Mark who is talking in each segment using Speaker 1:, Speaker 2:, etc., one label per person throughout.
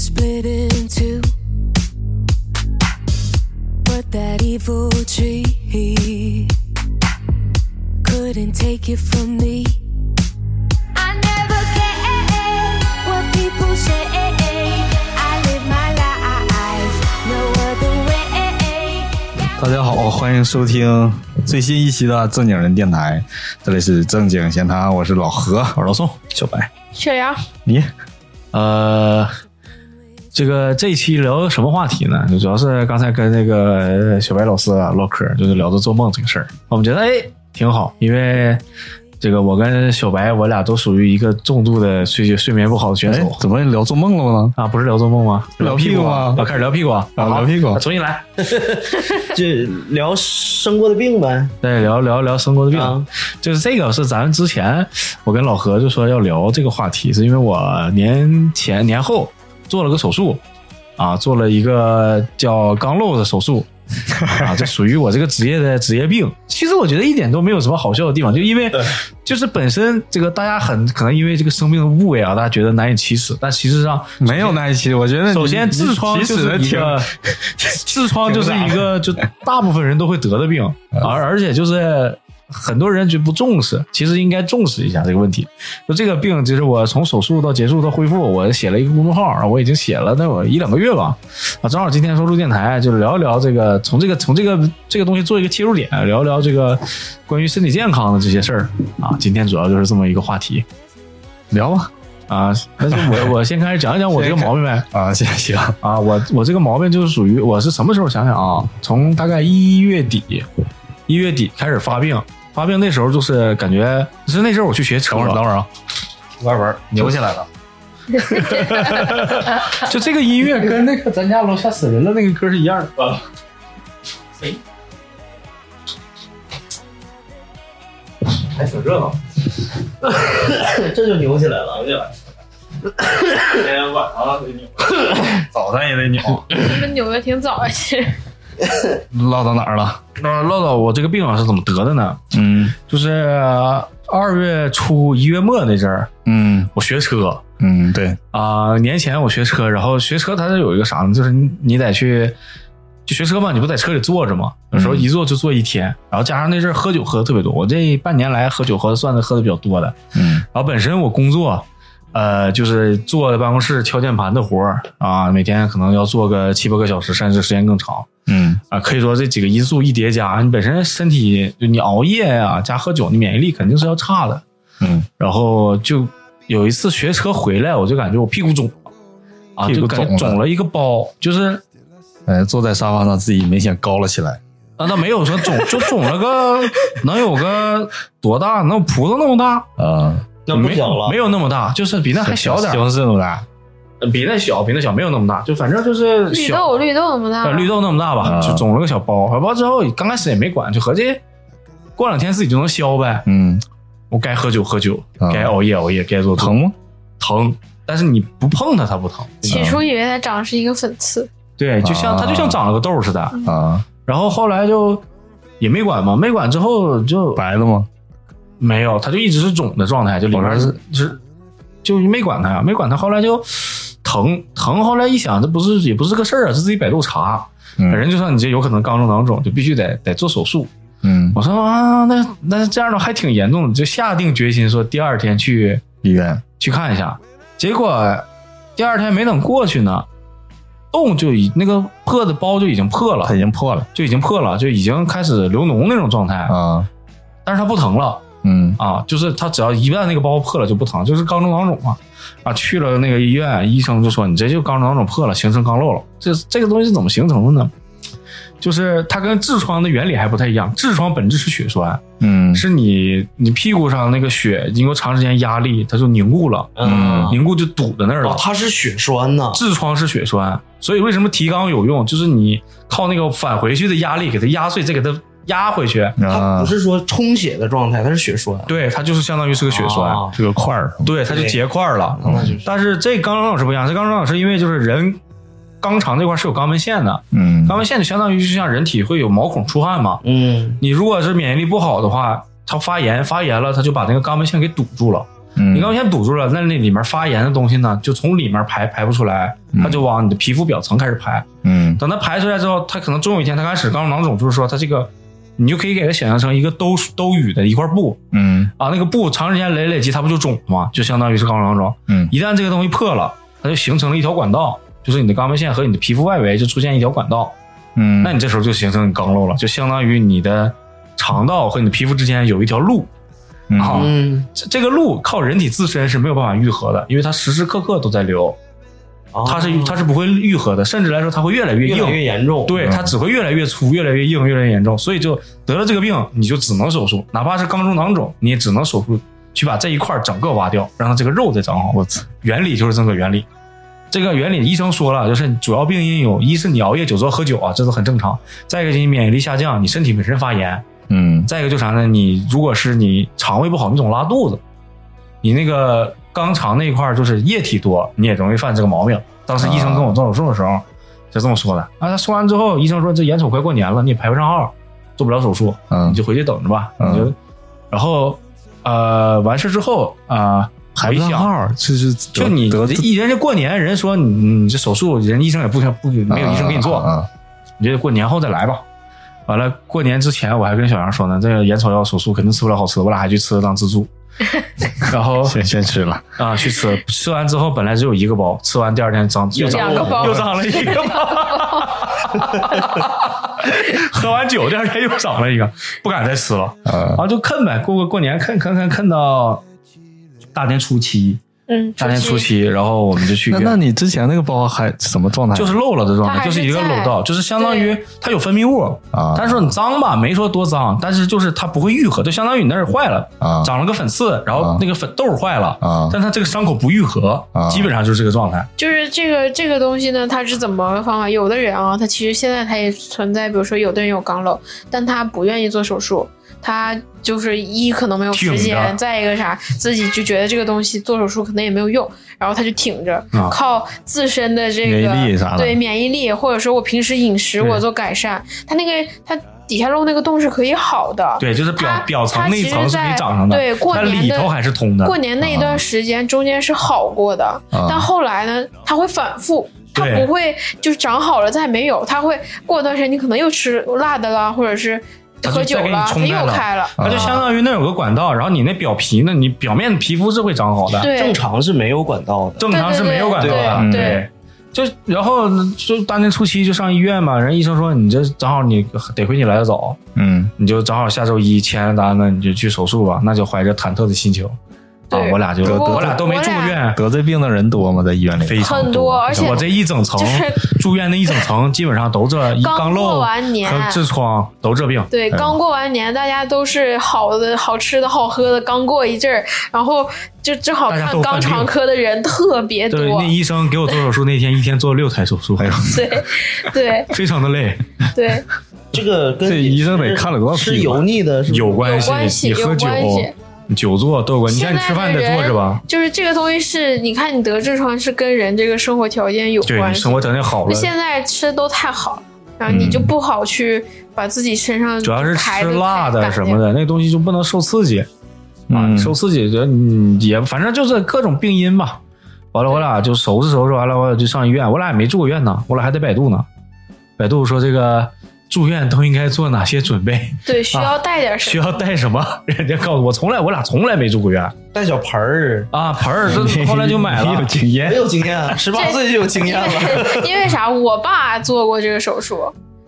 Speaker 1: split in two. But that evil tree couldn't take it from me. I never care what people say. I live my life no other way.
Speaker 2: 大家好，欢迎收听最新一期的正经人电台，这里是正经闲谈，我是老何，哎我是老宋，小白，
Speaker 3: 雪瑶，
Speaker 2: 你
Speaker 4: 呃，这个这一期聊什么话题呢？就主要是刚才跟那个小白老师啊唠嗑，就是聊着做梦这个事儿。我们觉得哎挺好，因为这个我跟小白我俩都属于一个重度的睡睡眠不好的选
Speaker 2: 哎
Speaker 4: 手，
Speaker 2: 怎么聊做梦了呢？
Speaker 4: 啊，不是聊做梦吗？
Speaker 2: 聊屁股啊
Speaker 4: 啊，开始聊屁股啊，
Speaker 2: 啊
Speaker 4: 好
Speaker 2: 聊屁股
Speaker 4: 重新来，
Speaker 5: 就聊生过的病呗。
Speaker 4: 对，聊聊聊生过的病。
Speaker 5: 啊
Speaker 4: 就是这个是咱之前我跟老何就说要聊这个话题，是因为我年前年后做了个手术啊，做了一个叫肛瘘的手术啊，这属于我这个职业的职业病。其实我觉得一点都没有什么好笑的地方，就因为就是本身这个大家很可能因为这个生病的部位啊，大家觉得难以启齿，但其实上
Speaker 2: 没有那一期，我觉得你
Speaker 4: 首先，痔疮
Speaker 2: 你
Speaker 4: 就
Speaker 2: 起始
Speaker 4: 是
Speaker 2: 的
Speaker 4: 一
Speaker 2: 挺
Speaker 4: 个， 痔疮就是一个就大部分人都会得的病，而而且就是很多人就不重视，其实应该重视一下这个问题。就这个病，就是我从手术到结束到恢复，我写了一个公众号，然后我已经写了那有一两个月吧，啊，正好今天说录电台，就聊一聊这个，从这个从这个这个东西做一个切入点，聊一聊这个关于身体健康的这些事儿啊。今天主要就是这么一个话题
Speaker 2: 聊吧
Speaker 4: 啊，那就我我先开始讲一讲我这个毛病呗。
Speaker 2: 啊，行 行，
Speaker 4: 啊，我我这个毛病就是属于我是什么时候想想啊？从大概一月底，一月底开始发病，发病那时候就是感觉，是那时候我去学车，
Speaker 2: 儿啊，玩玩扭起来了，
Speaker 4: 就 这个音乐跟那个咱家楼下死人了那个歌是一样的。啊、还挺热闹。
Speaker 5: 这就扭起来了，
Speaker 4: 今天晚上给你，
Speaker 2: 早上也得扭，
Speaker 3: 你们扭的挺早啊，其实
Speaker 2: 嗯唠到哪儿了？
Speaker 4: 那唠唠我这个病啊是怎么得的呢？
Speaker 2: 嗯
Speaker 4: 就是二月初一月末那阵儿，
Speaker 2: 嗯
Speaker 4: 我学车，
Speaker 2: 嗯，对，
Speaker 4: 啊、年前我学车，然后学车它是有一个啥呢？就是你你得去就学车嘛，你不在车里坐着嘛，有时候一坐就坐一天，然后加上那阵儿喝酒喝的特别多，我这半年来喝酒喝的算是喝的比较多的。
Speaker 2: 嗯
Speaker 4: 然后本身我工作，呃，就是坐在办公室敲键盘的活儿啊，每天可能要做个七八个小时，甚至时间更长。
Speaker 2: 嗯
Speaker 4: 啊，可以说这几个因素一叠加，你本身身体就你熬夜呀、加喝酒，你免疫力肯定是要差的。
Speaker 2: 嗯，
Speaker 4: 然后就有一次学车回来，我就感觉我屁股肿了，啊，
Speaker 2: 屁股
Speaker 4: 就感
Speaker 2: 肿了
Speaker 4: 觉肿了一个包，就是
Speaker 2: 哎，坐在沙发上自己明显高了起来，
Speaker 4: 啊，那没有说肿，就肿了个能有个多大，能有葡萄那么大，
Speaker 2: 啊，
Speaker 5: 那不
Speaker 4: 没
Speaker 5: 小
Speaker 4: 有
Speaker 5: 了
Speaker 4: 没。有那么大，就是比那还小点儿，呃
Speaker 2: 形式么大，
Speaker 4: 比那小，比那小没有那么大，就反正 就是
Speaker 3: 绿
Speaker 4: 小。
Speaker 3: 豆绿豆那么大
Speaker 4: 呃，，绿豆那么大吧，
Speaker 2: 啊
Speaker 4: 就肿了个小包，小包之后刚开始也没管，就合计过两天自己就能消呗。
Speaker 2: 嗯，
Speaker 4: 我该喝酒喝酒
Speaker 2: 啊，
Speaker 4: 该熬夜熬夜，该做做
Speaker 2: 疼吗？嗯
Speaker 4: 疼，但是你不碰它，它不疼。
Speaker 3: 起初以为它长的是一个粉刺，
Speaker 4: 对，就像它就像长了个痘似的。
Speaker 2: 啊，
Speaker 4: 然后后来就也没管嘛，没管之后就
Speaker 2: 白了吗？
Speaker 4: 没有，它就一直是肿的状态，就里
Speaker 2: 我
Speaker 4: 面
Speaker 2: 说
Speaker 4: 是是就没管它呀，没管它。后来就疼疼，后来一想，这不是也不是个事儿啊，是自己百度查，
Speaker 2: 嗯
Speaker 4: 人就说你这有可能肛瘘囊肿，就必须得得做手术。
Speaker 2: 嗯，
Speaker 4: 我说啊，那那这样的还挺严重的，就下定决心说第二天去
Speaker 2: 医院，
Speaker 4: 去看一下。结果第二天没等过去呢，洞就已那个破的包就已经破了
Speaker 2: 它，已经破了
Speaker 4: 就已经破了，就已经开始流脓那种状态。
Speaker 2: 啊，
Speaker 4: 但是它不疼了
Speaker 2: 嗯
Speaker 4: 啊，就是它只要一旦那个包破了就不疼，就是肛瘘囊肿嘛。啊，去了那个医院，医生就说你这就肛瘘囊肿破了，形成肛瘘了。这这个东西是怎么形成的呢？就是它跟痔疮的原理还不太一样，痔疮本质是血栓，
Speaker 2: 嗯
Speaker 4: 是你你屁股上那个血经过长时间压力，它就凝固了，
Speaker 2: 嗯
Speaker 4: 凝固就堵在那儿了
Speaker 5: 哦，。它是血栓呐。
Speaker 4: 痔疮是血栓，所以为什么提肛有用？就是你靠那个返回去的压力给它压碎，再给它压回去，
Speaker 5: 它
Speaker 2: 啊
Speaker 5: 不，是说充血的状态，它是血栓。
Speaker 4: 对，它就是相当于是个血栓，
Speaker 5: 哦
Speaker 2: 这个块儿，
Speaker 4: 对，它就结块了。
Speaker 5: 那就是
Speaker 4: 但是这肛肠老是不一样，这肛肠老是因为就是人肛肠这块是有肛门腺的，
Speaker 2: 嗯
Speaker 4: 肛门腺就相当于就像人体会有毛孔出汗嘛，
Speaker 5: 嗯
Speaker 4: 你如果是免疫力不好的话，它发炎发炎了，它就把那个肛门腺给堵住了，
Speaker 2: 嗯
Speaker 4: 你高原堵住了，那那里面发炎的东西呢，就从里面排排不出来，它就往你的皮肤表层开始排。
Speaker 2: 嗯
Speaker 4: 等它排出来之后，它可能终有一天，它开始肛囊肿，就是说它这个，你就可以给它想象成一个兜兜雨的一块布
Speaker 2: 嗯
Speaker 4: 啊，那个布长时间累累积，它不就肿了吗？就相当于是肛囊肿。
Speaker 2: 嗯
Speaker 4: 一旦这个东西破了，它就形成了一条管道，就是你的肛门腺和你的皮肤外围就出现一条管道，
Speaker 2: 嗯，
Speaker 4: 那你这时候就形成你肛瘘了，就相当于你的肠道和你的皮肤之间有一条路。
Speaker 2: 嗯
Speaker 4: 啊，
Speaker 5: 嗯，
Speaker 4: 这这个路靠人体自身是没有办法愈合的，因为它时时刻刻都在流，它是它是不会愈合的，甚至来说它会越来越硬，
Speaker 5: 哦越来越严重，
Speaker 4: 对，它只会越来越粗、越来越硬、越来越严重，所以就得了这个病，你就只能手术，哪怕是肛中囊肿，你也只能手术去把这一块儿整个挖掉，让它这个肉再长好。
Speaker 2: 我操，
Speaker 4: 原理就是这么个原理。这个原理医生说了，就是主要病因有一是你熬夜、久坐、喝酒啊，这都很正常；再一个就是你免疫力下降，你身体本身发炎；
Speaker 2: 嗯
Speaker 4: 再一个就是啥呢？你如果是你肠胃不好，你总拉肚子，你那个肛肠那一块儿就是液体多，你也容易犯这个毛病。当时医生跟我做手术的时候、就这么说的啊。他说完之后，医生说这眼瞅快过年了，你也排不上号，做不了手术，
Speaker 2: 嗯
Speaker 4: 你就回去等着吧。
Speaker 2: 嗯
Speaker 4: 你就，然后呃，完事之后啊，
Speaker 2: 排不
Speaker 4: 我一
Speaker 2: 上
Speaker 4: 想
Speaker 2: 号，就是
Speaker 4: 就你
Speaker 2: 得得
Speaker 4: 一人家过年，人说你你这手术，人医生也不想不没有医生给你做，
Speaker 2: 啊，
Speaker 4: 你就过年后再来吧。完了，过年之前我还跟小杨说呢，这个眼瞅要手术，肯定吃不了好吃的，我俩还去吃了当自 助。然后
Speaker 2: 先先吃了，
Speaker 4: 啊、去哦吃，吃完之后本来只有一个包，吃完第二天长又长
Speaker 3: 两个包
Speaker 4: 又长了一个包， 喝完酒第二天又长了一个，不敢再吃了，然
Speaker 2: 呃
Speaker 4: 后就啃呗，过过过年啃啃啃啃到大年初七，
Speaker 3: 嗯，
Speaker 4: 大年初
Speaker 3: 初七
Speaker 4: 七，然后我们就去医
Speaker 2: 那
Speaker 4: 院
Speaker 2: 那你之前那个包还什么状态？
Speaker 4: 就是漏了的状
Speaker 3: 它
Speaker 4: 态，
Speaker 3: 还
Speaker 4: 就是是一个
Speaker 3: 在
Speaker 4: 漏道，就是相当于
Speaker 3: 对
Speaker 4: 它有分泌物
Speaker 2: 啊
Speaker 4: 但是说你脏吧，没说多脏，但是就是它不会愈合，就相当于你那儿坏了，
Speaker 2: 啊
Speaker 4: 长了个粉刺，然后那个粉痘坏了，
Speaker 2: 啊
Speaker 4: 但它这个伤口不愈合，
Speaker 2: 啊
Speaker 4: 基本上就是这个状态。
Speaker 3: 就是这个这个东西呢，它是怎么个方法？有的人啊，他其实现在他也存在，比如说有的人有肛瘘，但他不愿意做手术，他就是一可能没有时
Speaker 4: 挺着
Speaker 3: 间，再一个啥，自己就觉得这个东西做手术可能也没有用，然后他就挺着，
Speaker 4: 啊
Speaker 3: 靠自身的这个
Speaker 2: 免疫力啥的
Speaker 3: 对免疫力，或者说我平时饮食
Speaker 4: 对
Speaker 3: 我做改善，他那个他底下漏那个洞是可以好的，
Speaker 4: 对，就是表
Speaker 3: 它
Speaker 4: 表层
Speaker 3: 它
Speaker 4: 那一
Speaker 3: 其实
Speaker 4: 层是可以
Speaker 3: 在
Speaker 4: 长上的，
Speaker 3: 对过
Speaker 4: 但
Speaker 3: 年
Speaker 4: 里
Speaker 3: 的
Speaker 4: 头还是通的。啊
Speaker 3: 过年那一段时间中间是好过的，
Speaker 2: 啊
Speaker 3: 但后来呢，它会反复，它
Speaker 4: 对
Speaker 3: 不会就是长好了再没有，它会过段时间你可能又吃辣的啦，或者是
Speaker 4: 啊它就
Speaker 3: 喝酒
Speaker 4: 再给你
Speaker 3: 了，它
Speaker 4: 冲淡
Speaker 3: 又
Speaker 4: 了
Speaker 3: 开了。
Speaker 4: 它就相当于那有个管道，然后你那表皮呢，你表面皮肤是会长好的，
Speaker 3: 对，
Speaker 5: 正常是没有管道的，
Speaker 4: 正常是没有管道的，
Speaker 2: 对对对
Speaker 4: 对。就然后就大年初七就上医院嘛，人医生说你这正好你得亏你来的早，
Speaker 2: 嗯
Speaker 4: 你就正好下周一签了单了，你就去手术吧。那就怀着忐忑的心情，啊
Speaker 3: 对，
Speaker 4: 我俩就
Speaker 3: 不过
Speaker 4: 我俩都没住院，
Speaker 2: 得这病的人多吗？在医院里
Speaker 4: 非常
Speaker 3: 很多，而且
Speaker 4: 我这一整层
Speaker 3: 就是
Speaker 4: 住院那一整层，基本上都这一
Speaker 3: 刚
Speaker 4: 肛
Speaker 3: 过
Speaker 4: 瘘
Speaker 3: 完年
Speaker 4: 和痔疮都这病。
Speaker 3: 对，刚过完年，大家都是好的、好吃的、好喝的，刚过一阵儿，然后就正好
Speaker 4: 大家
Speaker 3: 看
Speaker 4: 都犯
Speaker 3: 肛肠
Speaker 4: 病
Speaker 3: 科的人特别多
Speaker 4: 对，，那医生给我做手术那天，一天做六台手术，哎呦，
Speaker 3: 对，对，
Speaker 4: 非常的累，
Speaker 3: 对，
Speaker 5: 这个跟
Speaker 2: 这
Speaker 5: 饮食
Speaker 2: 医生得看了多少
Speaker 5: 吃
Speaker 2: 屁股
Speaker 5: 油腻的是不是
Speaker 4: 有关
Speaker 3: 嗯有关系
Speaker 4: 你喝酒
Speaker 3: 有关系、
Speaker 4: 久坐都有关系。你
Speaker 3: 现
Speaker 4: 看你
Speaker 3: 在
Speaker 4: 吃饭
Speaker 3: 的
Speaker 4: 得
Speaker 3: 人
Speaker 4: 坐着吧？
Speaker 3: 就是这个东西是，你看你得痔疮是跟人这个生活条件有
Speaker 4: 对，
Speaker 3: 关
Speaker 4: 你
Speaker 3: 系
Speaker 4: 生。活条件好
Speaker 3: 就
Speaker 4: 了，嗯
Speaker 3: 现在吃的都太好了，然后你就不好去把自己身上
Speaker 4: 主要是
Speaker 3: 排
Speaker 4: 吃
Speaker 3: 得
Speaker 4: 辣
Speaker 3: 太
Speaker 4: 的
Speaker 3: 干
Speaker 4: 什
Speaker 3: 净
Speaker 4: 么。的，那东西就不能受刺激啊，
Speaker 2: 嗯
Speaker 4: 受刺激就嗯也反正就是各种病因吧。完了，我俩就收拾收拾，完了我俩就上医院，我俩也没住过院呢，我俩还得百度呢。百度说这个住院都应该做哪些准备，
Speaker 3: 对，需要带点什
Speaker 4: 需
Speaker 3: 么？
Speaker 4: 要带什么？ 人家告诉我，从来我俩从来没住过院
Speaker 5: 带小盆儿，
Speaker 4: 啊，盆儿这后来就 买
Speaker 2: 你有
Speaker 4: 了。
Speaker 2: 经
Speaker 5: 没
Speaker 2: 验，
Speaker 5: 有经验啊，十八岁就有经验了。
Speaker 3: 因为因为啥？我爸做过这个手术，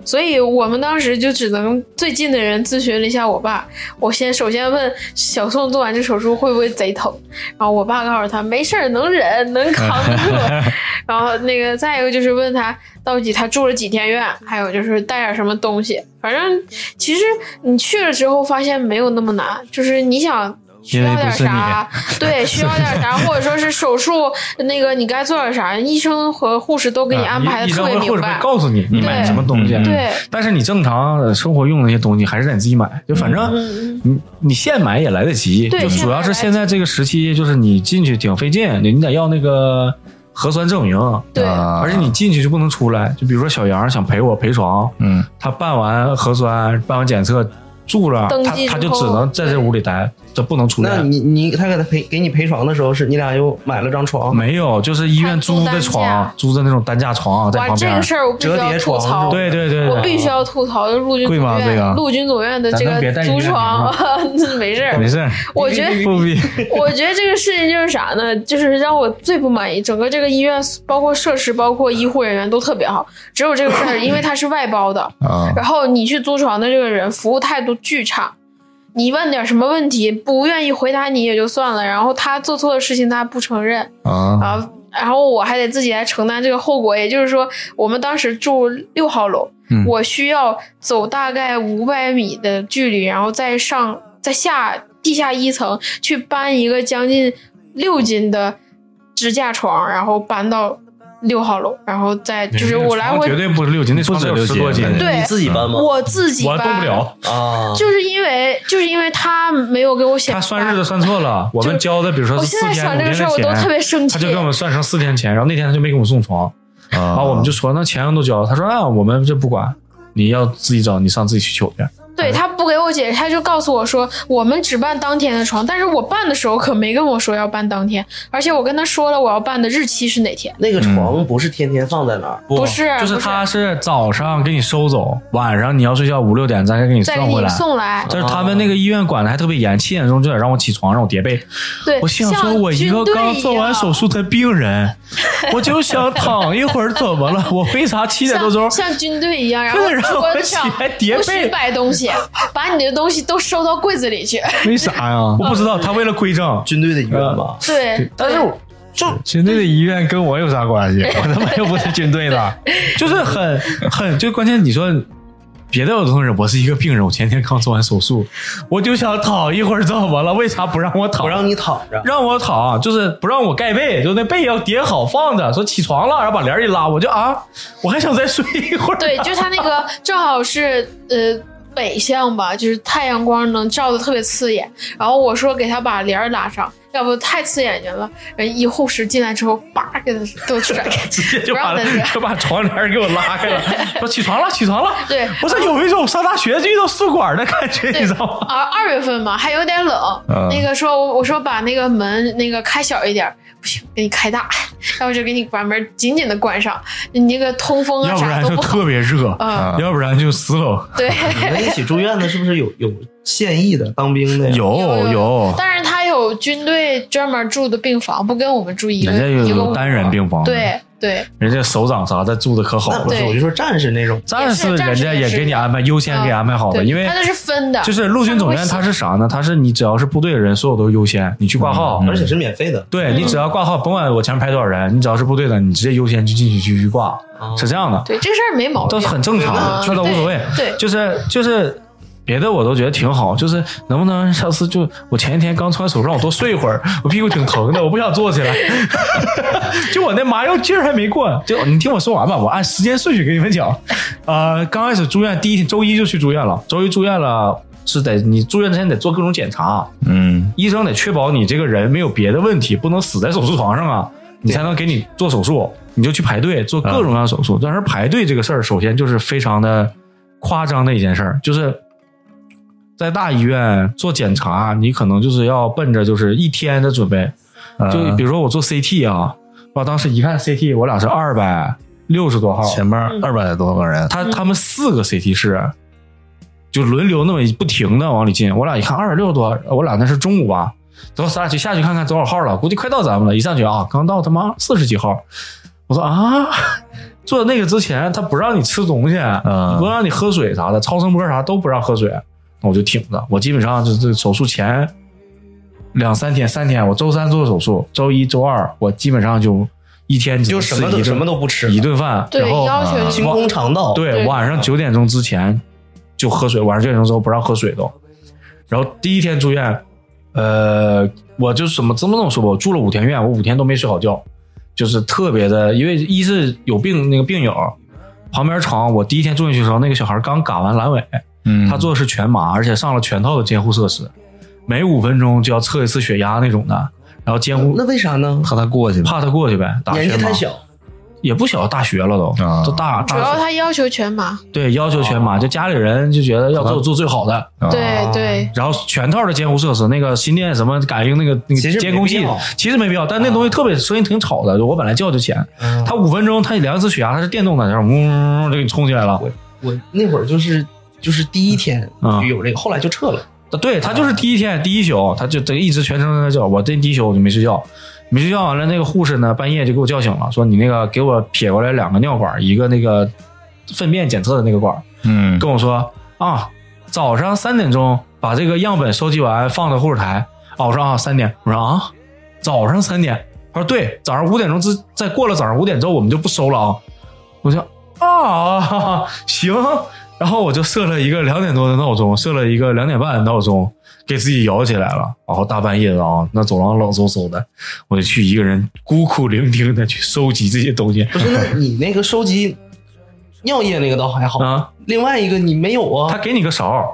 Speaker 3: 所以我们当时就只能最近的人咨询了一下我爸。我先首先问小宋做完这手术会不会贼疼，然后啊我爸告诉他没事儿，能忍，能扛得住。 然后那个再一个就是问他到底他住了几天院，还有就是带点什么东西。反正其实你去了之后发现没有那么难，就是你想。需
Speaker 2: 因为
Speaker 3: 要
Speaker 2: 不
Speaker 3: 点
Speaker 2: 是你
Speaker 3: 啥？ 对，需要点啥，或者说是手术那个你该做点啥，医生和护士都给你
Speaker 4: 啊
Speaker 3: 安排
Speaker 4: 医
Speaker 3: 的
Speaker 4: 医
Speaker 3: 特
Speaker 4: 生
Speaker 3: 别
Speaker 4: 会
Speaker 3: 明
Speaker 4: 或者会
Speaker 3: 白。
Speaker 4: 告诉你你买
Speaker 3: 对
Speaker 4: 什么东西，
Speaker 2: 嗯
Speaker 3: 对，
Speaker 4: 但是你正常呃生活用的那些东西还是得你自己买，就反正
Speaker 3: 嗯，
Speaker 4: 你你现买也来得及，
Speaker 3: 对
Speaker 4: 就
Speaker 3: 现
Speaker 4: 主要
Speaker 3: 买
Speaker 4: 是
Speaker 3: 来
Speaker 4: 现
Speaker 3: 得
Speaker 4: 在这个时期，就是你进去挺费劲，你你得要那个核酸证明，
Speaker 3: 对，
Speaker 2: 啊
Speaker 4: 而且你进去就不能出来。就比如说小杨想陪我陪床，
Speaker 2: 嗯
Speaker 4: 他办完核酸、办完检测住了，
Speaker 3: 登
Speaker 4: 他
Speaker 3: 记
Speaker 4: 他
Speaker 3: 之
Speaker 4: 就
Speaker 3: 后
Speaker 4: 只能在这屋里待，这不能出
Speaker 5: 那
Speaker 4: 院。
Speaker 5: 你你他给他赔给你赔床的时候，是你俩又买了张床，
Speaker 4: 没有，就是医院租
Speaker 3: 他
Speaker 4: 的
Speaker 3: 租单
Speaker 4: 床
Speaker 3: 架，
Speaker 4: 租的那种担架床在
Speaker 3: 哇，
Speaker 4: 旁
Speaker 3: 这
Speaker 4: 边
Speaker 3: 个。事儿我必须
Speaker 5: 折叠
Speaker 3: 要吐
Speaker 5: 床
Speaker 3: 槽，
Speaker 5: 是吧
Speaker 4: 对对对，
Speaker 3: 我
Speaker 4: 对
Speaker 3: 必须要吐槽就陆军总
Speaker 2: 贵吗
Speaker 3: 院、
Speaker 2: 这
Speaker 4: 啊
Speaker 2: 个
Speaker 3: 陆军总院的这
Speaker 4: 咱能
Speaker 3: 个
Speaker 4: 别带医
Speaker 3: 租
Speaker 4: 院
Speaker 3: 床， 没事儿，
Speaker 4: 没事儿，
Speaker 3: 我觉得
Speaker 4: 不必。
Speaker 3: 我觉得这个事情就是啥呢？就是让我最不满意，整个这个医院包括设施、包括医护人员都特别好，只有这个事儿，因为它是外包的，
Speaker 2: 啊，
Speaker 3: 然后你去租床的这个人服务态度巨差。你问点什么问题，不愿意回答你也就算了，然后他做错的事情他不承认，
Speaker 2: 啊，
Speaker 3: 啊，然后我还得自己来承担这个后果。也就是说，我们当时住六号楼，
Speaker 2: 嗯
Speaker 3: 我需要走大概五百米的距离，然后再上再下地下一层去搬一个将近六斤的支架床，然后搬到六号楼，然后再就是我来
Speaker 4: 床
Speaker 3: 回
Speaker 4: 绝对不是六斤，那
Speaker 2: 不
Speaker 4: 床
Speaker 2: 止
Speaker 4: 得
Speaker 2: 六
Speaker 4: 有
Speaker 2: 啊
Speaker 4: 十
Speaker 2: 斤
Speaker 4: 多斤，
Speaker 2: 对
Speaker 5: 你
Speaker 3: 对
Speaker 5: 自己搬吗？
Speaker 3: 我自己
Speaker 4: 我
Speaker 3: 搬，
Speaker 4: 动不了。
Speaker 5: 啊，
Speaker 3: 就是因为就是因为他没有给我写
Speaker 4: 他算日子
Speaker 3: 单
Speaker 4: 算错了，我们交的，比如说
Speaker 3: 哎我
Speaker 4: 是
Speaker 3: 现
Speaker 4: 四
Speaker 3: 在
Speaker 4: 天
Speaker 3: 想
Speaker 4: 五天
Speaker 3: 这个事
Speaker 4: 的
Speaker 3: 儿，我都特
Speaker 4: 钱，
Speaker 3: 别生气。
Speaker 4: 他就给我们算成四天钱，然后那天他就没给我们送床，然
Speaker 2: 然
Speaker 4: 啊后我们就说那钱都交了，他说啊，我们这不管，你要自己找，你上自己去取去。
Speaker 3: 对他不给我解释，他就告诉我说我们只办当天的床，但是我办的时候可没跟我说要办当天，而且我跟他说了我要办的日期是哪天。
Speaker 5: 那个床不是天天放在那儿，
Speaker 4: 不
Speaker 3: 不是
Speaker 4: 就是
Speaker 3: 不是
Speaker 4: 他是早上给你收走，晚上你要睡觉五六点再给你
Speaker 3: 再给
Speaker 4: 送回
Speaker 3: 你
Speaker 4: 来。
Speaker 3: 送来，
Speaker 4: 就是他们那个医院管的还特别严，七点钟就得让我起床，让我叠被。
Speaker 3: 对，
Speaker 4: 我心想说，
Speaker 3: 像
Speaker 4: 我一个
Speaker 3: 军队
Speaker 4: 刚做完
Speaker 3: 样
Speaker 4: 手术的病人，我就想躺一会儿，怎么了？我为啥七点多钟
Speaker 3: 像像军队一样，然
Speaker 4: 为了让
Speaker 3: 后
Speaker 4: 我
Speaker 3: 桌
Speaker 4: 起
Speaker 3: 上
Speaker 4: 来叠
Speaker 3: 不许
Speaker 4: 被
Speaker 3: 摆东西，把你的东西都收到柜子里 去。
Speaker 2: 为啥 呀？
Speaker 4: 我不知道，他为了规整，
Speaker 5: 军队的医院吧？
Speaker 3: 对，
Speaker 5: 但是我就
Speaker 2: 军队的医院跟我有啥关 系？ 我他妈又不是军队的。
Speaker 4: 就是很很，就关键你说。别的我都能忍，我是一个病人，我前天刚做完手术，我就想躺一会儿，怎么了？为啥不让我躺？
Speaker 5: 不让你躺 着，
Speaker 4: 让我躺，啊就是不让我盖被，就那被要叠好放着。说起床了，然后把帘儿一拉，我就啊，我还想再睡一 会儿。
Speaker 3: 对，就是它那个正好是呃北向吧，就是太阳光能照的特别刺眼。然后我说给他把帘儿拉上，要不太刺眼睛了。人一护士进来之后，叭给他都甩开。
Speaker 4: 直接就把
Speaker 3: 不让他睡
Speaker 4: 就把床帘儿给我拉开了，说起床了，起床了。
Speaker 3: 对
Speaker 4: 我说有一种上大学就遇到宿管的感觉，你知道吗？
Speaker 3: 啊，二月份嘛，还有点冷。
Speaker 2: 嗯
Speaker 3: 那个说，我我说把那个门那个开小一点儿，不行，给你开大，要不就给你把门紧紧的关上，你那个通风啊
Speaker 4: 要不
Speaker 3: 啥
Speaker 4: 然
Speaker 3: 都
Speaker 4: 就啊
Speaker 3: 不好。
Speaker 4: 特别热，
Speaker 3: 嗯，
Speaker 2: 啊
Speaker 4: 要不然就死冷。
Speaker 3: 对。
Speaker 5: 你们一起住院的是不是有有现役的当兵的呀？
Speaker 4: 哦有
Speaker 3: 有但是他有军队专门住的病房，不跟我们住一个
Speaker 4: 人家
Speaker 3: 一
Speaker 4: 有
Speaker 3: 个屋
Speaker 4: 有单人病房，，
Speaker 3: 对对，
Speaker 4: 人家首长啥的住的可好
Speaker 5: 那
Speaker 4: 了。
Speaker 5: 不是，
Speaker 3: 嗯对
Speaker 5: 我就说战士那种，
Speaker 4: 战士
Speaker 3: 也是
Speaker 4: 人
Speaker 3: 战士
Speaker 4: 家
Speaker 3: 也
Speaker 4: 也
Speaker 3: 是嗯
Speaker 4: 给你安排优先给安排好的，
Speaker 3: 对
Speaker 4: 因为
Speaker 3: 它那是分的，
Speaker 4: 就是陆军总院，它是啥呢？它是你只要是部队人，所有都优先，你去挂号，
Speaker 2: 嗯
Speaker 5: 而且是免费的。
Speaker 4: 对你只要挂号，甭管我前面排多少人，你只要是部队的，你直接优先就进去去去挂，
Speaker 2: 哦
Speaker 4: 是这样的，
Speaker 3: 对这个事儿没毛
Speaker 4: 都
Speaker 3: 病，
Speaker 4: 很正常
Speaker 3: 嗯，
Speaker 4: 这都无所谓。
Speaker 3: 对对
Speaker 4: 就是就是。别的我都觉得挺好，就是能不能 下次就我前一天刚穿手术，让我多睡一会儿，我屁股挺疼的，我不想坐起来。 就我那麻药劲儿还没过，就你听我说完吧，我按时间顺序给你们讲。呃，刚开始住院第一天，周一就去住院了，周一住院了是得你住院之前得做各种检查，啊
Speaker 2: 嗯
Speaker 4: 医生得确保你这个人没有别的问题，不能死在手术床上啊，你才能给你做手术。你就去排队做各种各样的手术，但是排队这个事儿，首先就是非常的夸张的一件事儿，就是在大医院做检查，你可能就是要奔着就是一天的准备，
Speaker 2: 啊
Speaker 4: 就比如说我做 CT 啊，我当时一看 CT，我俩是二百六十多号，
Speaker 2: 前面二百多个人，
Speaker 5: 嗯
Speaker 4: 他他们四个 CT 室啊就轮流那么不停的往里进，我俩一看二百六多，我俩那是中午吧，走，咱俩去下去看看多少号了，估计快到咱们了。一上去啊，刚到他妈四十几号，我说啊，做那个之前他不让你吃东西，
Speaker 2: 嗯
Speaker 4: 不让你喝水啥的，超声波啥都不让喝水，那我就挺着。我基本上就是手术前两三天、三天，我周三做手术，周一周二我基本上就一天只
Speaker 5: 就
Speaker 4: 能
Speaker 5: 什
Speaker 4: 吃
Speaker 5: 么都
Speaker 4: 一顿
Speaker 5: 什么都不吃，
Speaker 4: 一顿饭，
Speaker 3: 对
Speaker 4: 然后啊
Speaker 3: 要求
Speaker 5: 清空肠道。，
Speaker 4: 对，
Speaker 3: 对
Speaker 4: 晚上九点钟之前就喝水，晚上九点钟之后不让喝水都。然后第一天住院，呃，我就是怎么这么这么说吧，我住了五天院，我五天都没睡好觉，就是特别的，因为一是有病那个病友旁边床，我第一天住进去的时候，那个小孩刚嘎完阑尾，
Speaker 2: 嗯，
Speaker 4: 他做的是全麻，而且上了全套的监护设施，每五分钟就要测一次血压那种的，然后监护
Speaker 5: 那为啥呢？
Speaker 2: 怕他过去吧？
Speaker 4: 怕他过去呗，打
Speaker 5: 年纪
Speaker 4: 全麻
Speaker 5: 太。小，
Speaker 4: 也不小，大学了都
Speaker 2: 啊，
Speaker 4: 都大
Speaker 3: 主要
Speaker 4: 大
Speaker 3: 他要求全麻，
Speaker 4: 对要求全
Speaker 5: 哦
Speaker 4: 麻，就家里人就觉得要做做最好的，
Speaker 2: 啊
Speaker 3: 对对，
Speaker 4: 然后全套的监护设施，那个心电什么感应那个那
Speaker 5: 其实
Speaker 4: 个
Speaker 5: 没
Speaker 4: 监控器
Speaker 5: 必要，啊
Speaker 4: 其实没必要，但那东西特别声音挺吵的，我本来叫就浅，
Speaker 5: 嗯
Speaker 4: 它五分钟它量一次血压，它是电动的，然后嗡就给你冲起来了。
Speaker 5: 我那会儿就是就是第一天
Speaker 4: 啊
Speaker 5: 就有这个，后来就撤了。
Speaker 4: 对他就是第一天第一宿，他就这一直全程在那叫，我这第一宿我就没睡觉，没睡觉完了，那个护士呢半夜就给我叫醒了，说你那个给我撇过来两个尿管，一个那个粪便检测的那个管，
Speaker 2: 嗯，
Speaker 4: 跟我说啊，早上三点钟把这个样本收集完放到护士台。啊，我说啊三点，我说啊早上三点，他说对，早上五点钟之再过了早上五点之后我们就不收了啊。我就啊 行，然后我就设了一个两点多的闹钟，设了一个两点半的闹钟，给自己摇起来了。然后大半夜的啊，那走廊冷飕飕的，我就去一个人孤苦伶仃的去收集这些东西
Speaker 5: 不是，那你那个收集尿液那个倒还好，
Speaker 4: 啊。
Speaker 5: 另外一个你没
Speaker 3: 哦
Speaker 5: 有
Speaker 4: 他
Speaker 5: 啊？
Speaker 4: 给你个勺儿，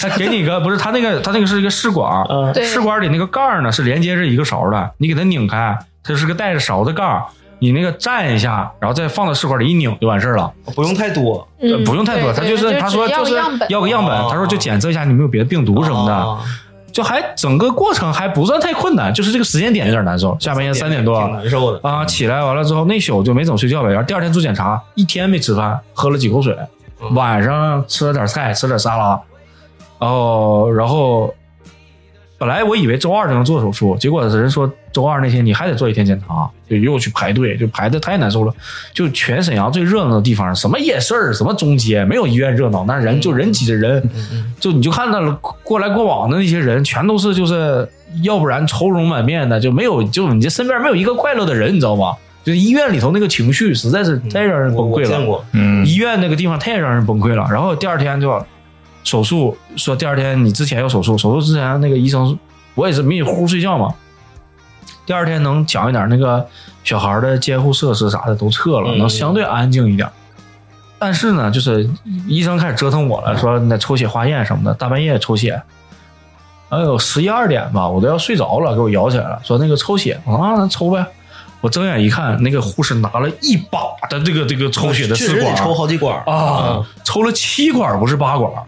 Speaker 4: 他给你个不是他那个他那个是一个试管儿，
Speaker 5: 嗯，
Speaker 3: 对
Speaker 4: 试管里那个盖儿呢是连接着一个勺的，你给它拧开，它就是个带着勺的盖儿，你那个蘸一下，然后再放到试管里一拧就完事儿了，
Speaker 5: 不用太多，
Speaker 4: 呃
Speaker 3: 嗯，
Speaker 4: 不用太多。
Speaker 3: 对
Speaker 4: 他
Speaker 3: 对
Speaker 4: 就是他说
Speaker 3: 只
Speaker 4: 就是
Speaker 3: 样本，
Speaker 4: 要个样本
Speaker 5: 哦，
Speaker 4: 他说就检测一下你有没有别的病毒什么的，
Speaker 5: 啊
Speaker 4: 就还整个过程还不算太困难，就是这个时间点有点难受。下半夜三点多
Speaker 5: 挺难受的。
Speaker 4: 啊，起来完了之后那宿就没怎么睡觉呗，然后第二天做检查，一天没吃饭，喝了几口水，
Speaker 5: 嗯
Speaker 4: 晚上吃了点菜，吃了点沙拉，然后然后本来我以为周二就能做手术，结果人说周二那天你还得做一天检查，就又去排队，就排的太难受了。就全沈阳最热闹的地方，什么夜市儿，什么中街，没有医院热闹，那人就人挤着
Speaker 5: 嗯
Speaker 4: 人，就你就看到了过来过往的那些人，全都是就是要不然愁容满面的，就没有就你这身边没有一个快乐的人，你知道吗？就医院里头那个情绪实在是太让人
Speaker 5: 我
Speaker 4: 崩
Speaker 5: 嗯我
Speaker 4: 溃了。
Speaker 5: 见过，
Speaker 2: 嗯
Speaker 4: 医院那个地方太让人崩溃了。然后第二天就手术，说第二天你之前要手术，手术之前那个医生，我也是迷迷糊糊睡觉嘛。第二天能讲一点那个小孩的监护设施啥的都撤了，
Speaker 5: 嗯
Speaker 4: 能相对安静一点。但是呢，就是医生开始折腾我了，说那抽血化验什么的，大半夜抽血。哎呦，十一二点吧，我都要睡着了，给我摇起来了，说那个抽血我说啊，那抽呗。我睁眼一看，那个护士拿了一把的这个这个抽血的试
Speaker 5: 确实
Speaker 4: 管
Speaker 5: 得，抽好几管儿
Speaker 4: 啊，抽了七管儿不是八管儿，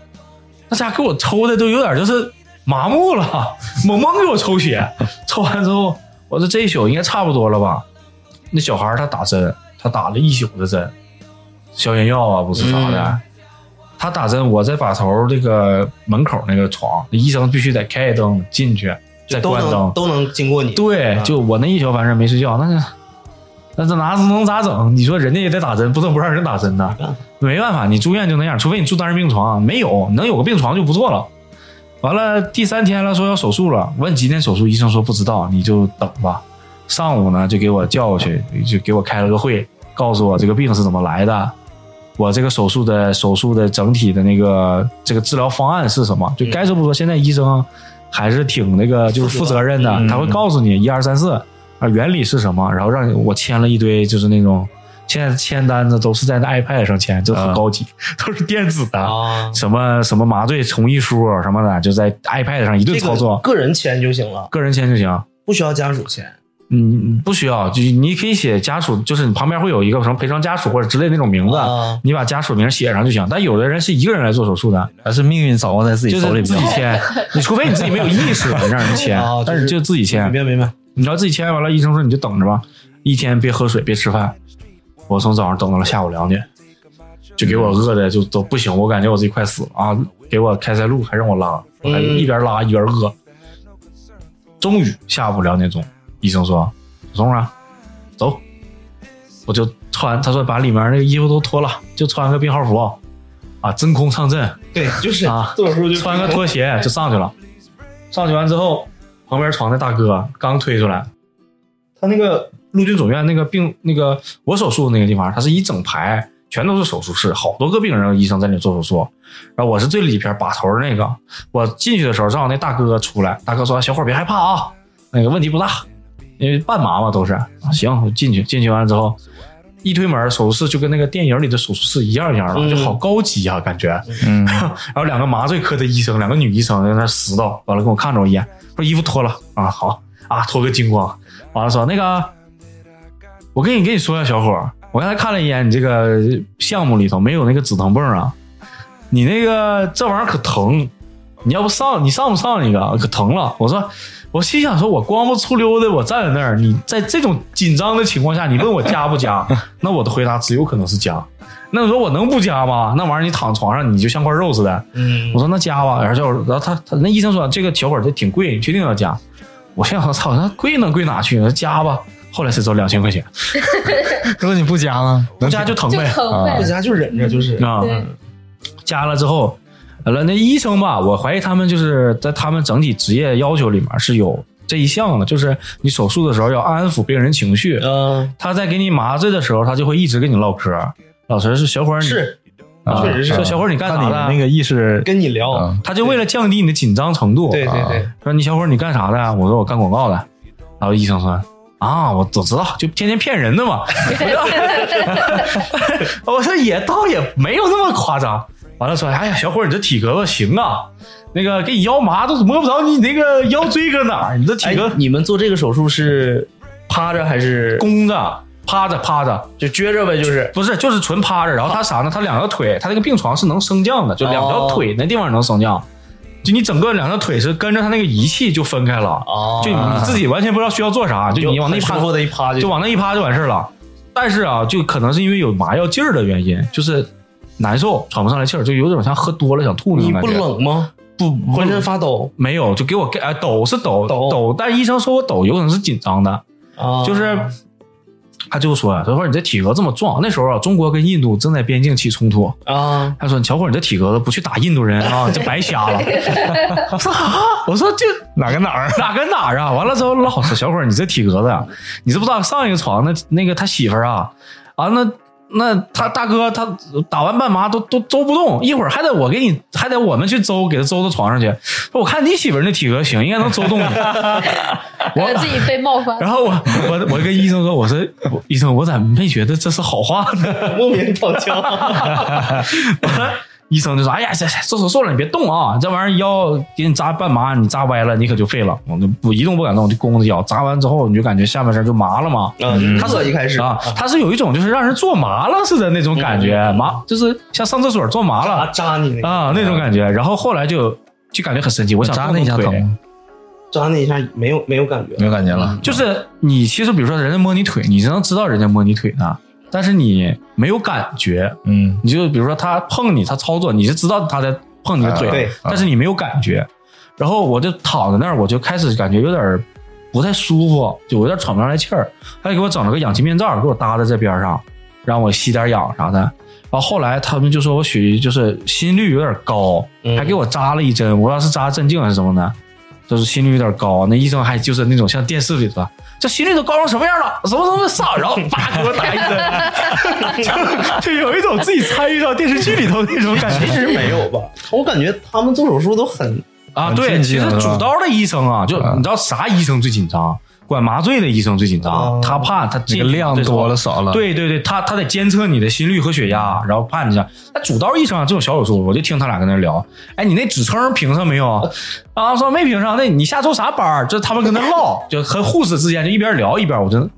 Speaker 4: 那家给我抽的都有点就是麻木了，猛猛给我抽血，抽完之后，我说这一宿应该差不多了吧？那小孩儿他打针，他打了一宿的针，消炎药啊不是啥的。
Speaker 5: 嗯
Speaker 4: 他打针，我在把头儿这个门口那个床，那医生必须得开灯进去，再
Speaker 5: 都
Speaker 4: 关灯
Speaker 5: 能，都能经过你。
Speaker 4: 对
Speaker 5: 啊，
Speaker 4: 就我那一宿反正没睡觉，那是那这哪能咋整？你说人家也得打针，不能不让人打针呐
Speaker 5: 办法。
Speaker 4: 没办法，你住院就那样，除非你住单人病床，没有能有个病床就不错了。完了第三天了，说要手术了，问几点手术，医生说不知道，你就等吧。上午呢就给我叫过去，就给我开了个会，告诉我这个病是怎么来的，我这个手术的手术的整体的那个这个治疗方案是什么？就该说不说，现在医生还是挺那个就是嗯负责任的，
Speaker 2: 嗯
Speaker 4: 他会告诉你一二三四啊原理是什么，然后让你我签了一堆就是那种现在签单子都是在那 iPad 上签，就很
Speaker 2: 啊
Speaker 4: 高级， 都是电子的。
Speaker 5: 啊，
Speaker 4: 什么什么麻醉同意书啊什么的，就在 iPad 上一顿
Speaker 5: 这
Speaker 4: 操
Speaker 5: 个
Speaker 4: 作，
Speaker 5: 个人签就行了，
Speaker 4: 个人签就行。
Speaker 5: 不需要家属签。
Speaker 4: 嗯，不需要，就你可以写家属，就是你旁边会有一个什么赔偿家属或者之类那种名字，
Speaker 5: 啊
Speaker 4: 你把家属名写上就行。但有的人是一个人来做手术的，
Speaker 2: 还是命运掌握在自己
Speaker 4: 就
Speaker 2: 手里
Speaker 4: 是
Speaker 2: 比
Speaker 4: 自
Speaker 2: 较
Speaker 4: 己
Speaker 2: 好。
Speaker 4: 签，你除非你自己没有意识你让人签
Speaker 5: 哦，
Speaker 4: 但是
Speaker 5: 就是
Speaker 4: 就自己签
Speaker 5: 明。白明白，
Speaker 4: 你要自己签完了，医生说你就等着吧，一天别喝水，别吃饭。我从早上等到了下午两点，就给我饿的就都不行，我感觉我自己快死了啊！给我开塞露还让我拉，我还
Speaker 5: 嗯
Speaker 4: 一边拉一边饿。终于下午两点钟，医生说：“小松啊，走。”我就穿，他说把里面那个衣服都脱了，就穿个病号服啊，真空上阵，
Speaker 5: 对，就是
Speaker 4: 啊
Speaker 5: 做手术就
Speaker 4: 穿个拖鞋就上去了。上去完之后，旁边床的大哥刚推出来，他那个陆军总院那个病那个我手术那个地方，他是一整排全都是手术室，好多个病人医生在那里做手术。然后我是最里边把头儿那个，我进去的时候正好那大哥出来，大哥说：“小伙儿别害怕啊，那个问题不大，因为半麻嘛都是。”啊，行，我进去，进去完了之后。一推门，手术室就跟那个电影里的手术室一样一样的，
Speaker 5: 嗯
Speaker 4: 就好高级啊，感觉。
Speaker 2: 嗯，
Speaker 4: 然后两个麻醉科的医生，两个女医生在那儿死叨，完了跟我看着我一眼，说衣服脱了啊，好啊，脱个精光，完了说那个我跟你跟你说呀，小伙儿，我刚才看了一眼你这个项目里头没有那个止疼泵啊，你那个这玩意儿可疼，你要不上你上不上一个可疼了。我说，我心想说，我光不出溜的，我站在那儿，你在这种紧张的情况下，你问我加不加， 那我的回答只有可能是加。那你说我能不加吗？那玩意儿你躺床上你就像块肉似的，
Speaker 5: 嗯
Speaker 4: 我，说那加吧，然后叫我，然后他他那医生说这个小伙儿这挺贵，你确定要加？我心想操，那贵能贵哪去？那加吧。后来才知道两千块钱，
Speaker 2: 如果你不加呢？
Speaker 4: 不
Speaker 2: 能啊
Speaker 4: 加就疼
Speaker 3: 就
Speaker 4: 呗
Speaker 3: 疼呗
Speaker 5: 在。家就忍着，就是
Speaker 4: 啊。
Speaker 3: 对，
Speaker 4: 加了之后，完了那医生吧，我怀疑他们就是在他们整体职业要求里面是有这一项的，就是你手术的时候要安抚病人情绪。
Speaker 5: 嗯，
Speaker 4: 他在给你麻醉的时候，他就会一直跟你唠嗑。老师是小伙儿，你
Speaker 5: 是
Speaker 4: 啊
Speaker 5: 确实是
Speaker 4: 说小伙儿你干
Speaker 2: 看
Speaker 4: 啥
Speaker 2: 你
Speaker 4: 的？
Speaker 2: 那个意识
Speaker 5: 跟你聊
Speaker 2: 啊，
Speaker 4: 他就为了降低你的紧张程度，啊
Speaker 5: 对对对，
Speaker 4: 说你小伙儿你干啥的？我说我干广告的。然后医生说啊，我早知道，就天天骗人的嘛。 我说也倒也没有那么夸张。完了说，哎呀，小伙儿你这体格子行啊，那个给你腰麻都摸不着你那个腰椎搁哪儿，你这体
Speaker 5: 哎
Speaker 4: 格，
Speaker 5: 你们做这个手术是趴着还是
Speaker 4: 弓着。趴着趴着，
Speaker 5: 就撅着呗？就是
Speaker 4: 不是就是纯趴着，然后他啥呢？他两条腿，他那个病床是能升降的，就两条
Speaker 5: 哦
Speaker 4: 腿那地方能升降，就你整个两条腿是跟着他那个仪器就分开了，
Speaker 5: 哦
Speaker 4: 就你自己完全不知道需要做啥，就你往那一趴
Speaker 5: 舒，服的一趴
Speaker 4: 就
Speaker 5: 就
Speaker 4: 往那一趴就完事儿了。但是啊，就可能是因为有麻药劲儿的原因，就是难受，喘不上来气儿，就有种像喝多了想吐那
Speaker 5: 你
Speaker 4: 种感
Speaker 5: 不
Speaker 4: 觉。
Speaker 5: 冷吗？
Speaker 4: 不
Speaker 5: 浑身发抖
Speaker 4: 没有，就给我给哎抖是抖
Speaker 5: 抖
Speaker 4: 抖，但医生说我抖有可能是紧张的，
Speaker 5: 啊
Speaker 4: 就是他就说啊他说你这体格这么壮，那时候啊中国跟印度正在边境起冲突，
Speaker 5: 啊，
Speaker 4: 他说你小伙儿你这体格子不去打印度人啊，你这白瞎了。 我说啊，我说这
Speaker 2: 哪跟哪儿？
Speaker 4: 哪跟哪儿啊？完了之后，老师，小伙儿，你这体格子呀、你知不知道上一个床那那个他媳妇儿啊，啊那那他大哥他打完半麻都都周不动，一会儿还得我给你，还得我们去周给他周到床上去。说我看你媳妇儿那体格行，应该能周 动你。
Speaker 3: 觉得自己被冒犯。
Speaker 4: 然后我我我跟医生说，我说我医生，我咋没觉得这是好话呢？
Speaker 5: 莫名躺枪，
Speaker 4: 医生就说：“哎呀，这这做手术了，你别动啊，这玩意儿腰给你扎半麻，你扎歪了，你可就废了。我就不一动不敢动，我就弓着腰扎完之后，你就感觉下半身就麻了嘛。
Speaker 5: 啊，
Speaker 4: 他
Speaker 5: 他
Speaker 4: 是
Speaker 5: 是一开始
Speaker 4: 啊，它是有一种就是让人做麻了似的那种感
Speaker 2: 嗯
Speaker 4: 觉，麻就是像上厕所做麻
Speaker 5: 啊
Speaker 4: 了
Speaker 5: 扎你那个
Speaker 4: 啊那种感觉。然后后来就就感觉很神奇，我想
Speaker 2: 扎
Speaker 4: 动
Speaker 2: 那一下
Speaker 4: 动
Speaker 2: 疼
Speaker 4: 腿，
Speaker 2: 吗？
Speaker 5: 扎那一下没有没有感觉
Speaker 4: 嗯
Speaker 2: 没有感觉了。
Speaker 4: 就是你其实比如说人家摸你腿，你能知道人家摸你腿呢，但是你没有感觉，
Speaker 2: 嗯，
Speaker 4: 你就比如说他碰你，他操作，你就知道他在碰你的腿，
Speaker 5: 啊对
Speaker 4: 但是你没有感觉。然后我就躺在那儿，我就开始感觉有点儿不太舒服，就有点喘不上来气儿。他就给我整了个氧气面罩，给我搭在这边上，让我吸点氧啥的。然后后来他们就说我属于就是心率有点高，
Speaker 5: 嗯
Speaker 4: 还给我扎了一针，我不知道是扎镇静还是什么呢，就是心率有点高。啊那医生还就是那种像电视里头，这心率都高成什么样了，什么什么上，然后叭给我打一针，就就有一种自己参与到电视剧里头那种感觉。
Speaker 5: 其实没有吧？我感觉他们做手术都很
Speaker 4: 啊，
Speaker 2: 很
Speaker 4: 对，
Speaker 2: 震
Speaker 4: 其
Speaker 2: 惊
Speaker 4: 实
Speaker 2: 是吧
Speaker 4: 主刀的医生啊，就
Speaker 2: 啊
Speaker 4: 你知道啥医生最紧张？啊管麻醉的医生最紧张，啊
Speaker 5: 哦
Speaker 4: 他怕他
Speaker 2: 这
Speaker 4: 这
Speaker 2: 个量多了。少了，，
Speaker 4: 对对对，他他得监测你的心率和血压，然后怕你这样。那主刀医生啊，这种小手术，我就听他俩跟那聊，哎，你那指称评上没有？啊，说没评上，那你下周啥班儿？就他们跟那唠，就和护士之间就一边聊一边，我真，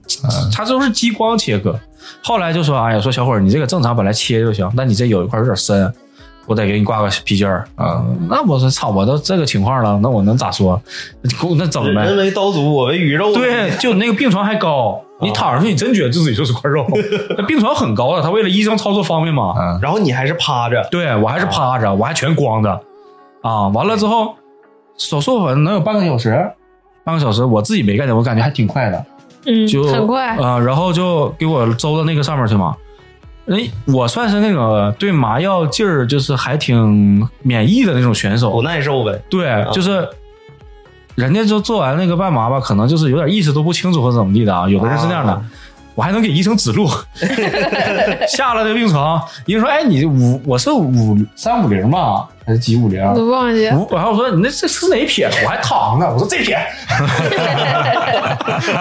Speaker 4: 他都是激光切割。后来就说，哎呀，说小伙儿，你这个正常本来切就行，但你这有一块有点深，我得给你挂个皮筋儿。
Speaker 2: 啊，
Speaker 4: 那我说操，我都这个情况了，那我能咋说？那整呗
Speaker 5: 人。为刀俎，我为鱼 肉。
Speaker 4: 对，啊就那个病床还高，你躺上去，你真觉得自己就是块肉。那病床很高的，他为了医生操作方便嘛。
Speaker 2: 啊，
Speaker 5: 然后你还是趴着，
Speaker 4: 对啊我还是趴着，我还全光着，啊，完了之后手术反正能有半个小时，半个小时我自己没感觉，我感觉还挺快的，
Speaker 3: 嗯
Speaker 4: 就，
Speaker 3: 很快。
Speaker 4: 啊、然后就给我周到那个上面去嘛。哎，我算是那个对麻药劲儿就是还挺免疫的那种选手
Speaker 5: 不，耐受呗。
Speaker 4: 对，就是人家就做完那个半麻吧，可能就是有点意识都不清楚或者怎么地的啊。有的人是那样的，
Speaker 5: 啊
Speaker 4: 我还能给医生指路。下了这病床，医生说：“哎，你五我是五三五零吧，还是几五零？”
Speaker 3: 我忘记了
Speaker 4: 五，然后我说你那这是哪撇？我还躺呢，我说这 撇，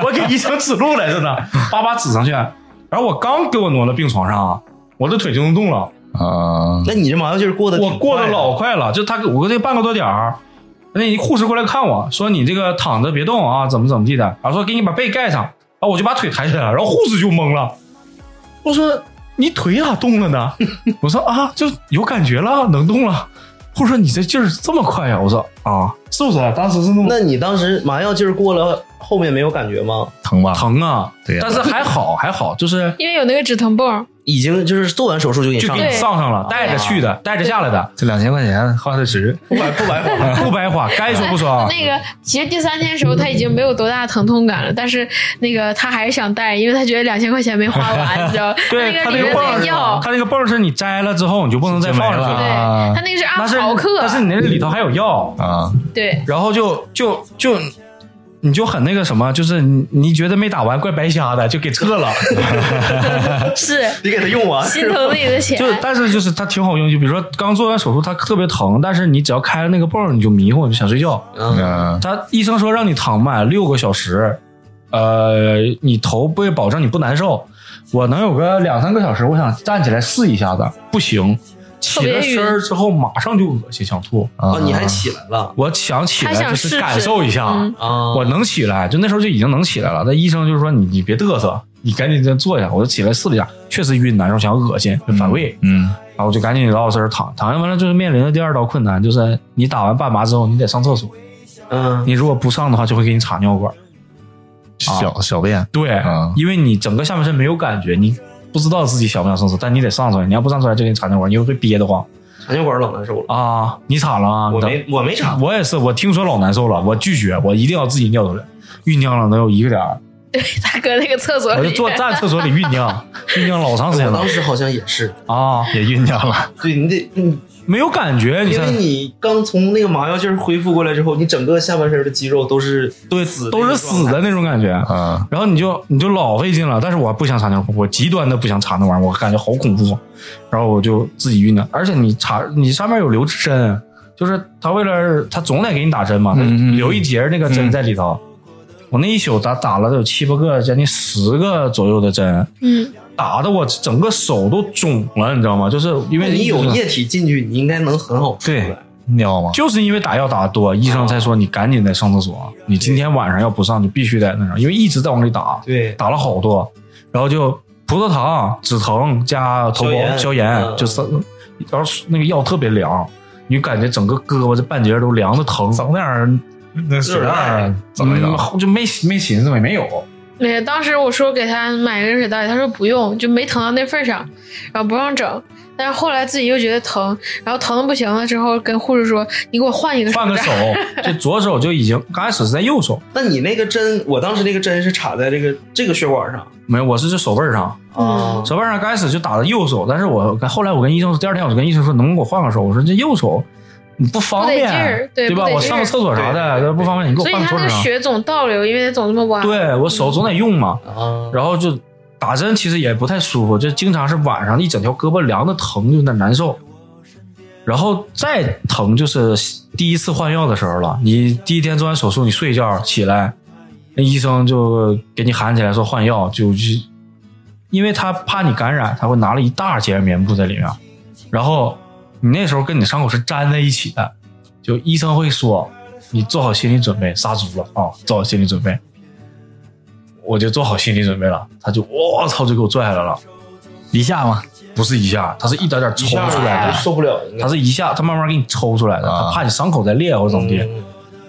Speaker 4: 我给医生指路来着呢，叭叭指上去。然后我刚给我挪到病床上啊，我的腿就能动了。
Speaker 2: 啊，
Speaker 5: 那你这麻药劲儿过得挺
Speaker 4: 我过得
Speaker 5: 快
Speaker 4: 老快了，就他给我这半个多点儿，那护士过来看我说你这个躺着别动啊，怎么怎么地的，啊说给你把被盖上，啊，我就把腿抬起来了，然后护士就懵了，我说你腿咋动了呢？ 我说啊，就有感觉了，能动了。护士说你这劲儿这么快呀、我说啊，是不是？当时是那么
Speaker 5: 那你当时麻药劲儿过了，后面没有感觉吗？
Speaker 2: 疼吧？
Speaker 4: 疼啊，
Speaker 2: 对呀
Speaker 4: 但是还好还好，就是
Speaker 3: 因为有那个止疼泵，
Speaker 5: 已经就是做完手术就给你
Speaker 4: 就
Speaker 5: 上
Speaker 4: 给
Speaker 5: 来
Speaker 4: 你
Speaker 5: 了，
Speaker 4: 上上了，带着去的，带着下来的，
Speaker 2: 这两千块钱花的值，
Speaker 5: 不白不白花。
Speaker 4: 不白花，该说啊不说。
Speaker 3: 那个其实第三天的时候他已经没有多大疼痛感了，但是那个他还是想戴，因为他觉得两千块钱没花完，你知道吗？
Speaker 4: 对
Speaker 3: 那
Speaker 4: 他那
Speaker 3: 个里
Speaker 4: 个
Speaker 3: 面
Speaker 4: 泵
Speaker 3: 那
Speaker 4: 儿
Speaker 3: 个
Speaker 4: 是吧，
Speaker 3: 药，
Speaker 4: 他那个泵儿是你摘了之后你就不能再放上去
Speaker 2: 就没
Speaker 3: 对
Speaker 2: 了
Speaker 4: 了，
Speaker 2: 啊
Speaker 3: 他那个是
Speaker 4: 那
Speaker 3: 按
Speaker 4: 是
Speaker 3: 毫克，
Speaker 4: 但是你那里头还有药，
Speaker 2: 啊，
Speaker 3: 对
Speaker 4: 然后就就就你就很那个什么，就是你你觉得没打完怪白瞎的，就给撤了。
Speaker 3: 是
Speaker 5: 你给他用完，
Speaker 3: 心疼自己的钱
Speaker 4: 就。是但是就是它挺好用，就比如说刚做完手术它特别疼，但是你只要开了那个泵儿，你就迷糊，你就想睡觉。
Speaker 5: 嗯，
Speaker 2: 嗯
Speaker 4: 他医生说让你躺满六个小时，呃，你头不会保证你不难受。我能有个两三个小时，我想站起来试一下子，不行，起了身儿之后马上就恶心想吐。
Speaker 5: 哦，你还起来了
Speaker 4: 我想起来
Speaker 3: 他想
Speaker 4: 就
Speaker 3: 试
Speaker 4: 是
Speaker 3: 试
Speaker 4: 感受一下，
Speaker 3: 嗯
Speaker 5: 啊？
Speaker 4: 我能起来，就那时候就已经能起来了。那医生就说你你别嘚瑟，你赶紧再坐一下。我就起来试了一下，确实晕，难受，想恶心，就反胃。
Speaker 2: 嗯，
Speaker 4: 然后我就赶紧老老实实躺，躺下完了就是面临的第二道困难，就是你打完半麻之后你得上厕所，
Speaker 5: 嗯
Speaker 4: 你如果不上的话就会给你插尿管。
Speaker 2: 小小便
Speaker 4: 对，
Speaker 2: 啊
Speaker 4: 因为你整个下半身没有感觉，你不知道自己想不想上厕所，但你得上出来。你要不上出来，就给你插尿管，你又会憋得慌
Speaker 5: 插尿管老难受了，
Speaker 4: 啊！你插了啊？
Speaker 5: 我
Speaker 4: 你
Speaker 5: 没我没插
Speaker 4: 插，，我也是，我听说老难受了，我拒绝，我一定要自己尿出来。酝酿了能有一个点儿，
Speaker 3: 对，他搁那个厕所
Speaker 4: 我就
Speaker 3: 里，
Speaker 4: 坐站厕所里酝酿，酝酿老长时间
Speaker 5: 我
Speaker 4: 了
Speaker 5: 当时好像也是，
Speaker 4: 啊，
Speaker 2: 也酝酿了，
Speaker 5: 对你得你
Speaker 4: 没有感觉，你
Speaker 5: 因 为
Speaker 4: 看
Speaker 5: 你刚从那个麻药劲儿恢复过来之后，你整个下半身的肌肉都是对死的
Speaker 4: 都是死的那种感觉。
Speaker 2: 啊，
Speaker 4: 然后你就你就老费劲了，但是我不想插尿管，我极端的不想插那玩意儿，我感觉好恐怖。然后我就自己酝酿，而且你插你上面有留针，就是他为了他总得给你打针嘛，
Speaker 2: 嗯嗯
Speaker 4: 留一节那个针在里头。我那一宿打打了得有七八个，将近十个左右的针，
Speaker 3: 嗯，
Speaker 4: 打的我整个手都肿了，你知道吗？就是因
Speaker 5: 那
Speaker 4: 为
Speaker 5: 你有液体进去，你应该能很好出
Speaker 2: 对
Speaker 5: 来。，
Speaker 2: 尿吗？
Speaker 4: 就是因为打药打的多，医生才说你赶紧得上厕所，你今天晚上要不上就必须得那啥，因为一直在往里打，
Speaker 5: 对，
Speaker 4: 打了好多，然后就葡萄糖、止疼加头
Speaker 5: 消炎
Speaker 4: 孢消炎，
Speaker 5: 嗯
Speaker 4: 就三，然后那个药特别凉，你感觉整个胳膊这半截都凉的疼，
Speaker 2: 整点儿那水袋儿整一整，
Speaker 4: 嗯就没没寻思没没有，
Speaker 3: 那个当时我说给他买个热水袋，他说不用，就没疼到那份儿上，然后不让整。但是后来自己又觉得疼，然后疼的不行了之后，跟护士说：“你给我换一个手
Speaker 4: 换个手
Speaker 3: 袋。，
Speaker 4: 就左手就已经刚开始是在右手，
Speaker 5: 那你那个针，我当时那个针是插在这个这个血管上
Speaker 4: 没有，我是这手背儿上，
Speaker 3: 嗯
Speaker 5: 啊，
Speaker 4: 手背上刚开始就打的右手，但是我跟后来我跟医生说，第二天我就跟医生说，能不能给我换个手？我说这右手你不方
Speaker 3: 不得劲
Speaker 4: 便
Speaker 3: 儿，对
Speaker 4: 吧？
Speaker 3: 不得劲儿
Speaker 4: 我上个厕所啥
Speaker 5: 对
Speaker 4: 的不方便，你给
Speaker 3: 所以
Speaker 4: 我换个手
Speaker 3: 他
Speaker 4: 指
Speaker 3: 那个
Speaker 4: 上。
Speaker 3: 血啊总倒流，因为他总这么挖。
Speaker 4: 对我手总得用嘛，
Speaker 5: 啊，
Speaker 4: 然后就打针，其实也不太舒服，就经常是晚上一整条胳膊凉的疼，就有点难受。然后再疼就是第一次换药的时候了。你第一天做完手术，你睡一觉起来，那医生就给你喊起来说换药，就就因为他怕你感染，他会拿了一大截棉布在里面，然后你那时候跟你伤口是粘在一起的，就医生会说你做好心理准备，杀猪了啊，做好心理准备。我就做好心理准备了，他就我操就给我拽下来了，
Speaker 2: 一下吗？
Speaker 4: 不是一下，他是一点点抽
Speaker 5: 一下
Speaker 4: 出来
Speaker 5: 就
Speaker 4: 的，
Speaker 5: 受不了，应该
Speaker 4: 他是一下，他慢慢给你抽出来的，
Speaker 2: 啊
Speaker 4: 他怕你伤口再裂或者怎么地。
Speaker 5: 嗯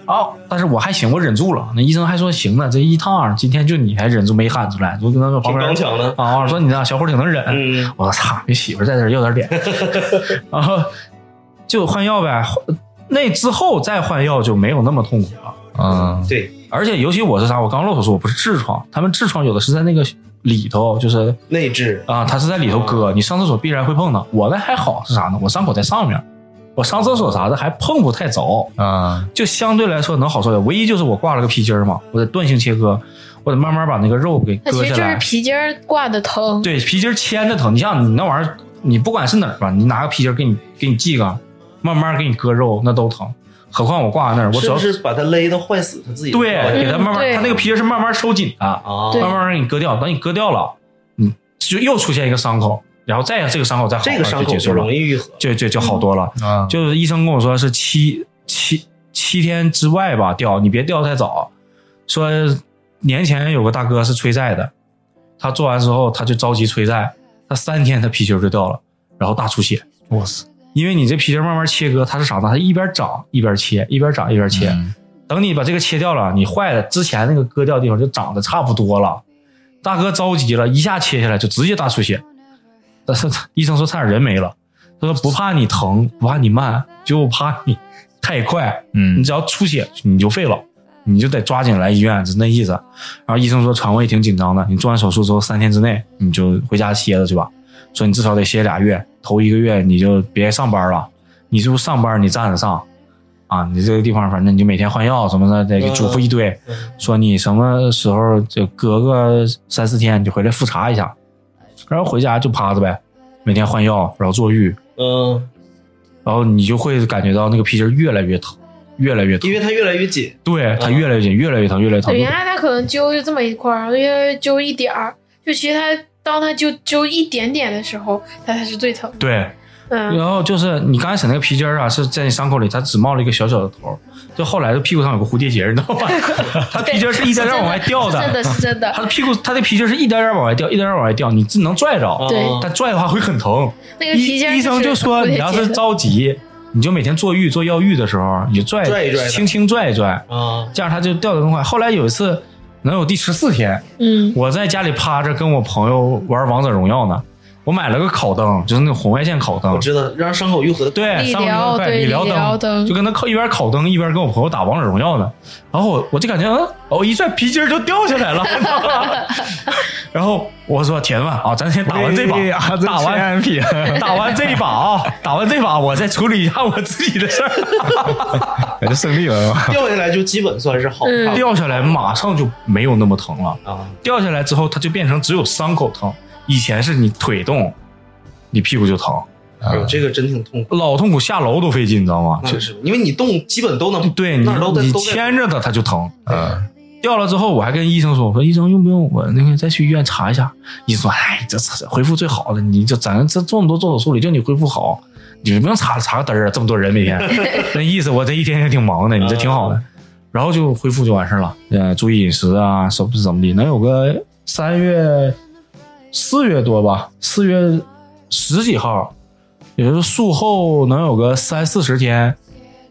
Speaker 4: 啊！但是我还行，我忍住了。那医生还说行了，这一趟今天就你还忍住没喊出来，我跟他说旁
Speaker 5: 挺
Speaker 4: 边
Speaker 5: 刚强的，
Speaker 4: 啊，我说你那小伙儿挺能忍。
Speaker 5: 嗯，
Speaker 4: 我操，你媳妇儿在这儿要点脸，然后就换药呗。那之后再换药就没有那么痛苦了。
Speaker 2: 嗯，
Speaker 5: 对，
Speaker 4: 而且尤其我是啥，我刚露手术，我不是痔疮，他们痔疮有的是在那个里头，就是
Speaker 5: 内痔
Speaker 4: 啊，它是在里头割，你上厕所必然会碰到。我那还好是啥呢？我伤口在上面，我上厕所啥的还碰不太着，
Speaker 2: 啊，
Speaker 4: 就相对来说能好受点。唯一就是我挂了个皮筋儿嘛，我得断性切割，我得慢慢把那个肉给
Speaker 3: 他
Speaker 4: 割
Speaker 3: 其
Speaker 4: 下
Speaker 3: 实就是
Speaker 4: 来。
Speaker 3: 皮筋儿挂的疼，
Speaker 4: 对，皮筋儿牵着疼。你像你那玩意儿，你不管是哪儿吧，你拿个皮筋儿给你给你系个，慢慢给你割肉，那都疼。何况我挂在那儿，我只
Speaker 5: 是
Speaker 4: 要
Speaker 5: 不是把它勒到坏死，他自己
Speaker 4: 对
Speaker 5: 啊
Speaker 4: 给它慢
Speaker 3: 嗯
Speaker 4: 慢，
Speaker 3: 对
Speaker 4: 它那个皮筋儿是慢慢收紧的，
Speaker 5: 啊
Speaker 3: 对
Speaker 4: 慢慢让你割掉。等你割掉了，你就又出现一个伤口，然后再这个伤口再好
Speaker 5: 这个伤
Speaker 4: 就
Speaker 5: 口
Speaker 4: 结束
Speaker 5: 就
Speaker 4: 了
Speaker 5: 容，易愈合，
Speaker 4: 就就就好多了。
Speaker 2: 啊，
Speaker 4: 就是医生跟我说是七七七天之外吧掉，你别掉太早。说年前有个大哥是催债的，他做完之后他就着急催债，他三天他皮球就掉了，然后大出血。
Speaker 2: 哇塞，
Speaker 4: 因为你这皮球慢慢切割，它是啥呢？它一边长一边切，一边长一边切。
Speaker 2: 嗯
Speaker 4: 等你把这个切掉了，你坏了之前那个割掉的地方就长得差不多了。大哥着急了，一下切下来就直接大出血，但是医生说差点人没了。他说不怕你疼，不怕你慢，就怕你太快。
Speaker 2: 嗯
Speaker 4: 你只要出血你就废了，你就得抓紧来医院，是那意思。然后医生说肠胃挺紧张的，你做完手术之后三天之内你就回家歇着去吧，说你至少得歇俩月，头一个月你就别上班了，你是不是上班你站着上啊？你这个地方反正你就每天换药什么的，得给嘱咐一堆，说你什么时候就隔个三四天你就回来复查一下，然后回家就趴着呗，每天换药，然后坐浴，
Speaker 5: 嗯，
Speaker 4: 然后你就会感觉到那个皮筋儿越来越疼，越来越疼
Speaker 5: 因，为它越来越紧，
Speaker 4: 对它越来越紧，越来越疼，越来越疼。
Speaker 3: 哦原来他可能揪就这么一块儿，越来越揪一点儿，就其实他当他揪揪一点点的时候，他才是最疼。
Speaker 4: 对，啊
Speaker 3: 嗯，
Speaker 4: 然后就是你刚开始那个皮筋儿啊，是在你伤口里，它只冒了一个小小的头儿，就后来的屁股上有个蝴蝶结儿，你知道 吧？它皮筋儿是一点点往外掉
Speaker 3: 真
Speaker 4: 的，
Speaker 3: 的是真
Speaker 4: 它
Speaker 3: 的，
Speaker 4: 的屁股，它的皮筋儿是一点点往外掉，一点点往外掉，你自己能拽着，
Speaker 3: 对
Speaker 5: 嗯
Speaker 4: 但拽的话会很疼。
Speaker 3: 哦那个皮
Speaker 4: 医
Speaker 3: 筋儿
Speaker 4: 医生
Speaker 3: 就
Speaker 4: 就是说，你要是
Speaker 3: 蝴蝶结的
Speaker 4: 着急，你就每天坐浴做药浴的时候，你就拽
Speaker 5: 拽一拽它
Speaker 4: 轻轻拽一拽，
Speaker 5: 啊，
Speaker 4: 这样它就掉得更快。后来有一次，能有第十四天，
Speaker 3: 嗯，
Speaker 4: 我在家里趴着跟我朋友玩王者荣耀呢，我买了个烤灯，就是那个红外线烤灯
Speaker 5: 啊我，知道，让伤口愈合的
Speaker 4: 对，
Speaker 3: 理
Speaker 4: 上个
Speaker 3: 疗
Speaker 4: 礼拜
Speaker 3: 对
Speaker 4: 理疗
Speaker 3: 理疗灯
Speaker 4: 就跟他烤一边烤灯一边跟我朋友打王者荣耀呢。然后我我就感觉，嗯，我一拽皮筋儿就掉下 来了。然后我说：“铁子们啊，咱先打完这把，
Speaker 2: 哎呀
Speaker 4: 打完
Speaker 2: MP，
Speaker 4: 打完这一把啊，打完这把，我再处理一下我自己的 事儿。
Speaker 2: 感觉胜利了是吧？
Speaker 5: 掉下来就基本算是好
Speaker 3: 嗯
Speaker 5: 了
Speaker 4: 掉下来马上就没有那么疼了。
Speaker 5: 啊，
Speaker 4: 掉下来之后，它就变成只有伤口疼，以前是你腿动，你屁股就疼，
Speaker 5: 哎呦这个真挺痛苦，
Speaker 4: 老痛苦，下楼都费劲，你知道吗？
Speaker 5: 那
Speaker 4: 就
Speaker 5: 个是因为你动基本都能
Speaker 4: 啊对你
Speaker 5: 哪儿都在
Speaker 4: 你
Speaker 5: 都在
Speaker 4: 牵着它，它就疼。
Speaker 2: 嗯，
Speaker 4: 掉了之后，我还跟医生说：“我说医生用不用我那个再去医院查一下？”医生说：“哎，这这恢复最好了，你就咱这这么多做手术里，就你恢复好，你不用查查个嘚儿啊，这么多人每天， 那意思我这一天天挺忙的，你这挺好
Speaker 5: 嗯
Speaker 4: 的。”然后就恢复就完事儿了，呃，注意饮食啊，什么怎么的，能有个三月、四月多吧，四月十几号，也就是术后能有个三四十天，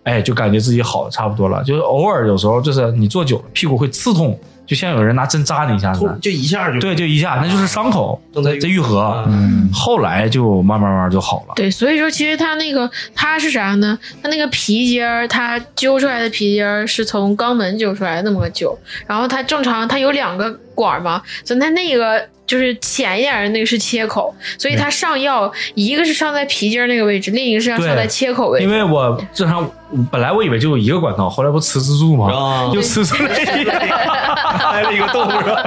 Speaker 4: 哎，就感觉自己好的差不多了。就是偶尔有时候就是你坐久了，屁股会刺痛，就像有人拿针扎你一下子，
Speaker 5: 痛，就一下就
Speaker 4: 嗯对，就一下，那就是伤口
Speaker 5: 正在愈合
Speaker 4: 在愈合
Speaker 5: 啊。
Speaker 2: 嗯
Speaker 4: 后来就慢慢慢慢就好了。
Speaker 3: 对，所以说其实它那个它是啥呢？它那个皮筋儿，它揪出来的皮筋儿是从肛门揪出来的那么个揪，然后它正常它有两个管儿嘛，所以它那个就是浅一点儿的那个是切口，所以它上药一个是上在皮筋儿那个位置，另一个是要上在
Speaker 4: 对
Speaker 3: 切口位
Speaker 4: 因
Speaker 3: 置。
Speaker 4: 为我正常本来我以为就有一个管道，后来不吃自助吗？
Speaker 5: 啊
Speaker 4: 又吃出来一个，
Speaker 5: 开了一个洞是吧？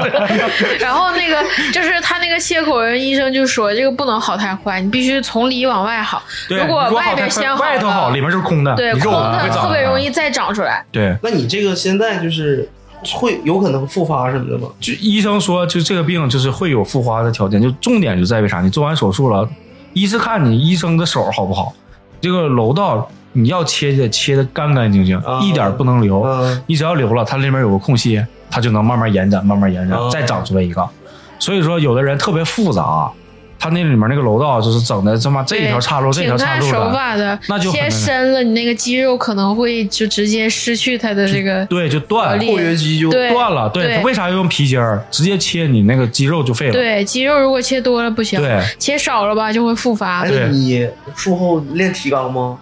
Speaker 3: 然后那个就是他那个切口人医生就说这个不能好太坏，你必须从里往外好，
Speaker 4: 对，
Speaker 3: 如果
Speaker 4: 好
Speaker 3: 外
Speaker 4: 太
Speaker 3: 边先好
Speaker 4: 外头
Speaker 3: 了
Speaker 4: 好，里面就是空的，
Speaker 3: 对，
Speaker 4: 啊你肉
Speaker 3: 空
Speaker 4: 不
Speaker 3: 的
Speaker 4: 会长啊
Speaker 3: 特
Speaker 4: 的
Speaker 3: 别容易再长出来。
Speaker 4: 对。
Speaker 5: 那你这个现在就是会有可能复发什么的吗？
Speaker 4: 就医生说，就这个病就是会有复发的条件，就重点就在于啥？你做完手术了，一是看你医生的手好不好，这个楼道你要切的切的干干净净，
Speaker 5: 啊
Speaker 4: 一点儿不能留。
Speaker 5: 嗯，
Speaker 4: 你只要留了，它里面有个空隙，它就能慢慢延展，慢慢延展，
Speaker 5: 哦
Speaker 4: 再长出来一个。所以说，有的人特别复杂，啊他那里面那个楼道就是整的他妈这
Speaker 3: 对
Speaker 4: 条岔路，这
Speaker 3: 挺
Speaker 4: 条岔
Speaker 3: 看
Speaker 4: 路
Speaker 3: 手
Speaker 4: 的，
Speaker 3: 法的，
Speaker 4: 那就很
Speaker 3: 切
Speaker 4: 难
Speaker 3: 深了，你那个肌肉可能会就直接失去它的这个
Speaker 4: 对，就
Speaker 3: 活
Speaker 4: 断
Speaker 3: 力。
Speaker 5: 括约肌就
Speaker 3: 对
Speaker 4: 断了。对，
Speaker 3: 对
Speaker 4: 他为啥要用皮筋儿？直接切你那个肌肉就废了。
Speaker 3: 对，肌肉如果切多了不行，
Speaker 4: 对
Speaker 3: 切少了吧就会复发。
Speaker 5: 哎。
Speaker 4: 对，
Speaker 5: 你术后练提肛吗？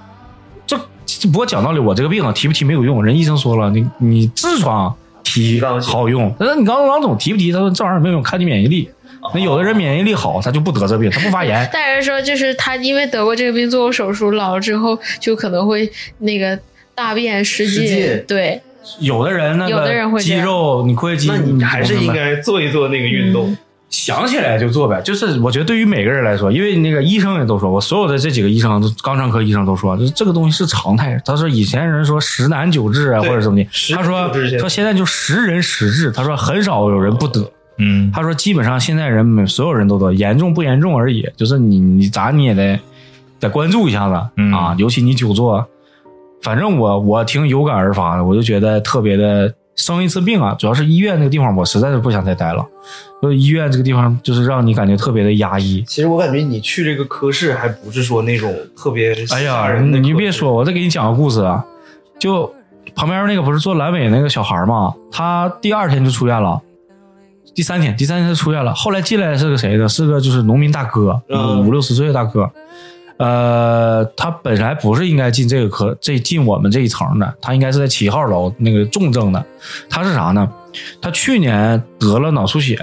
Speaker 4: 这这不过讲道理，我这个病啊，提不提没有用。人医生说了，你你痔疮提好用，但是你刚刚总提不提？他说这玩意儿没有用，看你免疫力。
Speaker 5: 哦
Speaker 4: 那有的人免疫力好，他就不得这病，他不发炎
Speaker 3: 但是说就是他因为得过这个病做过手术，老了之后就可能会那个大便失
Speaker 5: 失
Speaker 3: 禁
Speaker 5: 禁，
Speaker 3: 对，
Speaker 4: 有的人那
Speaker 3: 有的人
Speaker 4: 个
Speaker 3: 会这
Speaker 4: 肌
Speaker 3: 样
Speaker 4: 肉，你括约肌，
Speaker 5: 那你还是
Speaker 4: 你
Speaker 5: 应该做一做那个运
Speaker 4: 嗯
Speaker 5: 动。
Speaker 4: 想起来就做呗。就是我觉得对于每个人来说，因为那个医生也都说，我所有的这几个医生都肛肠科医生都说，就是这个东西是常态。他说以前人说十男九痔啊，或
Speaker 5: 对
Speaker 4: 者什么的，
Speaker 5: 十
Speaker 4: 他
Speaker 5: 男
Speaker 4: 说
Speaker 5: 九痔现在
Speaker 4: 说现在就十人十痔，他说很少有人不得。
Speaker 2: 嗯，
Speaker 4: 他说基本上现在人们所有人都得严重不严重而已，就是你你咋你也得得关注一下子、
Speaker 2: 嗯
Speaker 4: 啊，尤其你久坐，反正我我挺有感而发的，我就觉得特别的生一次病啊，主要是医院那个地方，我实在是不想再待了。就医院这个地方，就是让你感觉特别的压抑。
Speaker 5: 其实我感觉你去这个科室还不是说那种特别
Speaker 4: 哎
Speaker 5: 吓
Speaker 4: 呀，
Speaker 5: 人的
Speaker 4: 你
Speaker 5: 科
Speaker 4: 别
Speaker 5: 室
Speaker 4: 说，我再给你讲个故事啊，就旁边那个不是做阑尾那个小孩嘛，他第二天就出院了。第三天，第三天就出院了。后来进来是个谁呢？是个就是农民大哥，
Speaker 5: 嗯
Speaker 4: 五五六十岁的大哥。呃，他本来不是应该进这个科，这进我们这一层的，他应该是在七号楼那个重症的。他是啥呢？他去年得了脑出血，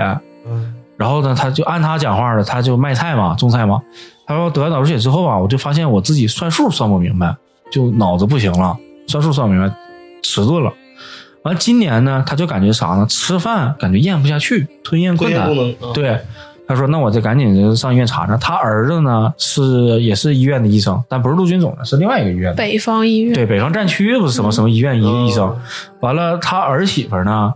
Speaker 5: 嗯
Speaker 4: 然后呢，他就按他讲话的，他就卖菜嘛，种菜嘛。他说得了脑出血之后啊，我就发现我自己算数算不明白，就脑子不行了，算数算不明白，迟钝了。完今年呢，他就感觉啥呢？吃饭感觉咽不下去，吞咽困
Speaker 5: 吞咽
Speaker 4: 难
Speaker 5: 功。能啊
Speaker 4: 对，他说那我就赶紧就上医院查查。他儿子呢是也是医院的医生，但不是陆军总的，是另外一个医院的。
Speaker 3: 北方医院，
Speaker 4: 对，北方战区不是什么什么医院一个医生
Speaker 5: 嗯，
Speaker 4: 完了他儿媳妇儿呢，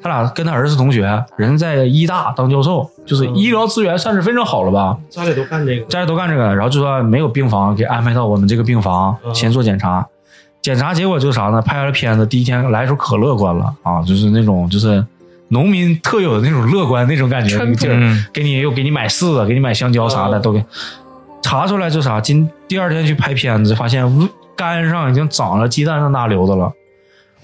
Speaker 4: 他俩跟他儿子同学，人在医大当教授，就是医疗资源算是非常好了吧，
Speaker 5: 家里都干这个，
Speaker 4: 家里都干这个，然后就说没有病房给安排到我们这个病房
Speaker 5: 嗯
Speaker 4: 先做检查，检查结果就是啥呢？拍完了片子，第一天来的时候可乐观了啊，就是那种就是。农民特有的那种乐观那种感觉，那
Speaker 3: 淳
Speaker 4: 个劲
Speaker 3: 朴
Speaker 4: 儿，
Speaker 2: 嗯
Speaker 4: 给你又给你买柿子，给你买香蕉啥的、
Speaker 5: 嗯
Speaker 4: 都给查出来就啥。今第二天去拍片子，发现胃肝上已经长了鸡蛋上大瘤子了，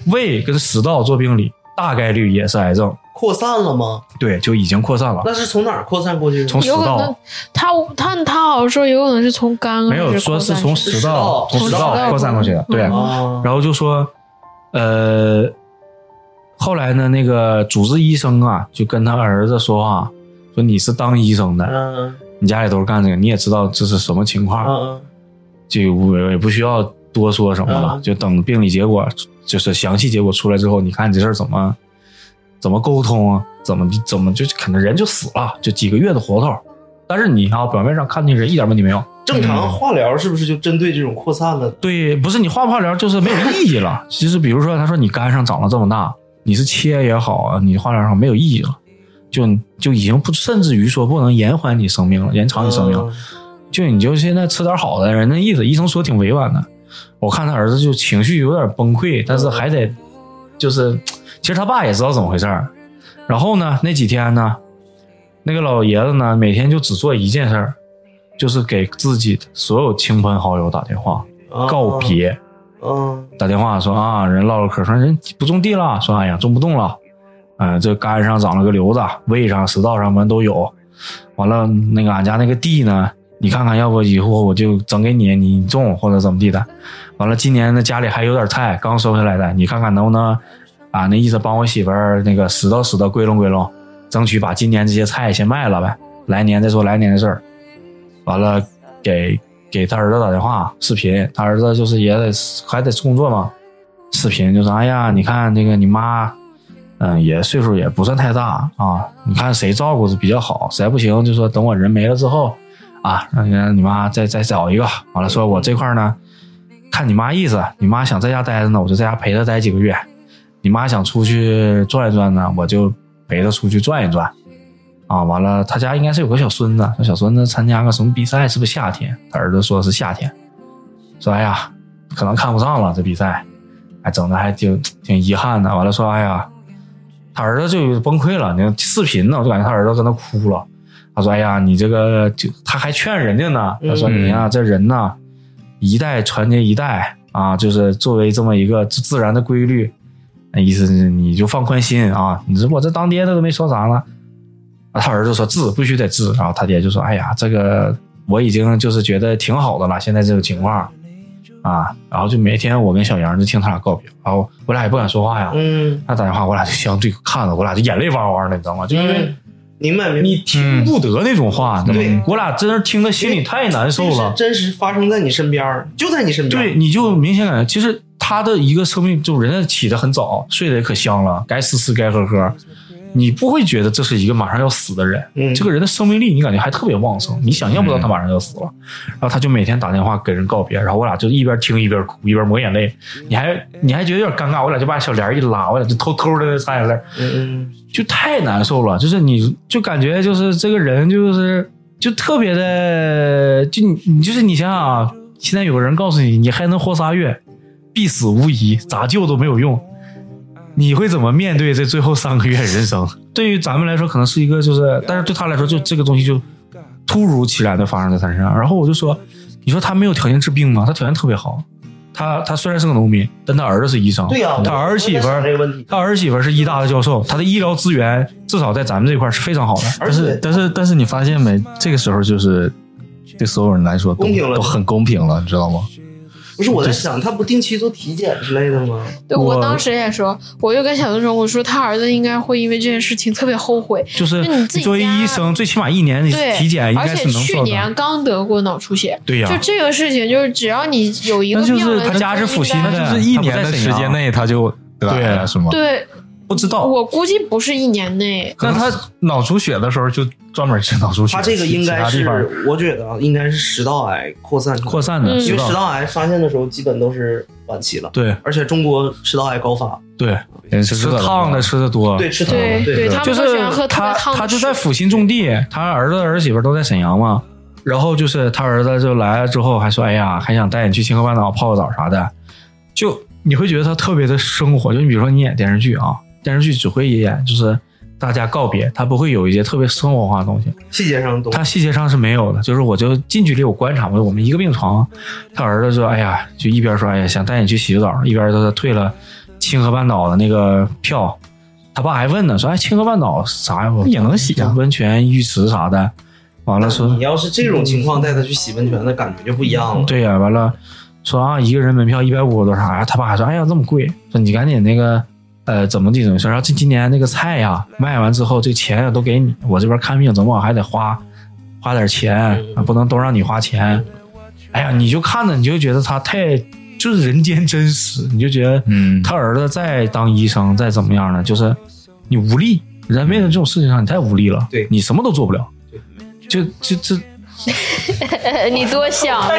Speaker 4: 胃跟食道做病理，大概率也是癌症，
Speaker 5: 扩散了吗？
Speaker 4: 对，就已经扩散了。
Speaker 5: 那是从哪儿扩散过去的？
Speaker 4: 啊从食
Speaker 3: 有可能
Speaker 4: 道
Speaker 3: 他他他好像说有可能是从肝啊
Speaker 4: 没有
Speaker 3: 还
Speaker 4: 说
Speaker 3: 扩
Speaker 4: 是
Speaker 3: 散
Speaker 4: 从
Speaker 5: 是
Speaker 4: 食
Speaker 5: 食
Speaker 4: 道
Speaker 5: 道
Speaker 4: 从食
Speaker 5: 从食
Speaker 4: 道
Speaker 5: 道
Speaker 4: 扩散过去的，对。
Speaker 3: 嗯
Speaker 5: 啊，
Speaker 4: 然后就说，呃，后来呢，那个主治医生啊，就跟他儿子说啊，说你是当医生的，
Speaker 5: 嗯
Speaker 4: 你家里都是干这个，你也知道这是什么情况，
Speaker 5: 嗯
Speaker 4: 就我也不需要多说什么了，
Speaker 5: 嗯
Speaker 4: 就等病理结果，就是详细结果出来之后，你看你这事儿怎么怎么沟通啊，怎么怎么就可能人就死了，就几个月的活头。但是你啊，表面上看那人一点问题没有，
Speaker 5: 正常化疗是不是就针对这种扩散的？
Speaker 4: 对，不是你化不化疗就是没有意义了。其实比如说，他说你肝上长了这么大，你是切也好啊，你化疗也好没有意义了，就就已经不甚至于说不能延缓你生命了，延长你生命了。
Speaker 5: 嗯
Speaker 4: 就你就现在吃点好的，人家意思医生说挺委婉的。我看他儿子就情绪有点崩溃，但是还得就是，其实他爸也知道怎么回事儿。然后呢，那几天呢，那个老爷子呢，每天就只做一件事儿，就是给自己的所有亲朋好友打电话告。别，
Speaker 5: 啊嗯
Speaker 4: 打电话说啊，人唠唠嗑，说人不种地了，说哎呀种不动了，嗯、这肝上长了个瘤子，胃上、食道上面都有。完了，那个俺家那个地呢，你看看，要不以后我就整给你，你种或者怎么地的。完了，今年呢家里还有点菜，刚收下来的，你看看能不能啊？那意思帮我媳妇儿那个拾掇拾掇，归拢归拢，争取把今年这些菜先卖了呗，来年再说来年的事儿。完了给给他儿子打电话视频，他儿子就是也得还得工作嘛，视频就说哎呀，你看那个你妈，嗯，也岁数也不算太大啊，你看谁照顾的比较好，实在不行就说等我人没了之后啊，让让你妈再再找一个，完了说我这块儿呢，看你妈意思，你妈想在家待着呢，我就在家陪她待几个月，你妈想出去转一转呢，我就陪她出去转一转。啊，完了，他家应该是有个小孙子，那小孙子参加个什么比赛，是不是夏天？他儿子说是夏天，说哎呀，可能看不上了这比赛，哎，整的还挺挺遗憾的。完了说哎呀，他儿子就崩溃了，那视频呢，我就感觉他儿子跟他哭了。他说哎呀，你这个就他还劝人家呢，他说哎
Speaker 2: 嗯
Speaker 4: 你呀、这人呐，一代传接一代啊，就是作为这么一个自自然的规律，那意思是你就放宽心啊，你这我这当爹的都没说啥呢。啊，他儿子说治必须得治，然后他爹就说：“哎呀，这个我已经就是觉得挺好的了，现在这种情况啊。”然后就每天我跟小杨就听他俩告别，然后我俩也不敢说话呀。
Speaker 5: 嗯，
Speaker 4: 他打电话，我俩就相对看着，我俩就眼泪汪汪的，你知道吗？就因为
Speaker 5: 明白明白。
Speaker 4: 你听
Speaker 2: 嗯
Speaker 4: 不得那种话，你知道
Speaker 5: 嗯对
Speaker 4: 吗？我俩真是听得心里太难受
Speaker 5: 这
Speaker 4: 了
Speaker 5: 是。真实发生在你身边儿，就在你身边儿。
Speaker 4: 对，你就明显感觉，其实他的一个生命，就人家起得很早，睡得也可香了，该吃吃，该喝喝，你不会觉得这是一个马上要死的人。
Speaker 5: 嗯
Speaker 4: 这个人的生命力，你感觉还特别旺盛，你想象不到他马上要死了。然后他就每天打电话给人告别，然后我俩就一边听一边哭，一边抹眼泪。你还你还觉得有点尴尬，我俩就把小帘儿一拉，我俩就偷偷的擦眼泪儿。
Speaker 5: 嗯，
Speaker 4: 就太难受了，就是你就感觉就是这个人就是就特别的，就你你就是你想想啊，现在有个人告诉你你还能活仨月，必死无疑，咋救都没有用，你会怎么面对这最后三个月人生？ 对于咱们来说，可能是一个就是，但是对他来说，就这个东西就突如其来的发生在他身上。然后我就说，你说他没有条件治病吗？他条件特别好，他他虽然是个农民，但他儿子是医生，
Speaker 5: 对呀、
Speaker 4: 他儿媳妇儿
Speaker 5: 这个问题，
Speaker 4: 他儿媳妇儿是医大的教授，他的医疗资源至少在咱们这块儿是非常好的。
Speaker 5: 而
Speaker 2: 但是
Speaker 5: 且
Speaker 2: 但是但是你发现没？这个时候就是对所有人来说都
Speaker 5: 公平了
Speaker 2: 都很公平了，你知道吗？
Speaker 5: 不是我在想，他不定期做体检之类的吗？
Speaker 3: 对我
Speaker 4: 我
Speaker 3: 当时也说，我就跟小东说，我说他儿子应该会因为这件事情特别后悔。
Speaker 4: 就是
Speaker 3: 那你自己
Speaker 4: 作为
Speaker 3: 家
Speaker 4: 医生，最起码一年你
Speaker 3: 对，
Speaker 4: 体检应
Speaker 3: 而
Speaker 4: 该
Speaker 3: 且
Speaker 4: 是能
Speaker 3: 去
Speaker 4: 做
Speaker 3: 年
Speaker 4: 的。
Speaker 3: 刚得过脑出血，
Speaker 4: 对呀
Speaker 3: 就这个事情，就是只要你有一个
Speaker 4: 那就是
Speaker 3: 病了，
Speaker 4: 他家是
Speaker 3: 就
Speaker 4: 负心
Speaker 3: 应该
Speaker 4: 的
Speaker 2: 就是一年的时间内他就啊得癌
Speaker 4: 对
Speaker 2: 了，哎是吗？
Speaker 3: 对，
Speaker 4: 不知道
Speaker 3: 我估计不是一年内，
Speaker 2: 那他脑出血的时候就专门治脑出血，
Speaker 5: 他这个应
Speaker 2: 其
Speaker 5: 该
Speaker 2: 他地方
Speaker 5: 是，我觉得啊，应该是食道癌扩散出来
Speaker 4: 扩，散的，
Speaker 3: 嗯
Speaker 5: 因
Speaker 4: 知
Speaker 5: 为
Speaker 4: 道
Speaker 5: 食？道癌发现的时候基本都是晚期了，
Speaker 4: 对
Speaker 5: 而且中国食道癌高发，
Speaker 4: 对，
Speaker 2: 人是
Speaker 4: 吃
Speaker 2: 饿了
Speaker 4: 烫的，吃的多，
Speaker 5: 对，吃糖，
Speaker 3: 对
Speaker 5: 对
Speaker 3: 他们
Speaker 4: 就
Speaker 3: 都喜
Speaker 4: 是
Speaker 3: 欢喝特别
Speaker 4: 他
Speaker 3: 烫的
Speaker 4: 他就
Speaker 3: 水
Speaker 4: 在阜新种地，他儿子儿媳妇都在沈阳嘛。然后就是他儿子就来了之后还说：“哎呀，还想带你去清河半岛泡个澡啥的。”就你会觉得他特别的生活，就你比如说你演电视剧啊，电视剧只会演就是大家告别，他不会有一些特别生活化的东西。
Speaker 5: 细节上的东西
Speaker 4: 他。细节上是没有的，就是我就近距离我观察嘛，我们一个病床，他儿子说，哎呀，就一边说，哎呀，想带你去洗个澡，一边说他退了清河半岛的那个票，他爸还问呢，说，哎，清河半岛啥呀？我
Speaker 2: 也能洗啊
Speaker 4: 温泉浴池啥的，完了说嗯
Speaker 5: 你，要是这种情况带他去洗温泉，那感觉就不一样了。
Speaker 4: 对呀、完了说啊，一个人门票一百五多少呀？他爸还说，哎呀，这么贵，说你赶紧那个。呃，怎么地怎么说？然后这今年那个菜呀、卖完之后，这钱呀都给你，我这边看病怎么还得花花点钱，
Speaker 5: 嗯
Speaker 4: 不能都让你花钱。哎呀，你就看着你就觉得他太就是人间真实，你就觉得
Speaker 2: 嗯，
Speaker 4: 他儿子再当医生再怎么样呢，就是你无力，人面对这种事情上你太无力了，
Speaker 5: 对
Speaker 4: 你什么都做不了，就就这
Speaker 3: 呃你多想了，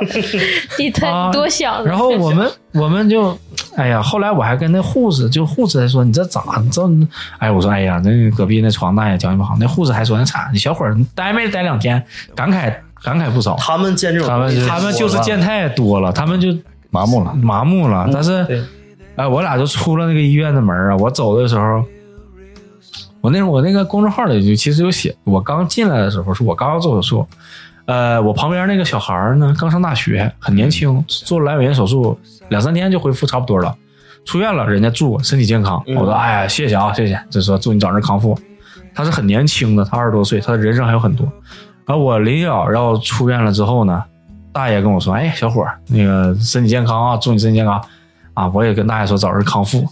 Speaker 3: 你太
Speaker 4: 啊
Speaker 3: 多想了。
Speaker 4: 然后我们我们就，哎呀，后来我还跟那护士，就护士还说你这咋你这？哎，我说哎呀，那隔壁那床大爷条件不好，那护士还说那惨，你小伙儿你待没待两天，感慨感慨不少。
Speaker 5: 他们见这种
Speaker 4: 他
Speaker 5: 东西
Speaker 4: 们
Speaker 5: 太
Speaker 4: 他们
Speaker 5: 多
Speaker 4: 就是
Speaker 5: 了嗯
Speaker 4: 见太多了，他们就
Speaker 2: 麻木了。
Speaker 4: 麻木了。但是，
Speaker 5: 对
Speaker 4: 哎，我俩就出了那个医院的门啊。我走的时候，我那时候我那个公众号里就其实有写，我刚进来的时候是我刚要做手术，呃，我旁边那个小孩儿呢刚上大学，很年
Speaker 5: 嗯
Speaker 4: 轻，做了阑尾炎手术两三天就恢复差不多了，出院了，人家祝我身体健康。
Speaker 5: 嗯
Speaker 4: 我说哎呀，谢谢啊，谢谢，就说祝你早日康复。他是很年轻的，他二十多岁，他的人生还有很多。然后我临了要出院了之后呢，大爷跟我说：“哎，小伙儿，那个身体健康啊，祝你身体健康啊！”我也跟大爷说早日康复。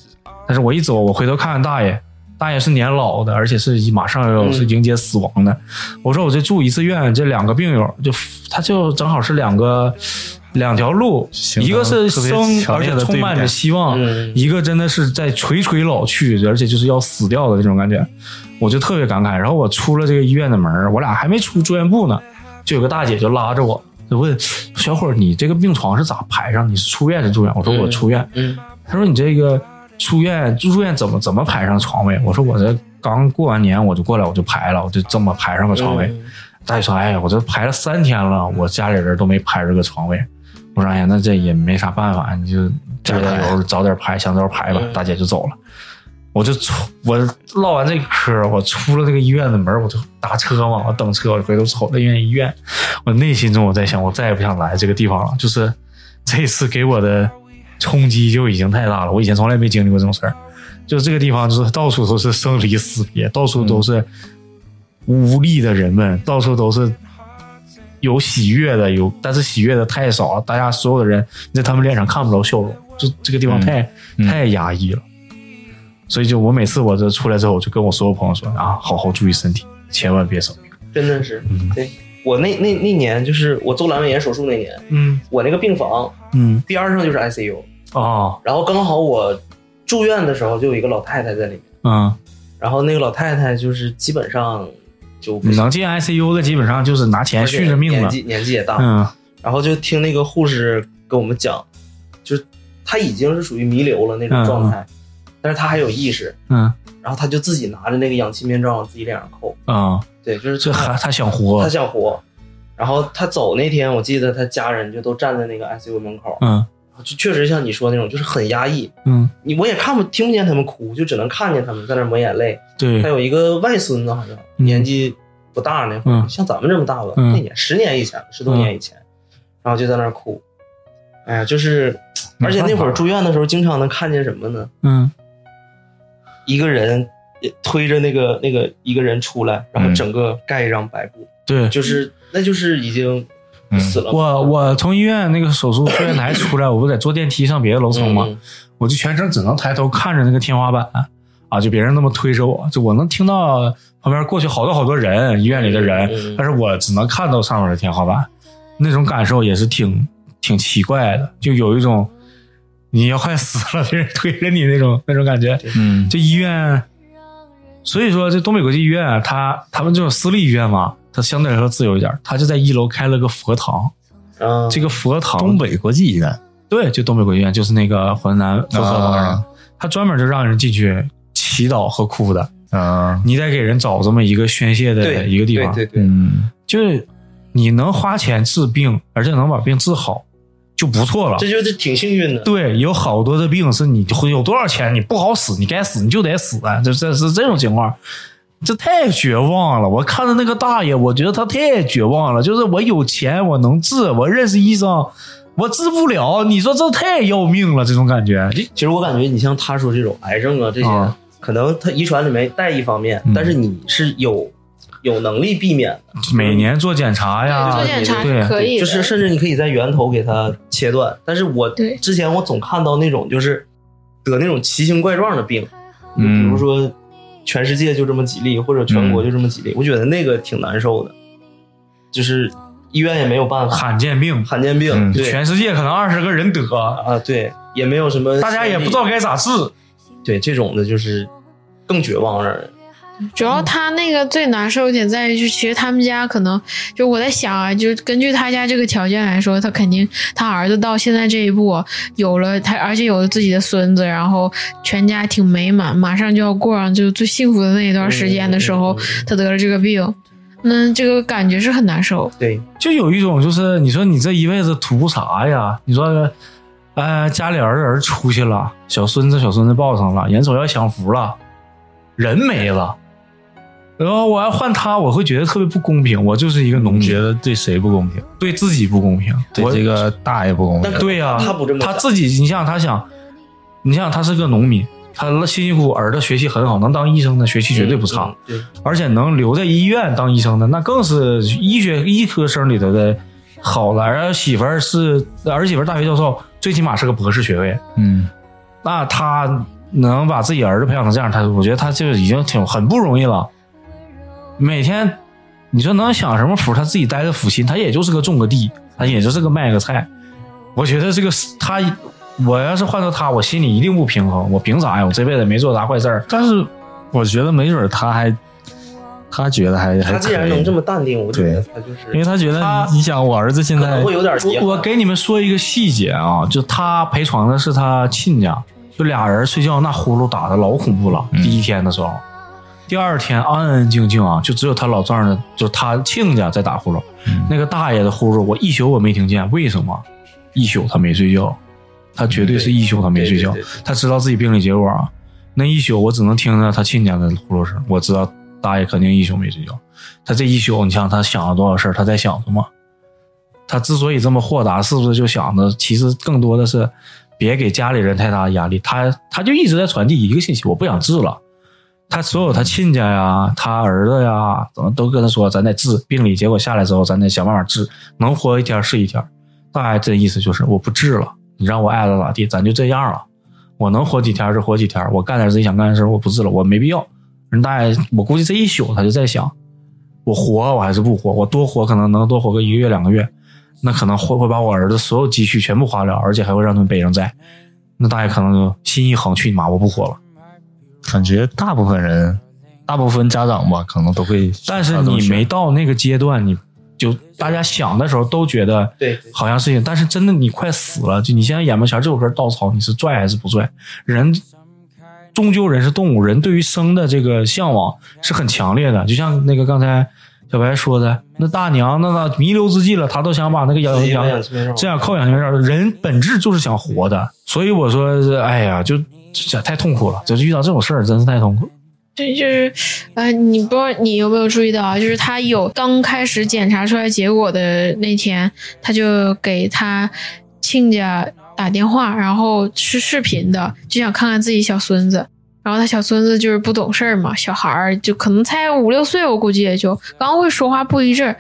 Speaker 4: 但是我一走，我回头看看大爷，大爷是年老的，而且是马上要
Speaker 5: 嗯
Speaker 4: 是迎接死亡的。我说我这住一次院，这两个病友就他就正好是两个两条路，
Speaker 2: 形成
Speaker 4: 一个是
Speaker 2: 特别
Speaker 4: 生，
Speaker 2: 强
Speaker 4: 而
Speaker 2: 烈
Speaker 4: 且
Speaker 2: 的
Speaker 4: 充
Speaker 2: 对比
Speaker 4: 满着
Speaker 2: 感
Speaker 4: 希望；
Speaker 5: 嗯
Speaker 4: 一个真的是在垂垂老去，而且就是要死掉的那种感觉。我就特别感慨。然后我出了这个医院的门儿，我俩还没出住院部呢，就有个大姐就拉着我，就问小伙儿：“你这个病床是咋排上？你是出院是住院？”我说：“我出院。
Speaker 5: 嗯，
Speaker 4: 她说：“你这个出院住院怎么怎么排上床位？”我说：“我这刚过完年我就过来，我就排了，我就这么排上个床位。
Speaker 5: 嗯
Speaker 4: 大姐说：“哎呀，我这排了三天了，我家里人都没排这个床位。”我说：“哎呀，那这也没啥办法，你就加加油，早点排，想早点排吧。
Speaker 5: 嗯
Speaker 4: 大姐就走了。我就出，我唠完这嗑，我出了这个医院的门，我就打车嘛，我等车，我回头瞅那院医院，我内心中我在想，我再也不想来这个地方了。就是这次给我的冲击就已经太大了，我以前从来没经历过这种事儿。就是这个地方，就是到处都是生离死别，到处都是无力的人们，到处都是有喜悦的，有但是喜悦的太少了。大家所有的人你在他们脸上看不着笑容，就这个地方太、
Speaker 2: 嗯
Speaker 4: 太压抑了。所以就我每次我这出来之后，我就跟我所有朋友说啊，好好注意身体，千万别生病。
Speaker 5: 真的是
Speaker 4: 嗯。
Speaker 5: 对我那那那年就是我做阑尾炎手术那年，
Speaker 4: 嗯
Speaker 5: 我那个病房
Speaker 4: 嗯
Speaker 5: 第二上就是 ICU，
Speaker 4: 啊
Speaker 5: 然后刚好我住院的时候就有一个老太太在里面，
Speaker 4: 嗯，
Speaker 5: 然后那个老太太就是基本上就不
Speaker 4: 你
Speaker 5: 行
Speaker 4: 能进 ICU 的基本上就是拿钱
Speaker 5: 而且
Speaker 4: 续着命
Speaker 5: 年
Speaker 4: 了。
Speaker 5: 纪年纪也大，
Speaker 4: 嗯
Speaker 5: 然后就听那个护士跟我们讲，就是她已经是属于弥留了那
Speaker 4: 嗯
Speaker 5: 种
Speaker 4: 嗯
Speaker 5: 状态，但是她还有意识，
Speaker 4: 嗯
Speaker 5: 然后她就自己拿着那个氧气面罩往自己脸上扣，
Speaker 4: 啊，
Speaker 5: 对，就是
Speaker 4: 这还他想活
Speaker 5: 他。想活。然后他走那天，我记得他家人就都站在那个 ICU 门口，
Speaker 4: 嗯
Speaker 5: 就确实像你说那种，就是很压抑。
Speaker 4: 嗯，
Speaker 5: 你我也看不听不见他们哭，就只能看见他们在那抹眼泪。还
Speaker 4: 对，
Speaker 5: 有一个外孙子，好像
Speaker 4: 嗯
Speaker 5: 年纪不大那会儿，
Speaker 4: 嗯
Speaker 5: 像咱们这么大吧，
Speaker 4: 嗯
Speaker 5: 那年十年以前，十多年以前，然后就在那儿哭。哎呀，就是，
Speaker 4: 没
Speaker 5: 而且那会
Speaker 4: 办
Speaker 5: 儿
Speaker 4: 法
Speaker 5: 住院的时候，经常能看见什么呢？
Speaker 4: 嗯
Speaker 5: 一个人推着那个那个一个人出来，然后
Speaker 2: 嗯
Speaker 5: 整个盖一张白布，
Speaker 4: 对。
Speaker 5: 就是那就是已经
Speaker 4: 嗯
Speaker 5: 死了。嗯
Speaker 4: 我我从医院那个手术住院台出来，我不得坐电梯上别的楼层吗？
Speaker 5: 嗯
Speaker 4: 我就全程只能抬头看着那个天花板啊，就别人那么推着我，就我能听到旁边过去好多好多人，医院里的人
Speaker 5: 嗯，
Speaker 4: 但是我只能看到上面的天花板，那种感受也是挺挺奇怪的，就有一种你要快死了，别 人推着你那种那种感觉。
Speaker 2: 嗯
Speaker 4: 这医院，所以说这东北国际医院啊，它他们这种私立医院嘛，它相对来说自由一点，它就在一楼开了个佛堂，
Speaker 5: 啊，
Speaker 4: 这个佛堂
Speaker 2: 东北国际医院
Speaker 4: 对，就东北国际医院，就是那个河南佛科旁边
Speaker 2: 啊
Speaker 4: 的，他专门就让人进去祈祷和哭的。
Speaker 2: 啊，
Speaker 4: 你得给人找这么一个宣泄的
Speaker 5: 对
Speaker 4: 一个地方，
Speaker 5: 对对对，
Speaker 2: 嗯，
Speaker 4: 就是你能花钱治病，而且能把病治好，就不错了。
Speaker 5: 这就是挺幸运的。
Speaker 4: 对，有好多的病是你会有多少钱，你不好死，你该死你就得死，啊这这是这种情况，这太绝望了。我看着那个大爷，我觉得他太绝望了。就是我有钱，我能治，我认识医生，我治不了，你说这太要命了，这种感觉。
Speaker 5: 其实我感觉你像他说这种癌症啊这些，
Speaker 4: 啊
Speaker 5: 可能他遗传里面带一方面，
Speaker 4: 嗯
Speaker 5: 但是你是有有能力避免的，
Speaker 4: 每年做检查呀，
Speaker 3: 做检查是
Speaker 4: 对
Speaker 3: 可以的，
Speaker 5: 就是甚至你可以在源头给它切断。但是我
Speaker 3: 对
Speaker 5: 之前我总看到那种就是得那种奇形怪状的病，就比
Speaker 4: 嗯
Speaker 5: 如说全世界就这么几例，或者全国就这么几例，我觉得那个挺难受的，就是医院也没有办法，
Speaker 4: 罕见病，
Speaker 5: 罕见病、
Speaker 2: 嗯
Speaker 5: 对
Speaker 4: 全世界可能二十个人得，
Speaker 5: 啊对，也没有什么，
Speaker 4: 大家也不知道该咋治。
Speaker 5: 对这种的就是更绝望让人。
Speaker 3: 主要他那个最难受一点在于，就其实他们家可能就我在想啊，就根据他家这个条件来说，他肯定他儿子到现在这一步有了他，而且有了自己的孙子，然后全家挺美满，马上就要过上就最幸福的那一段时间的时候，
Speaker 5: 嗯嗯嗯嗯
Speaker 3: 他得了这个病，那这个感觉是很难受。
Speaker 5: 对，
Speaker 4: 就有一种就是你说你这一辈子图啥呀？你说，呃，家里儿子儿出去了，小孙子小孙子抱上了，眼瞅要享福了，人没了，然后我要换他，我会觉得特别不公平。我就是一个农
Speaker 2: 你觉
Speaker 4: 民，
Speaker 2: 得对谁不公平？
Speaker 4: 对自己不公平，
Speaker 2: 嗯对
Speaker 4: 我
Speaker 2: 这个大爷不公平
Speaker 5: 但。
Speaker 4: 对呀、
Speaker 5: 他不这么
Speaker 4: 他
Speaker 5: 想
Speaker 4: 自己，你想想他想，你想想他是个农民，他辛辛苦苦儿子学习很好，能当医生的学习绝对不差。
Speaker 5: 嗯嗯
Speaker 4: 而且能留在医院当医生的，那更是医学医科生里头的好了。儿媳妇儿是儿媳妇儿大学教授，最起码是个博士学位。
Speaker 2: 嗯
Speaker 4: 那他能把自己儿子培养成这样，他我觉得他就已经挺很不容易了。每天你说能享什么福？他自己待的福心，他也就是个种个地，他也就是个卖个菜。我觉得这个是他，我要是换到他，我心里一定不平衡。我凭啥呀？我这辈子没做啥坏事儿。
Speaker 2: 但是我觉得没准他还，他觉得还
Speaker 5: 他
Speaker 2: 还
Speaker 5: 既
Speaker 2: 可
Speaker 5: 然能
Speaker 2: 以
Speaker 5: 这，么淡定，我觉得他就是
Speaker 2: 因为他觉得
Speaker 4: 他
Speaker 2: 你你想我儿子现
Speaker 5: 可能
Speaker 2: 在
Speaker 5: 会有点遗憾
Speaker 4: 我我给你们说一个细节啊，就他陪床的是他亲家，就俩人睡觉那呼噜打的老恐怖了。
Speaker 5: 嗯
Speaker 4: 第一天的时候，第二天安安静静啊，就只有他老丈人，就他亲家在打呼噜，
Speaker 2: 嗯
Speaker 4: 那个大爷的呼噜我一宿我没听见，为什么？一宿他没睡觉，他绝对是一宿他没睡觉
Speaker 5: 对对对对，
Speaker 4: 他知道自己病理结果啊。那一宿我只能听着他亲家的呼噜声，我知道大爷肯定一宿没睡觉。他这一宿，你想他想了多少事儿？他在想什么？他之所以这么豁达，是不是就想着，其实更多的是别给家里人太大的压力？他他就一直在传递一个信息：我不想治了。他所有他亲家呀，他儿子呀，怎么都跟他说，咱得治病理结果下来之后，咱得想办法治，能活一天是一天。大爷这意思就是，我不治了，你让我爱咋咋地，咱就这样了。我能活几天是活几天，我干点自己想干的事儿，我不治了，我没必要。人大爷，我估计这一宿他就在想，我活我还是不活？我多活可能能多活个一个月两个月，那可能会会把我儿子所有积蓄全部花掉，而且还会让他们背上债。那大爷可能就心一横，去你妈，我不活了。
Speaker 2: 感觉大部分人，大部分家长吧，可能都会。
Speaker 4: 但是你没到那个阶段，你就大家想的时候都觉得
Speaker 5: 对对
Speaker 4: 好像是一样，但是真的你快死了，就你现在眼巴前这有根稻草，你是拽还是不拽？人终究人是动物，人对于生的这个向往是很强烈的，就像那个刚才小白说的，那大娘那那弥留之际了，她都想把那个养
Speaker 5: 自己
Speaker 4: 养
Speaker 5: 养鸡没事儿
Speaker 4: 呃这样靠养元儿，人本质就是想活的，所以我说是，哎呀，就这太痛苦了，就是遇到这种事儿真是太痛苦了。
Speaker 3: 对，就是，呃，你不知道你有没有注意到啊？就是他有刚开始检查出来结果的那天，他就给他亲家打电话，然后是视频的，就想看看自己小孙子。然后他小孙子就是不懂事儿嘛，小孩儿就可能才五六岁，我估计也就刚会说话不一阵儿，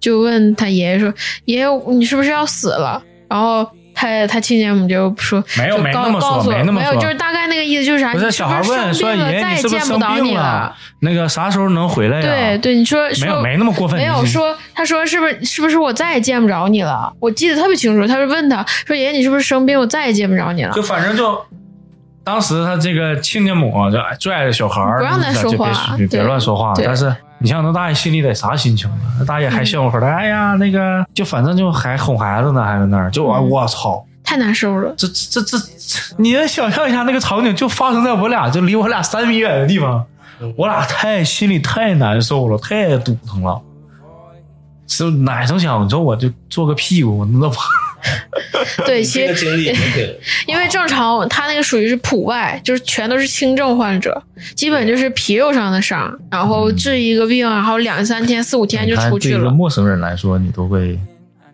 Speaker 3: 就问他爷爷说：“爷爷，你是不是要死了？”然后他他亲家母就说：“
Speaker 4: 没有
Speaker 3: 就
Speaker 4: 哎没
Speaker 3: 告
Speaker 4: 那么说
Speaker 3: 告诉我
Speaker 4: 没那么
Speaker 3: 有，
Speaker 4: 说
Speaker 3: 就是大概那个意思就是啥？
Speaker 4: 不
Speaker 3: 你
Speaker 4: 是
Speaker 3: 是
Speaker 4: 小孩
Speaker 3: 不是
Speaker 4: 问
Speaker 3: 生
Speaker 4: 说
Speaker 3: 病了
Speaker 4: 爷爷
Speaker 3: 再
Speaker 4: 你
Speaker 3: 也
Speaker 4: 是不是
Speaker 3: 见不
Speaker 4: 生
Speaker 3: 到
Speaker 4: 病
Speaker 3: 你
Speaker 4: 了
Speaker 3: 了。？
Speaker 4: 那个啥时候能回来呀？
Speaker 3: 对对，你说
Speaker 4: 没有
Speaker 3: 说
Speaker 4: 没那么过分，
Speaker 3: 没有
Speaker 4: 你
Speaker 3: 说，他说是不是是不是我再也见不着你了？我记得特别清楚，他是问他说爷爷你是不是生病？我再也见不着你了
Speaker 4: 就。反正就。当时他这个亲家母啊就哎拽着小孩儿，
Speaker 3: 不让他
Speaker 4: 就
Speaker 3: 说话
Speaker 4: 就别别别
Speaker 3: 对
Speaker 4: 乱说话。
Speaker 3: 对
Speaker 4: 但是你像那大爷心里得啥心情啊？那大爷还笑呵呵的，哎呀，那个就反正就还哄孩子呢，还在那儿，就我
Speaker 3: 嗯
Speaker 4: 我操，
Speaker 3: 太难受 了。
Speaker 4: 这这这这，你能想象一下那个场景就发生在我俩就离我俩三米远的地方
Speaker 5: 嗯，
Speaker 4: 我俩太心里太难受了，太堵腾了。是哪成想，你说我就做个屁股，我那
Speaker 3: 对，
Speaker 5: 这
Speaker 3: 其
Speaker 5: 个
Speaker 3: 实
Speaker 5: 经历也 挺，
Speaker 3: 因为正常他那个属于是普外，就是全都是轻症患者，基本就是皮肉上的伤，然后
Speaker 4: 嗯
Speaker 3: 治一个病，然后两三天、四五天就
Speaker 2: 你看
Speaker 3: 出去
Speaker 2: 对一个
Speaker 3: 了。
Speaker 2: 陌生人来说，你都会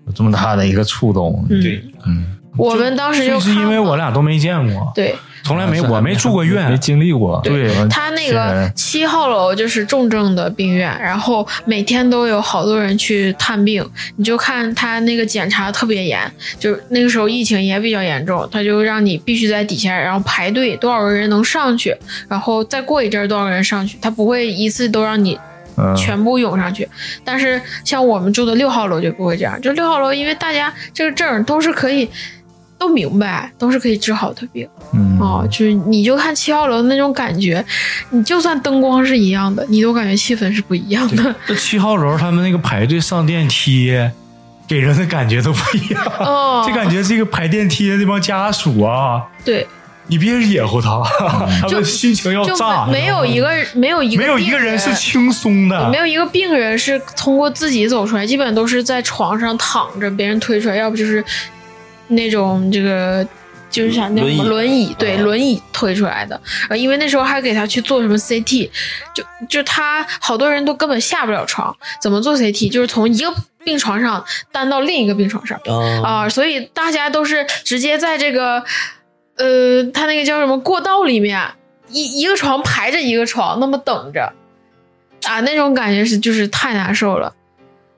Speaker 2: 有这么大的一个触动。
Speaker 3: 嗯，
Speaker 5: 对，
Speaker 2: 嗯，
Speaker 3: 我们当时就
Speaker 4: 就是因
Speaker 3: 看
Speaker 4: 为
Speaker 3: 了
Speaker 4: 我俩都没见过，
Speaker 3: 对
Speaker 4: 从来没
Speaker 2: 啊是还
Speaker 4: 我没住过
Speaker 2: 没
Speaker 4: 院，
Speaker 2: 经历过。
Speaker 4: 对
Speaker 2: 嗯
Speaker 3: 他那
Speaker 2: 新
Speaker 3: 个
Speaker 2: 人
Speaker 3: 七号楼就是重症的病院，然后每天都有好多人去探病，你就看他那个检查特别严，就是那个时候疫情也比较严重，他就让你必须在底下，然后排队多少个人能上去，然后再过一阵儿多少个人上去，他不会一次都让你
Speaker 2: 嗯，
Speaker 3: 全部涌上去。但是像我们住的六号楼就不会这样，就六号楼因为大家这个证儿都是可以。都明白，都是可以治好的病。哦，
Speaker 2: 嗯，
Speaker 3: 就是你就看七号楼那种感觉，你就算灯光是一样的，你都感觉气氛是不一样的。
Speaker 4: 这七号楼他们那个排队上电梯，给人的感觉都不一样。
Speaker 3: 哦，
Speaker 4: 这感觉这个排电梯的这帮家属啊，
Speaker 3: 对，
Speaker 4: 你别惹乎他，
Speaker 2: 嗯
Speaker 4: 他们心情要
Speaker 3: 就
Speaker 4: 炸。
Speaker 3: 没没有一个没有一个哎
Speaker 4: 没有一
Speaker 3: 病
Speaker 4: 个人
Speaker 3: 人
Speaker 4: 是轻松的
Speaker 3: 没，有一个病人是通过自己走出来，基本都是在床上躺着，别人推出来，要不就是那种这个。就是啥那
Speaker 5: 轮椅
Speaker 3: 种轮椅，对
Speaker 5: 啊
Speaker 3: 轮椅推出来的，呃，因为那时候还给他去做什么 CT，就就他好多人都根本下不了床，怎么做 CT？就是从一个病床上搬到另一个病床上，
Speaker 5: 啊，
Speaker 3: 啊、所以大家都是直接在这个，呃，他那个叫什么过道里面，一一个床排着一个床，那么等着，啊，那种感觉是就是太难受了。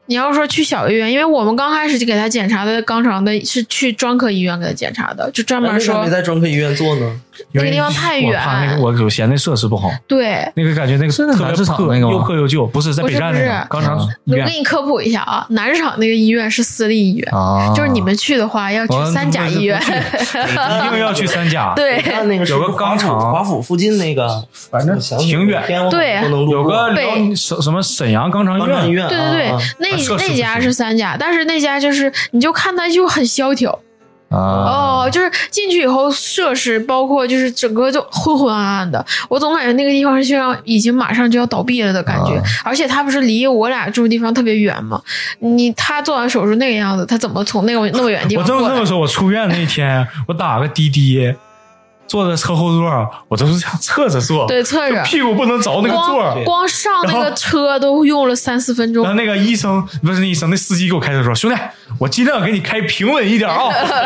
Speaker 3: 你要说去小医院，因为我们刚开始就给他检查的肛肠的是去专科医院给他检查的，就专
Speaker 5: 那
Speaker 3: 门
Speaker 5: 为啥
Speaker 3: 说
Speaker 5: 没在专科医院做呢？
Speaker 4: 因为
Speaker 3: 那个地方太
Speaker 4: 我怕那个我嫌那设施不好，
Speaker 3: 对，
Speaker 4: 那个感觉那个
Speaker 2: 是在
Speaker 4: 特
Speaker 2: 南
Speaker 4: 别
Speaker 2: 市场
Speaker 4: 破，
Speaker 2: 那个吗啊
Speaker 4: 又破又旧，不是在
Speaker 3: 不
Speaker 4: 北
Speaker 3: 是
Speaker 4: 站
Speaker 3: 不
Speaker 4: 那
Speaker 3: 是
Speaker 4: 个肛肠医
Speaker 3: 我
Speaker 4: 院
Speaker 3: 给。你科普一下啊，南市场那个医院是私立医
Speaker 5: 哦
Speaker 3: 院，
Speaker 2: 啊，
Speaker 3: 就是你们去的话要去
Speaker 4: 我
Speaker 3: 三甲医院，
Speaker 4: 一定要去三甲。
Speaker 3: 对
Speaker 5: 你啊看那个是
Speaker 4: 有个
Speaker 5: 不是
Speaker 4: 钢
Speaker 5: 华府
Speaker 4: 厂
Speaker 5: 华府附近那个，反正
Speaker 4: 挺远
Speaker 3: 对
Speaker 5: 都能路过
Speaker 4: 有个
Speaker 3: 北
Speaker 4: 辽什什么沈阳肛肠
Speaker 5: 钢厂医
Speaker 4: 医院，
Speaker 5: 院，
Speaker 3: 对
Speaker 5: 啊
Speaker 3: 对
Speaker 5: 啊
Speaker 3: 对，
Speaker 4: 啊
Speaker 3: 那
Speaker 4: 设施
Speaker 3: 那
Speaker 4: 不
Speaker 3: 家
Speaker 4: 行
Speaker 3: 是三甲，但是那家就是你就看他就很萧条
Speaker 2: 啊，
Speaker 3: 哦，就是进去以后设施包括就是整个就昏昏暗暗的，我总感觉那个地方是就要已经马上就要倒闭了的感觉，
Speaker 2: 啊
Speaker 3: 而且他不是离我俩住的地方特别远吗？你他做完手术那个样子，他怎么从那个那么远的地
Speaker 4: 我
Speaker 3: 方
Speaker 4: 这
Speaker 3: 过
Speaker 4: 么这
Speaker 3: 来
Speaker 4: 么？说，我出院那天，我打个滴滴，坐在车后座，我都是这样侧着坐，
Speaker 3: 对，侧着
Speaker 4: 屁股不能着那个座儿
Speaker 3: 光。光上那
Speaker 4: 然后
Speaker 3: 个车都用了三四分钟
Speaker 4: 然后，那个医生不是那医生，那司机给我开车说：“兄弟，我尽量给你开平稳一点啊、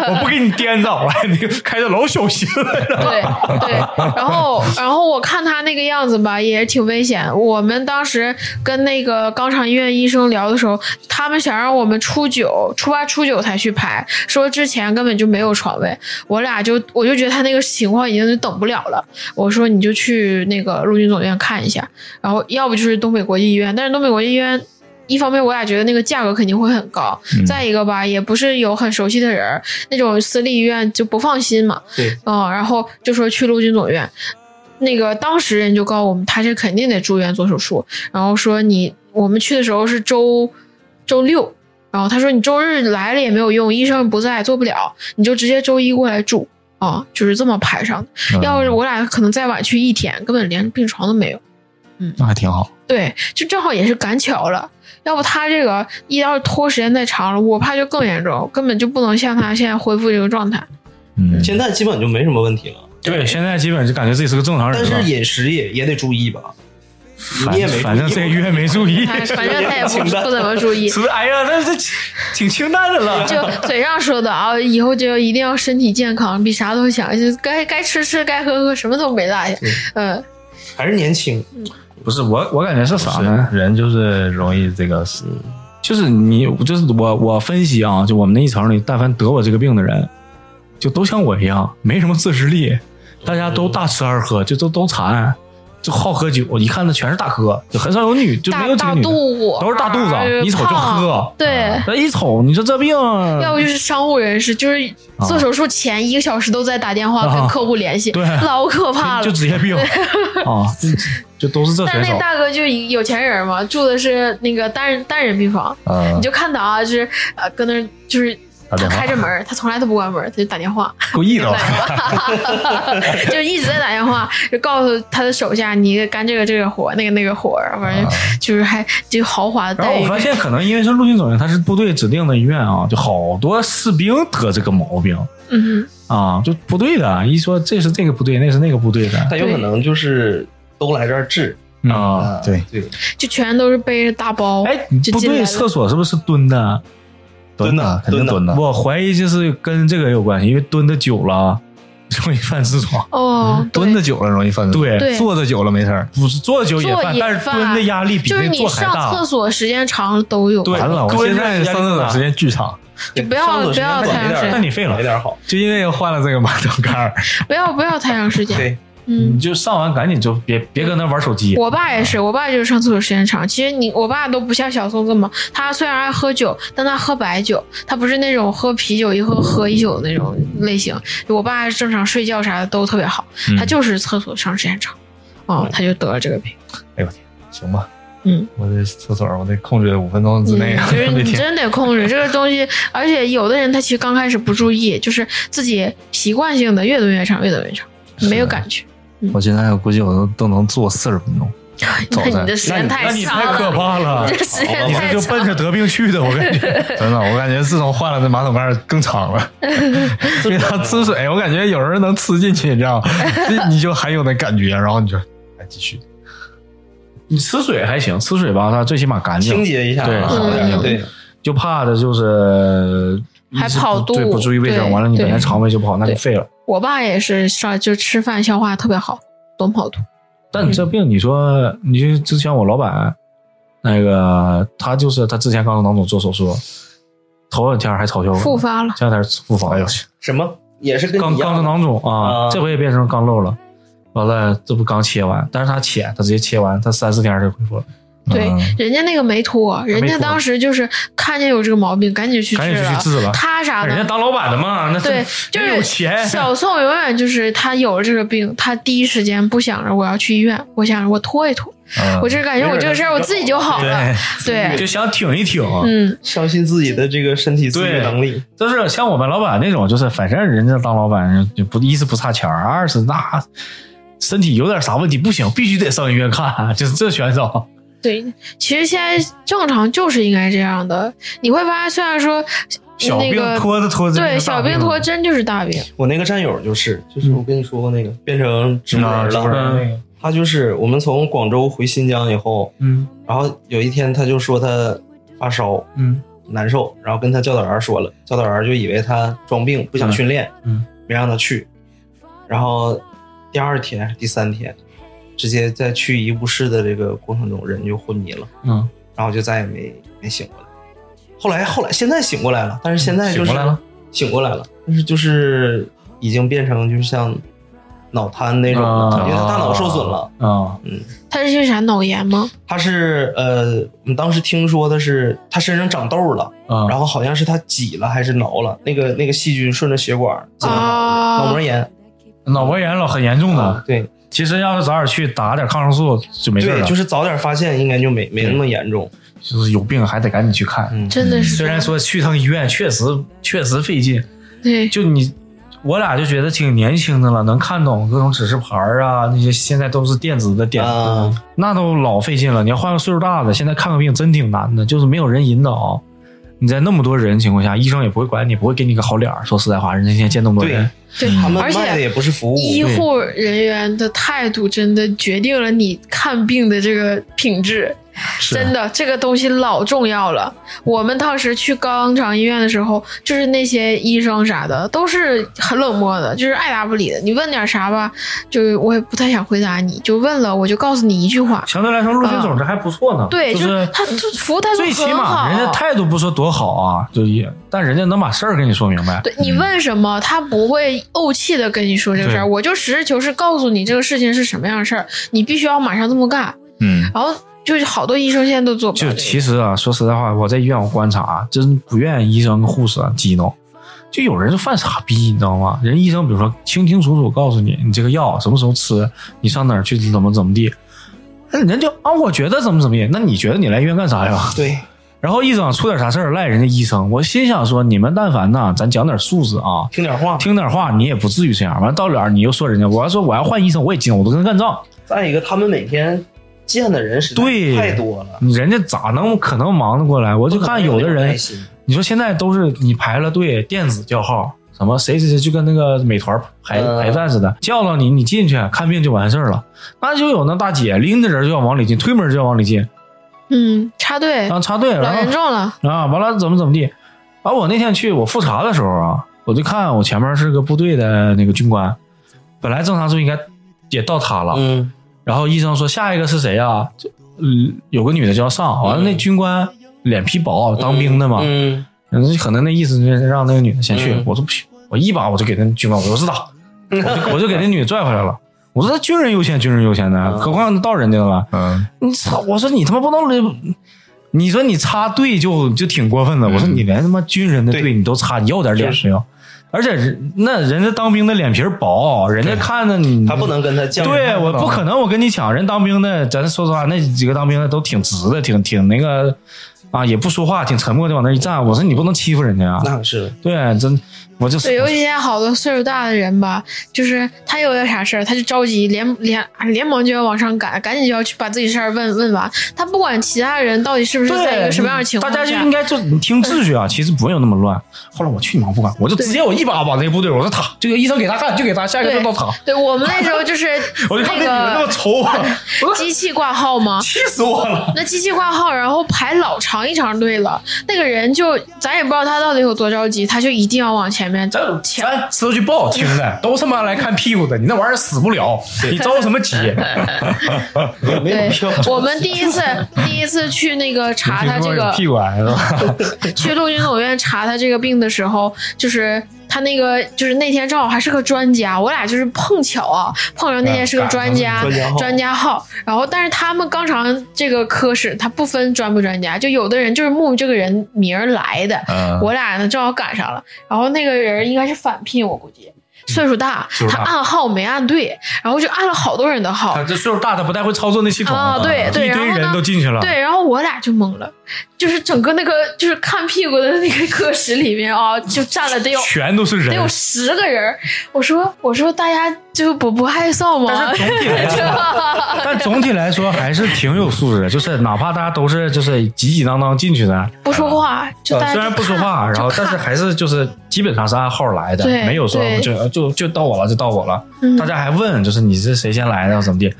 Speaker 4: 我不给你颠 着。我还那个开的老小心了。
Speaker 3: 对对，然后然后我看他那个样子吧，也挺危险。我们当时跟那个肛肠医院医生聊的时候，他们想让我们初九、初八、初九才去排，说之前根本就没有床位。我俩就我就觉得他那个情况已经是等不了了。我说你就去那个陆军总院看一下，然后要不就是东北国际医院，但是东北国际医院。一方面，我俩觉得那个价格肯定会很高；
Speaker 2: 嗯
Speaker 3: 再一个吧，也不是有很熟悉的人儿，那种私立医院就不放心嘛。
Speaker 5: 对，
Speaker 3: 嗯，然后就说去陆军总院，那个当时人就告诉我们，他这肯定得住院做手术，然后说你我们去的时候是周周六，然后他说你周日来了也没有用，医生不在做不了，你就直接周一过来住啊、就是这么排上的。
Speaker 2: 嗯
Speaker 3: 要是我俩可能再晚去一天，根本连病床都没有。
Speaker 2: 那还挺好。
Speaker 3: 对，就正好也是赶巧了，要不他这个一要是拖时间太长了，我怕就更严重，根本就不能像他现在恢复这个状态。
Speaker 2: 嗯，
Speaker 5: 现在基本就没什么问题了，
Speaker 4: 对，现在基本就感觉自己是个正常人
Speaker 5: 但
Speaker 4: 了
Speaker 5: 是。饮食也也得注意吧。你也没注意
Speaker 4: 反正这个月没注意，
Speaker 3: 哎 反正他也不不怎么注意，
Speaker 4: 是哎呀，那这挺清淡的了。
Speaker 3: 就嘴上说的啊，以后就一定要身体健康，比啥都强，就该该吃吃，该喝喝，什么都没落下。嗯，
Speaker 5: 还是年轻，
Speaker 4: 不是我，我感觉是啥呢？
Speaker 2: 人就是容易这个死，
Speaker 4: 就是你，就是我，我分析啊，就我们那一层里，但凡得我这个病的人，就都像我一样，没什么自制力，大家都大吃二喝，就都都馋，就好喝酒。我一看那全是大哥，就很少有女，就没
Speaker 3: 大
Speaker 4: 有几
Speaker 3: 大
Speaker 4: 个女的，
Speaker 3: 肚子
Speaker 4: 都是大肚子，一瞅就。
Speaker 3: 胖
Speaker 4: 喝。啊
Speaker 3: 对，
Speaker 4: 那一瞅，你说这病，
Speaker 3: 要不就是商务人士，就是做手术前一个小时都在打电话
Speaker 4: 啊
Speaker 3: 跟客户联系，
Speaker 4: 对
Speaker 3: 老可怕了。
Speaker 4: 就职业 病啊，就就都是这
Speaker 3: 但
Speaker 4: 选
Speaker 3: 那
Speaker 4: 手。
Speaker 3: 大哥就有钱人嘛，住的是那个单人单人病房，
Speaker 2: 嗯
Speaker 3: 你，就看他啊，就是呃跟那儿就是
Speaker 2: 打
Speaker 3: 他
Speaker 2: 电话
Speaker 3: 开着门儿，他从来都不关门儿，他就打电话，
Speaker 2: 故意的吧，
Speaker 3: 就一直在打电话，就告诉他的手下你干这个这个活，那个那个活儿，反正就是还就豪华的
Speaker 4: 啊然后
Speaker 3: 待
Speaker 4: 我
Speaker 3: 遇。
Speaker 4: 发现，可能因为是陆军总院，他是部队指定的医院啊，就好多士兵得这个毛病
Speaker 3: 嗯
Speaker 4: 啊，就部队的一说这是这个部队，那是那个部队的
Speaker 5: 但有可能就是都来这儿治
Speaker 3: 嗯
Speaker 4: 啊。
Speaker 5: 啊
Speaker 2: 对
Speaker 5: 对，
Speaker 3: 哼，就全都是背着大包，
Speaker 4: 哎，
Speaker 3: 就
Speaker 4: 部
Speaker 3: 哦进来
Speaker 4: 队
Speaker 3: 了
Speaker 4: 厕所是不是蹲
Speaker 2: 啊
Speaker 4: 的？
Speaker 2: 蹲的
Speaker 5: 的
Speaker 2: 肯定
Speaker 5: 蹲
Speaker 2: 蹲
Speaker 5: 的
Speaker 2: 的，
Speaker 4: 我怀疑就是跟这个有关系，因为蹲的久了容易犯痔疮。
Speaker 3: 哦，对
Speaker 2: 蹲的久了容易犯错，
Speaker 4: 对
Speaker 3: 对
Speaker 2: 坐的久了没事儿，
Speaker 4: 不是坐久也
Speaker 3: 坐
Speaker 4: 犯，
Speaker 3: 也
Speaker 4: 但是
Speaker 3: 犯
Speaker 4: 蹲的压力比
Speaker 3: 就是
Speaker 4: 那
Speaker 3: 你
Speaker 4: 坐还
Speaker 3: 上
Speaker 4: 大。
Speaker 3: 厕所时间长了都有，
Speaker 4: 对
Speaker 2: 完了，我
Speaker 4: 蹲
Speaker 2: 现
Speaker 4: 着
Speaker 2: 在
Speaker 4: 压
Speaker 2: 上
Speaker 4: 力
Speaker 2: 厕所
Speaker 4: 大
Speaker 2: 时间巨长，
Speaker 3: 就不要
Speaker 5: 上厕所
Speaker 3: 不
Speaker 5: 时间
Speaker 3: 要
Speaker 5: 短
Speaker 3: 太
Speaker 5: 一
Speaker 3: 长
Speaker 5: 点
Speaker 3: 时
Speaker 5: 儿，
Speaker 4: 那
Speaker 3: 间，
Speaker 4: 你废了
Speaker 5: 短一点儿好。
Speaker 2: 就因为换了这个马桶盖儿，
Speaker 3: 不要不要太长时间。
Speaker 5: 对，
Speaker 3: 嗯
Speaker 4: 你，就上完赶紧就别别搁那玩手机。
Speaker 3: 我爸也
Speaker 4: 嗯
Speaker 3: 是，我爸就是上厕所时间长。其实你我爸都不像小宋这么，他虽然爱喝酒，但他喝白酒，他不是那种喝啤酒一喝喝一宿的那种类型。我爸正常睡觉啥的都特别好，
Speaker 4: 嗯
Speaker 3: 他就是厕所上时间长，哦，他就得了这个病。
Speaker 2: 哎呦我天，行吧，
Speaker 3: 嗯，
Speaker 2: 我这厕所我得控制五分钟之
Speaker 3: 嗯，
Speaker 2: 内啊，
Speaker 3: 就是
Speaker 2: 每
Speaker 3: 你
Speaker 2: 天
Speaker 3: 真得控制这个东西，而且有的人他其实刚开始不注意，就是自己习惯性的越蹲越长，越蹲越长，没有感觉。
Speaker 2: 我现在估计我都都能坐四十分钟，
Speaker 3: 那
Speaker 2: 早
Speaker 3: 你
Speaker 2: 晨
Speaker 3: 的时
Speaker 4: 那
Speaker 3: 间太
Speaker 4: 你
Speaker 3: 长
Speaker 4: 太可
Speaker 3: 了，
Speaker 4: 怕了
Speaker 3: 你，这时间
Speaker 4: 你
Speaker 3: 太
Speaker 4: 这就奔
Speaker 3: 长了
Speaker 4: 着。得病去的，我感 觉。
Speaker 2: 真的，我感觉自从换了这马桶盖儿更长了，因为它呲水，我感觉有人能呲进去，你知道吗？你你就还有那感觉，然后你就哎继续，
Speaker 4: 你吃水还行，吃水吧，它最起码干净，
Speaker 5: 清洁一下
Speaker 4: 对
Speaker 5: 啊好点
Speaker 3: 嗯
Speaker 5: 儿。对，
Speaker 4: 就怕的就是
Speaker 3: 还
Speaker 4: 一直
Speaker 3: 跑
Speaker 4: 不
Speaker 3: 肚
Speaker 4: 对，不注意卫生，
Speaker 3: 对
Speaker 4: 完了你本来
Speaker 3: 对
Speaker 4: 肠胃就不好，那就
Speaker 3: 对
Speaker 4: 废了。
Speaker 3: 我爸也是上就吃饭消化特别好，总跑肚。
Speaker 4: 但你这病，你说你就之前我老板那个，他就是他之前刚当总做手术，头两天还嘲笑我，
Speaker 3: 复发了
Speaker 4: 前两天复发，哎呦，
Speaker 5: 什么也是跟
Speaker 4: 刚
Speaker 5: 你一
Speaker 4: 刚
Speaker 5: 样
Speaker 4: 是
Speaker 5: 的，
Speaker 4: 囊肿啊，
Speaker 5: 啊
Speaker 4: 这回也变成肛瘘了。完了，这不刚切完，但是他浅，他直接切完，他三四天就恢复了，
Speaker 3: 对
Speaker 2: 嗯，
Speaker 3: 人家那个没拖，人
Speaker 4: 没
Speaker 3: 家
Speaker 4: 脱
Speaker 3: 当时就是看见有这个毛病，赶紧去治
Speaker 4: 赶紧就去
Speaker 3: 了。
Speaker 4: 治了。
Speaker 3: 啊他啥
Speaker 4: 人家
Speaker 3: 的，
Speaker 4: 当老板的嘛，那是
Speaker 3: 对，就
Speaker 4: 人有
Speaker 3: 是
Speaker 4: 钱，
Speaker 3: 小宋永远就是他有了这个病，他第一时间不想着我要去医院，我想着我拖一拖，
Speaker 2: 嗯
Speaker 3: 我这感觉我这个事儿我自己就好了。 对，
Speaker 4: 就想挺一挺。
Speaker 3: 嗯，
Speaker 5: 相信自己的这个身体自愈
Speaker 4: 对
Speaker 5: 能力。
Speaker 4: 就是像我们老板那种，就是反正人家当老板就不一是不差钱儿，二是那身体有点啥问题不行，必须得上医院看， 就是这选手。
Speaker 3: 对，其实现在正常就是应该这样的。你会发现，虽然说
Speaker 4: 小
Speaker 3: 那
Speaker 4: 病
Speaker 3: 个
Speaker 4: 拖着拖着，
Speaker 3: 对小病拖真就是大病，
Speaker 5: 我那个战友就是，就是我跟你说过那个变成植物人了，
Speaker 4: 嗯
Speaker 5: 他就是我们从广州回新疆以后，
Speaker 4: 嗯
Speaker 5: 然后有一天他就说他发烧
Speaker 4: 嗯
Speaker 5: 难受，然后跟他教导员说了，教导员就以为他装病不想训练，
Speaker 4: 嗯
Speaker 5: 没让他去。然后第二天还是第三天，直接在去医务室的这个过程中人就昏迷了，
Speaker 4: 嗯，
Speaker 5: 然后就再也没没醒过来。后来后来现在醒过来了，但是现在就是
Speaker 4: 嗯醒过来了，
Speaker 5: 醒过来了，但是就是已经变成就是像脑瘫那种了，
Speaker 4: 啊
Speaker 5: 因为他大脑受损了。
Speaker 4: 啊，
Speaker 3: 他是因为啥脑炎吗？
Speaker 5: 他是呃，我们当时听说的是他身上长痘了，
Speaker 4: 啊
Speaker 5: 然后好像是他挤了还是挠了，那个那个细菌顺着血管进了
Speaker 3: 啊
Speaker 5: 脑膜炎。啊
Speaker 4: 脑膜炎了很严重的，
Speaker 5: 对
Speaker 4: 其实要是早点去打点抗生素就没事
Speaker 5: 对，
Speaker 4: 了，
Speaker 5: 就是是早点发现，应该就没没那么严重。
Speaker 4: 就是有病还得赶紧去看。
Speaker 5: 嗯，
Speaker 3: 真的是
Speaker 4: 虽然说去趟医院确实确实费劲，
Speaker 3: 对，
Speaker 4: 就你我俩就觉得挺年轻的了，能看懂各种指示牌儿啊，那些现在都是电子的点，
Speaker 5: 啊，
Speaker 4: 那都老费劲了。你要换个岁数大的，现在看个病真挺难的，就是没有人引导。你在那么多人情况下，医生也不会管你，不会给你个好脸儿。说实在话，人家现在见那么多
Speaker 5: 对
Speaker 4: 人，
Speaker 3: 对
Speaker 5: 他们
Speaker 3: 而且
Speaker 5: 卖的也不是服务，
Speaker 3: 医护人员的态度真的决定了你看病的这个品质，
Speaker 4: 是
Speaker 3: 真的这个东西老重要了。我们当时去肛肠医院的时候，就是那些医生啥的都是很冷漠的，就是爱答不理的。你问点啥吧，就是我也不太想回答你，就问了我就告诉你一句话。
Speaker 4: 相对来说，陆军总这还不错呢。
Speaker 3: 对，
Speaker 4: 就是
Speaker 3: 他就服务态度
Speaker 4: 最起
Speaker 3: 很
Speaker 4: 码
Speaker 3: 好，
Speaker 4: 人家态度不说多好啊，就也，但人家能把事儿跟你说明白。
Speaker 3: 对你问什么，他不会怄气的跟你说这个事儿，
Speaker 4: 嗯对
Speaker 3: 我就实事求是告诉你这个事情是什么样的事儿，你必须要马上这么干。
Speaker 2: 嗯，
Speaker 3: 然后就是好多医生现在都做不了
Speaker 4: 就
Speaker 3: 这个、
Speaker 4: 其实啊，说实在话，我在医院我观察、啊，真不愿医生护士啊激怒，就有人就犯傻逼，你知道吗？人医生比如说清清楚楚告诉你，你这个药什么时候吃，你上哪儿去怎么怎么地，那人就啊，我觉得怎么怎么地，那你觉得你来医院干啥呀？
Speaker 5: 对，
Speaker 4: 然后一整出点啥事儿赖人家医生，我心想说，你们但凡呐，咱讲点素质啊，
Speaker 5: 听点话。
Speaker 4: 听点话，你也不至于这样。完到了你又说人家，我要说我要换医生，我也激动，我都跟他干仗。
Speaker 5: 再一个，他们每天见的人实在
Speaker 4: 对
Speaker 5: 太多了，
Speaker 4: 人家咋能可能忙得过来？我就看有的
Speaker 5: 没有那种耐
Speaker 4: 人，
Speaker 5: 心
Speaker 4: 你说现在都是你排了队，电子叫号，什么谁谁谁就跟那个美团排
Speaker 5: 嗯
Speaker 4: 排站似的，叫到你，你进去看病就完事儿了。那就有那大姐拎着人就要往里进，推门就要往里进，
Speaker 3: 嗯，插
Speaker 5: 哎
Speaker 3: 队、
Speaker 4: 啊插队，
Speaker 3: 老
Speaker 4: 然
Speaker 3: 严
Speaker 4: 后
Speaker 3: 重了，
Speaker 4: 啊，完了怎么怎么地。啊，我那天去我复查的时候啊，我就看我前面是个部队的那个军官，本来正常就应该也到他了，
Speaker 5: 嗯，
Speaker 4: 然后医生说下一个是谁啊？就嗯，有个女的就要上，完了那军官脸皮薄，当兵的嘛，
Speaker 5: 嗯，
Speaker 4: 嗯，可能那意思就是让那个女的先去。
Speaker 5: 嗯
Speaker 4: 我说不行，我一把我就给那军官，我说是他，我就我就给那女的拽回来了。我说那军人优先，军人优先的，
Speaker 5: 嗯
Speaker 4: 何况到人家了。
Speaker 2: 嗯，
Speaker 4: 你操！我说你他妈不能，你说你插队就就挺过分的。我说你连他妈军人的
Speaker 5: 嗯对
Speaker 4: 队你都插，你要点脸没有？而且人那人家当兵的脸皮儿薄，人家看着你，
Speaker 5: 嗯他不能跟他犟。
Speaker 4: 对我
Speaker 2: 不
Speaker 4: 不可能，我跟你抢，人当兵的，咱说实话，那几个当兵的都挺直的，挺挺那个啊，也不说话，挺沉默的，往那一站。我说你不能欺负人家啊！
Speaker 5: 那可是
Speaker 4: 对，真我就
Speaker 3: 对，尤其现在好多岁数大的人吧，就是他有点啥事儿，他就着急，连连连忙就要往上赶，赶紧就要去把自己事儿问问完，他不管其他人到底是不是
Speaker 4: 对
Speaker 3: 在一个什么样的情况
Speaker 4: 大
Speaker 3: 下，嗯
Speaker 4: 家就应该就你听秩序啊，其实不用那么乱。后来我去你妈不管，我就直接我一把把那部队，我说他这个医生给他干就给他，下一个就到他，
Speaker 3: 对我们那时候就是
Speaker 4: 我就看这
Speaker 3: 那
Speaker 4: 女的那么
Speaker 3: 个
Speaker 4: 愁我，我说
Speaker 3: 机器挂号吗？
Speaker 4: 气死我了。
Speaker 3: 那机器挂号，然后排老长一长队了。那个人就咱也不知道他到底有多着急，他就一定要往前面走。
Speaker 4: 咱咱说句不好听的，都他妈来看屁股的，你那玩意儿死不了，你着什么急？
Speaker 5: 也没有
Speaker 3: 对
Speaker 5: 必要。，
Speaker 3: 我们第一次第一次去那个查他这个
Speaker 2: 屁股癌是吧？
Speaker 3: 去陆军总院查他这个病的时候，就是他那个就是那天正好还是个专家，我俩就是碰巧啊，碰上那天是个专家
Speaker 5: 嗯赶上专家号
Speaker 3: 专家号，然后但是他们肛肠这个科室他不分专不专家，就有的人就是慕这个人名儿来的，
Speaker 2: 嗯，
Speaker 3: 我俩呢正好赶上了，然后那个人应该是返聘，我估计。岁数大，
Speaker 4: 岁数
Speaker 3: 他
Speaker 4: 大
Speaker 3: 按号没按对，然后就按了好多人的号
Speaker 4: 他，啊这岁数大，他不太会操作那系统
Speaker 3: 啊对对
Speaker 4: 一堆
Speaker 3: 然后呢
Speaker 4: 人都进去了，
Speaker 3: 对，然后我俩就懵了，就是整个那个就是看屁股的那个科室里面啊，就站了得有
Speaker 4: 全都是
Speaker 3: 得有
Speaker 4: 人。
Speaker 3: 十个人儿。我说我说大家就不不害臊吗
Speaker 4: 但？ 是总体来
Speaker 3: 是
Speaker 4: 说，
Speaker 3: 吧
Speaker 4: 但总体来说还是挺有素质的，就是哪怕大家都是就是挤挤当当进去的，
Speaker 3: 不说话，就大家
Speaker 4: 呃虽然
Speaker 3: 就
Speaker 4: 不说
Speaker 3: 看
Speaker 4: 话，然
Speaker 3: 就
Speaker 4: 后但是
Speaker 3: 看
Speaker 4: 还是就是基本上是按号来的，
Speaker 3: 对
Speaker 4: 没有说
Speaker 3: 对
Speaker 4: 就呃就就到我了，就到我了。
Speaker 3: 嗯
Speaker 4: 大家还问就是你是谁先来的怎么地？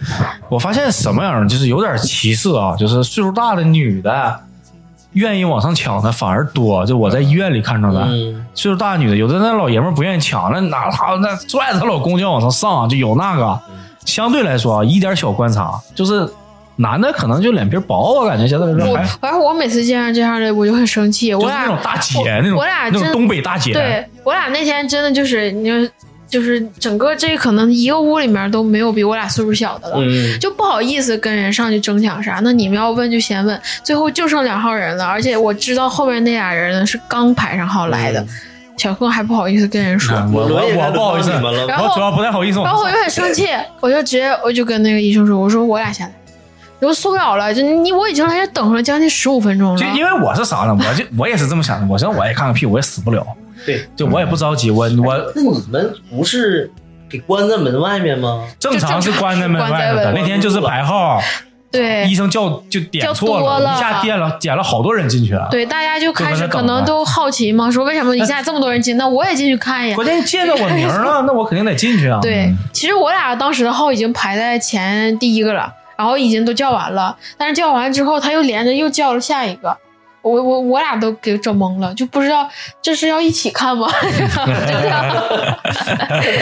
Speaker 4: 我发现什么样的就是有点歧视啊，就是岁数大的女的愿意往上抢的反而多，就我在医院里看着的。
Speaker 5: 嗯，
Speaker 4: 岁数大的女的，有的那老爷们儿不愿意抢，那拿她那拽着她老公就要往上上，啊就有那个。相对来说啊，一点小观察，就是男的可能就脸皮薄，我感觉相对来说
Speaker 3: 我
Speaker 4: 还，
Speaker 3: 反正我每次见上这样的我就很生气，
Speaker 4: 就
Speaker 3: 我
Speaker 4: 是那
Speaker 3: 俩
Speaker 4: 种大姐那种，
Speaker 3: 我俩
Speaker 4: 那种
Speaker 3: 真
Speaker 4: 东北大姐，啊
Speaker 3: 对我俩那天真的就是，你就就是整个这可能一个屋里面都没有比我俩岁数小的了，
Speaker 5: 嗯，
Speaker 3: 就不好意思跟人上去争抢啥。那你们要问就先问，最后就剩两号人了，而且我知道后面那俩人呢是刚排上号来的，小宋还不好意思跟人说。
Speaker 4: 嗯我
Speaker 5: 轮也该
Speaker 4: 我不好意思，
Speaker 5: 轮到你们
Speaker 3: 然
Speaker 5: 了，
Speaker 3: 后
Speaker 4: 我主要不太好意思。
Speaker 3: 然后我就很生气，我就直接我就跟那个医生说，我说我俩下来。我说受不了了，就你我已经在这等了将近十五分钟了
Speaker 4: 就，因为我是啥呢？我就我也是这么想的，我说我也看个屁，我也死不了。
Speaker 5: 对，
Speaker 4: 就我也不着急，我
Speaker 3: 嗯
Speaker 4: 我
Speaker 5: 那你们不是给关在门外面吗？
Speaker 4: 正常是关在门
Speaker 3: 关
Speaker 4: 外
Speaker 3: 在
Speaker 4: 头的。
Speaker 3: 门
Speaker 4: 那天就是排号，
Speaker 3: 对
Speaker 4: 医生叫就点错
Speaker 3: 叫多了
Speaker 4: 一下点了点了好多人进去啊。
Speaker 3: 对，大家就开
Speaker 4: 就
Speaker 3: 始
Speaker 4: 跟他
Speaker 3: 可
Speaker 4: 等
Speaker 3: 能
Speaker 4: 着
Speaker 3: 都好奇嘛，说为什么一下这么多人进？那我也进去看一眼
Speaker 4: 关。键见到我名儿了，那我肯定得进去啊。
Speaker 3: 对，其实我俩当时的号已经排在前第一个了，然后已经都叫完了，但是叫完之后他又连着又叫了下一个。我我我俩都给整懵了，就不知道这是要一起看 吗？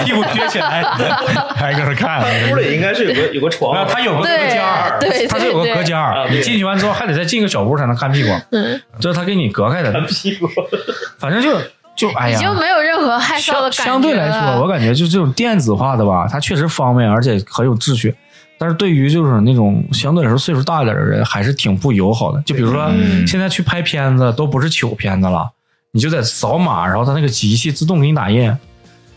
Speaker 4: 屁股撅起来，
Speaker 2: 挨个儿看，
Speaker 4: 哎
Speaker 5: 屋里应该是有个有个床
Speaker 4: 啊，，它有个隔间儿，
Speaker 3: 对对
Speaker 4: 它是有个
Speaker 3: 对
Speaker 4: 隔间儿，
Speaker 5: 对
Speaker 4: 你进去完之后还得再进个小屋才能看屁股，
Speaker 3: 嗯，
Speaker 4: 就是它给你隔开的
Speaker 5: 看，屁股。
Speaker 4: 反正就就哎
Speaker 3: 已
Speaker 4: 呀，
Speaker 3: 经没有任何害臊
Speaker 4: 相
Speaker 3: 的感觉
Speaker 4: 相对来
Speaker 3: 了
Speaker 4: 说，我感觉就这种电子化的吧，它确实方便，而且很有秩序。但是对于就是那种相对来说岁数大一点的人，还是挺不友好的。就比如说
Speaker 2: 嗯
Speaker 4: 现在去拍片子都不是糗片子了，你就得扫码，然后它那个机器自动给你打印。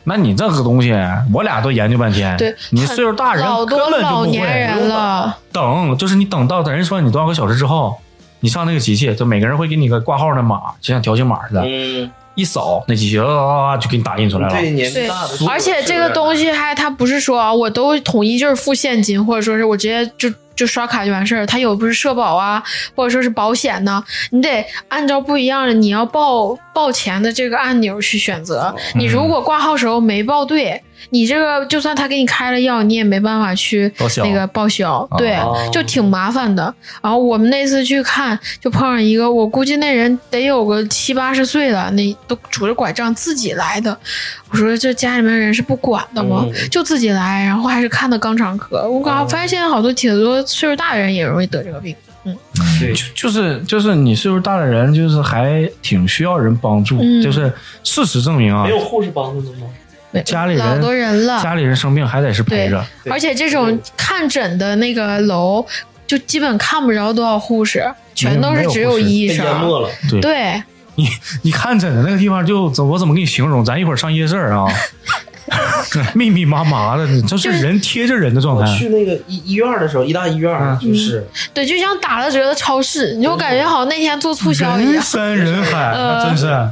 Speaker 4: 那你这个东西，我俩都研究半天。
Speaker 3: 对
Speaker 4: 你
Speaker 3: 很
Speaker 4: 岁数大人
Speaker 3: 老
Speaker 4: 根
Speaker 3: 多
Speaker 4: 本就
Speaker 3: 老
Speaker 4: 不
Speaker 3: 年
Speaker 4: 会。
Speaker 3: 人了，
Speaker 4: 等，就是你等到人说你多少个小时之后，你上那个机器，就每个人会给你个挂号的码，就像条形码似的，
Speaker 5: 嗯，
Speaker 4: 一扫那机器啊就给你打印出来了。
Speaker 5: 对，年纪
Speaker 3: 对
Speaker 5: 大的，，
Speaker 3: 而且这个东西还它不是说啊，我都统一就是付现金，或者说是我直接就就刷卡就完事儿。它有不是社保啊，或者说是保险呐、你得按照不一样的你要报报钱的这个按钮去选
Speaker 5: 哦
Speaker 3: 择。你如果挂号时候没报对，你这个就算他给你开了药，你也没办法去
Speaker 4: 报销
Speaker 3: 那个报销，对，
Speaker 5: 哦
Speaker 3: 就挺麻烦的。然后我们那次去看，就碰上一个，我估计那人得有个七八十岁了，那都拄着拐杖自己来的。我说这家里面人是不管的吗？
Speaker 5: 嗯
Speaker 3: 就自己来，然后还是看的肛肠科。我
Speaker 4: 哦
Speaker 3: 刚发现现在好多挺多岁数大的人也容易得这个病。
Speaker 5: 对，
Speaker 4: 就是就是你岁数大的人，就是还挺需要人帮助。
Speaker 3: 嗯
Speaker 4: 就是事实证明啊
Speaker 5: 没，有护士帮助的吗？
Speaker 3: 对
Speaker 4: 家里人
Speaker 3: 老多人了，
Speaker 4: 家里人生病还得是陪着。
Speaker 5: 对
Speaker 3: 而且这种看诊的那个楼，就基本看不着多少护士，全都
Speaker 4: 没
Speaker 3: 是
Speaker 4: 有
Speaker 3: 只
Speaker 4: 护
Speaker 3: 有
Speaker 4: 士
Speaker 3: 医
Speaker 5: 被
Speaker 3: 生
Speaker 5: 淹。没了，
Speaker 4: 对
Speaker 3: 对，
Speaker 4: 你你看诊的那个地方就，怎我怎么给你形容？咱一会儿上夜市儿啊，密密麻麻的，你就是人贴着人的状
Speaker 5: 我
Speaker 4: 态。
Speaker 5: 去那个医医院的时候，医大医院
Speaker 4: 嗯
Speaker 5: 就是
Speaker 3: 对，就像打了折的超市，你就感觉好像那天做促销一
Speaker 4: 人
Speaker 3: 样。
Speaker 4: 山人海，
Speaker 5: 嗯
Speaker 3: 呃
Speaker 4: 那真是。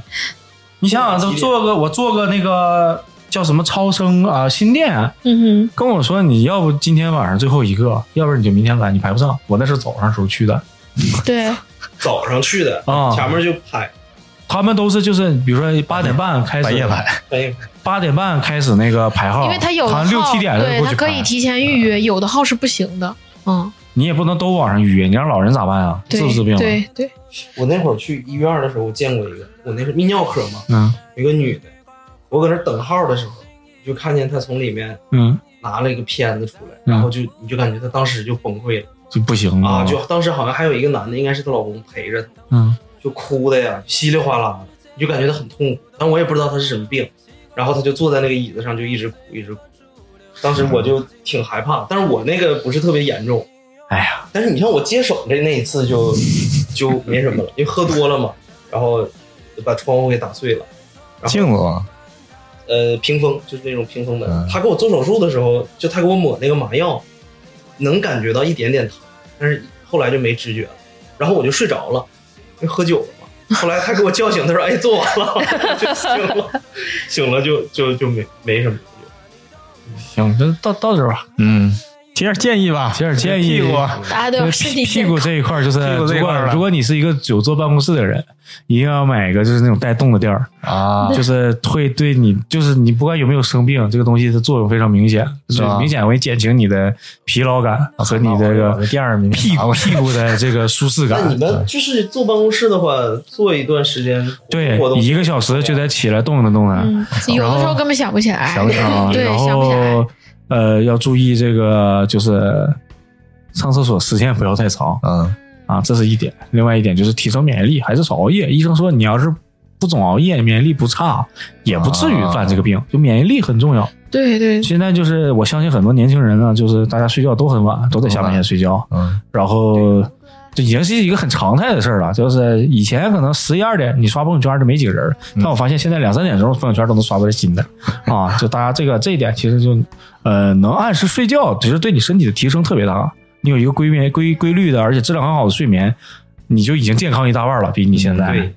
Speaker 4: 你想想，做个我做个那个叫什么超声啊、心电，
Speaker 3: 嗯
Speaker 4: 跟我说你要不今天晚上最后一个，要不然你就明天来，你排不上。我那是早上时候去的，
Speaker 3: 哼，对，
Speaker 4: 哦
Speaker 5: 早上去的
Speaker 4: 啊
Speaker 5: 前面就排，
Speaker 4: 他们都是就是比如说八点半开始，
Speaker 2: 半夜来，
Speaker 5: 哎呀，
Speaker 4: 八点半开始那个排号，
Speaker 3: 因为它有的
Speaker 4: 好
Speaker 3: 号，
Speaker 4: 像六七点
Speaker 3: 对，
Speaker 4: 就过
Speaker 3: 它
Speaker 4: 去
Speaker 3: 可以
Speaker 4: 排，
Speaker 3: 提前预约，有的号是不行的。嗯，
Speaker 4: 你也不能都网上预约，你让老人咋办啊？
Speaker 3: 对
Speaker 4: 治不治病啊？
Speaker 3: 对对，
Speaker 5: 我那会儿去医院的时候，我见过一个，我那是泌尿科嘛，
Speaker 4: 嗯
Speaker 5: 有一个女的，我搁那儿等号的时候，就看见她从里面
Speaker 4: 嗯，
Speaker 5: 拿了一个片子出来，然后就你就感觉她当时就崩溃了、
Speaker 4: 就不行
Speaker 5: 啊！就当时好像还有一个男的，应该是她老公陪着她，
Speaker 4: 嗯
Speaker 5: 就哭的呀稀里哗啦的，你就感觉她很痛苦，但我也不知道她是什么病，然后她就坐在那个椅子上就一直哭一直哭，当时我就挺害怕，但是我那个不是特别严重，
Speaker 4: 哎呀，
Speaker 5: 但是你像我接手的那一次就就没什么了，因为喝多了嘛，然后把窗户给打碎了。然后
Speaker 2: 镜子嘛，
Speaker 5: 呃屏风，就是那种屏风门。
Speaker 2: 嗯
Speaker 5: 他给我做手术的时候，就他给我抹那个麻药，能感觉到一点点疼，但是后来就没知觉了。然后我就睡着了，因为喝酒了嘛。后来他给我叫醒，他说：“哎，做完了， 就醒了，醒了就就就没没什么。
Speaker 4: 行，这到到这儿吧。
Speaker 2: 嗯，提点建议吧，
Speaker 4: 提点建议
Speaker 2: 屁股
Speaker 3: 大家都要身体
Speaker 4: 屁
Speaker 3: 健
Speaker 4: 股
Speaker 3: 康。
Speaker 4: 这一块儿就是，
Speaker 2: 屁股这一
Speaker 4: 如
Speaker 2: 块儿
Speaker 4: 果
Speaker 2: 了
Speaker 4: 如果你是一个久坐办公室的人，一定要买一个就是那种带动的 垫儿，
Speaker 2: 啊，
Speaker 4: 就是会对你，就是你不管有没有生病，这个东西的作用非常明显，就
Speaker 2: 是
Speaker 4: 是
Speaker 2: 吧
Speaker 4: 明显会减轻你的疲劳感和你这
Speaker 2: 我
Speaker 4: 个
Speaker 2: 的第二名
Speaker 4: 屁股屁股的这个舒适
Speaker 5: 那你
Speaker 4: 感。
Speaker 5: 们就是坐办公室的话，坐一段时间
Speaker 4: 对
Speaker 5: 活，动
Speaker 4: 一个小时就得起来动弹动弹。
Speaker 3: 嗯，有的时候根本想不起来。
Speaker 2: 想不起来啊
Speaker 3: 对
Speaker 4: 然，
Speaker 3: 想不起来
Speaker 4: 后。呃，要注意这个就是上厕所时间不要太长
Speaker 2: 嗯，
Speaker 4: 啊，这是一点。另外一点就是提升免疫力，还是少熬夜。医生说你要是不总熬夜，免疫力不差，也不至于犯这个病。就免疫力很重要。
Speaker 3: 对对，
Speaker 4: 现在就是我相信很多年轻人呢，就是大家睡觉都很晚，都在下半夜睡觉，
Speaker 2: 嗯，
Speaker 4: 然后这已经是一个很常态的事儿了。就是以前可能十一二点你刷朋友圈就没几个人，但我发现现在两三点钟朋友圈都能刷出来新的啊！就大家这个这一点其实就呃能按时睡觉，只是对你身体的提升特别大。你有一个规眠规规律的，而且质量很好的睡眠，你就已经健康一大半了，比你现在。
Speaker 5: 对，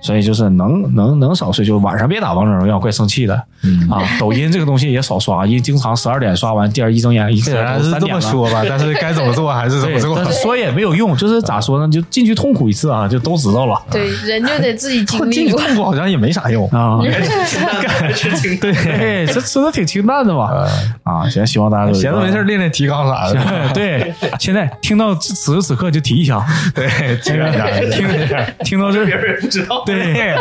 Speaker 4: 所以就是能能能少睡，就晚上别打王者荣耀，怪生气的、
Speaker 2: 嗯
Speaker 4: 啊。抖音这个东西也少刷，因为经常十二点刷完，第二一睁眼一
Speaker 2: 虽
Speaker 4: 看
Speaker 2: 然
Speaker 4: 都
Speaker 2: 是
Speaker 4: 三
Speaker 2: 这
Speaker 4: 点
Speaker 2: 么
Speaker 4: 了。
Speaker 2: 说 吧，但是该怎么做还是怎么
Speaker 4: 对，
Speaker 2: 做
Speaker 4: 但。是说也没有用，就是咋说呢，就进去痛苦一次啊，就都知道了
Speaker 3: 对，人就得自 己经
Speaker 2: 进
Speaker 3: 历
Speaker 2: 去
Speaker 3: 过。
Speaker 2: 痛苦好像也没啥用。
Speaker 4: 啊。
Speaker 5: 是挺对，
Speaker 4: 对，这吃的挺清淡的吧？啊，行，希望大家都啊
Speaker 2: 闲着没事儿练练提纲啥的，
Speaker 4: 对，现在听到此时此刻就提一下，
Speaker 2: 对，提纲啥的，听一下，
Speaker 4: 听到这
Speaker 5: 别
Speaker 4: 儿，
Speaker 5: 人也不知道。
Speaker 4: 对，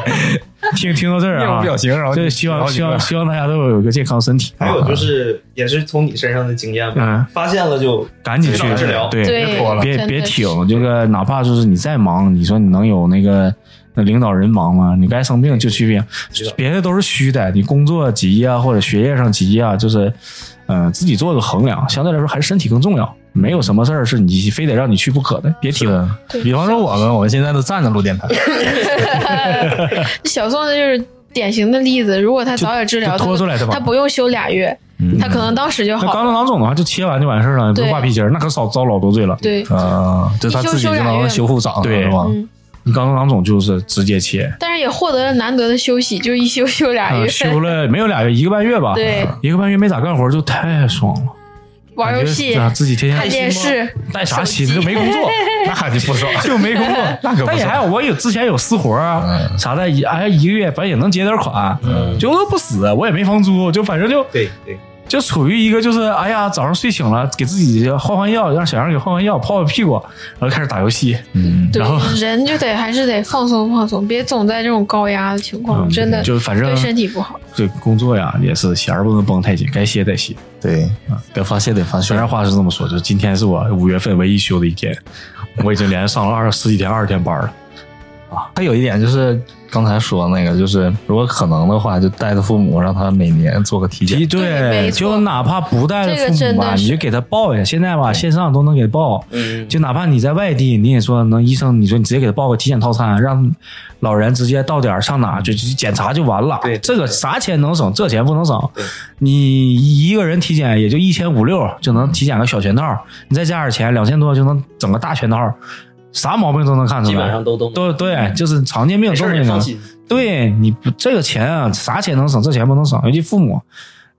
Speaker 4: 听听到这儿
Speaker 2: 面
Speaker 4: 啊
Speaker 2: 无，表情，然后
Speaker 4: 这希望
Speaker 2: 然后
Speaker 4: 希望
Speaker 2: 啊就
Speaker 4: 希望大家都有一个健康身体。啊
Speaker 5: 还有就是，也是从你身上的经验
Speaker 4: 嗯
Speaker 5: 吧，发现了就
Speaker 4: 赶紧去
Speaker 5: 早点治疗
Speaker 4: 对，
Speaker 3: 对
Speaker 2: 脱了，
Speaker 4: 别
Speaker 3: 真
Speaker 4: 别
Speaker 3: 的是
Speaker 4: 挺，这个哪怕就是你再忙，你说你能有那个那领导人忙吗？你该生病就去病
Speaker 5: 知道，
Speaker 4: 别的都是虚的。你工作急呀、或者学业上急呀、就是嗯、呃自己做个衡量，相对来说还是身体更重要。没有什么事儿是你非得让你去不可的，别挺。
Speaker 3: 对
Speaker 2: 比方说我们，我们现在都站着录电台，
Speaker 3: 小宋就是典型的例子，如果他早点治疗，
Speaker 4: 就
Speaker 3: 他
Speaker 4: 拖出来的吧嗯
Speaker 3: 他不用休俩月，他可能当时就
Speaker 4: 那
Speaker 3: 好
Speaker 4: 肛
Speaker 3: 了。
Speaker 4: 肠囊肿的话，就切完就完事儿了，不
Speaker 3: 对
Speaker 4: 用画皮筋儿，那可少遭老多罪了。
Speaker 3: 对，
Speaker 2: 啊，就他自己就能修复长了，
Speaker 4: 对
Speaker 2: 是吧？
Speaker 3: 嗯，
Speaker 4: 你肛肠囊肿就是直接切，
Speaker 3: 但是也获得了难得的休息，就一休休俩
Speaker 4: 呃
Speaker 3: 月，
Speaker 4: 休了没有俩月，一个半月吧，
Speaker 3: 对，
Speaker 4: 一个半月没咋干活就太爽了，
Speaker 3: 玩游戏
Speaker 4: 感觉啊，自己天天
Speaker 3: 看电视，
Speaker 4: 带啥心就没工作，
Speaker 2: 那就不爽，
Speaker 4: 就没工 作，
Speaker 2: 那可不
Speaker 4: 但也
Speaker 2: 爽
Speaker 4: 还有我有之前有私活啊，啥的，一哎一个月反正也能结点款，就饿不死，啊我也没房租，就反正就
Speaker 5: 对对，
Speaker 4: 就处于一个就是哎呀早上睡醒了给自己换换药，让小杨给换换药，泡泡屁股，然后开始打游戏，
Speaker 3: 对
Speaker 4: 然后，
Speaker 3: 人就得还是得放松放松，别总在这种高压的情况，
Speaker 4: 嗯
Speaker 3: 真的
Speaker 4: 就反正
Speaker 3: 对身体不好。
Speaker 4: 对工作呀也是弦儿不能绷太紧，该歇得歇。
Speaker 2: 对，该发泄得发泄
Speaker 4: 虽。然话是这么说，就今天是我五月份唯一休的一天，我已经连上了二十几天二十天班了。
Speaker 2: 还有一点就是刚才说那个，就是如果可能的话，就带着父母让他每年做个体检
Speaker 4: 提，
Speaker 3: 对
Speaker 4: 对，
Speaker 3: 没错
Speaker 4: 就哪怕不带着
Speaker 3: 这个
Speaker 4: 父母
Speaker 3: 真
Speaker 4: 吧，
Speaker 3: 的是
Speaker 4: 你就给他报一下。现在吧，线上都能给报，
Speaker 5: 嗯，
Speaker 4: 就哪怕你在外地，你也说能医生，你说你直接给他报个体检套餐，让老人直接到点儿上哪儿就去检查就完了。
Speaker 5: 对对
Speaker 4: 这个
Speaker 5: 对
Speaker 4: 啥钱能省，这钱不能省
Speaker 5: 对。
Speaker 4: 你一个人体检也就一千五六就能体检个小全套，你再加点钱，两千多就能整个大全套，啥毛病都能看出
Speaker 5: 基本
Speaker 4: 来
Speaker 5: 上。都都
Speaker 4: 都对，就是常见病都
Speaker 5: 没事儿
Speaker 4: 没
Speaker 5: 也
Speaker 4: 能
Speaker 5: 放。心。
Speaker 4: 对你不这个钱啊，啥钱能省，这钱不能省。尤其父母，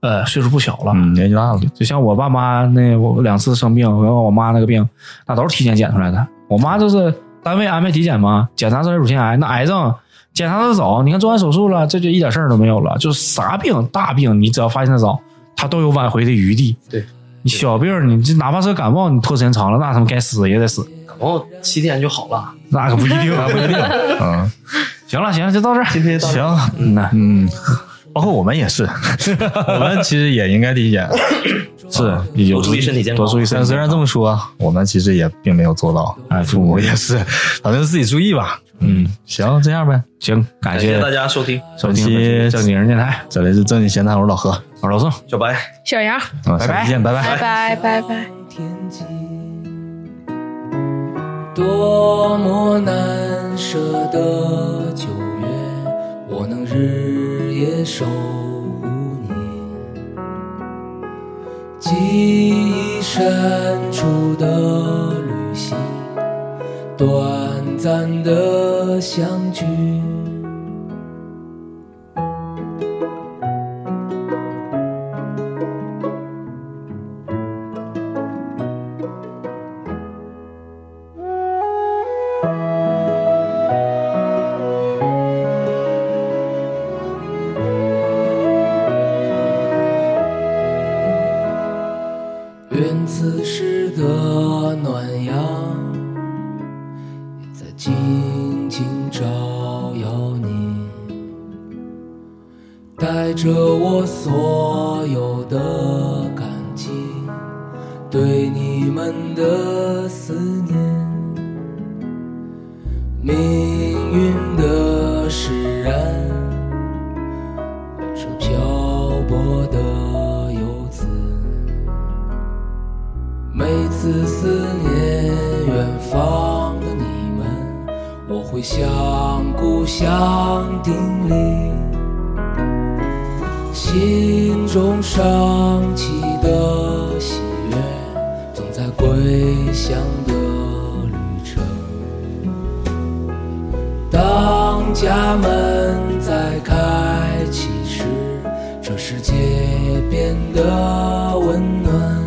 Speaker 4: 呃，岁数不小了，
Speaker 2: 嗯，年纪大了，
Speaker 4: 就像我爸妈那我两次生病，然后我妈那个病，那都是体检检出来的。我妈就是单位安排体检嘛，检查出来乳腺癌，那癌症检查的早，你看做完手术了，这就一点事儿都没有了。就是啥病大病，你只要发现的早，它都有挽回的余地。
Speaker 5: 对，
Speaker 4: 你小病儿，你这哪怕是感冒，你拖时间长了，那他们该死也得死，
Speaker 5: 感冒七天就好了，
Speaker 4: 那可不一定，啊不 一定。
Speaker 2: 嗯
Speaker 4: 行了，行了，就到这儿。
Speaker 5: 今天就到这
Speaker 4: 行
Speaker 5: 儿，
Speaker 4: 嗯呐。
Speaker 2: 嗯，包括我们也是， 我们其实也应该体检，
Speaker 4: 是，有
Speaker 5: 啊多注意身体健康
Speaker 4: 多注意身
Speaker 2: 但
Speaker 4: 体
Speaker 2: 虽
Speaker 4: 健
Speaker 2: 然
Speaker 4: 康。
Speaker 2: 这么说，我们其实也并没有做到，
Speaker 4: 哎
Speaker 2: 父母也是，反正自己注意吧。
Speaker 4: 嗯，
Speaker 2: 行，这样呗，
Speaker 4: 行，感
Speaker 5: 感谢
Speaker 4: 谢
Speaker 5: 大家收听，
Speaker 4: 收听本期正经人电台，
Speaker 2: 这里是正经闲谈，我是老何，
Speaker 4: 我是老宋，
Speaker 5: 小白。
Speaker 3: 小杨，
Speaker 2: 嗯，
Speaker 4: 拜拜
Speaker 2: 下期见，拜拜。
Speaker 3: 拜拜拜拜。
Speaker 6: 天际，多么难舍的九月，我能日夜守护你。记忆深处的旅行，短暂的相聚。愿此时的暖阳，也在静静照耀你，带着我所有的感激，对你们的思念。命运的使然，我是漂泊的游子。每次思念远方的你们，我会向故乡叮咛，心中升起的喜悦，总在归乡的旅程。当家门在开启时，这世界变得温暖。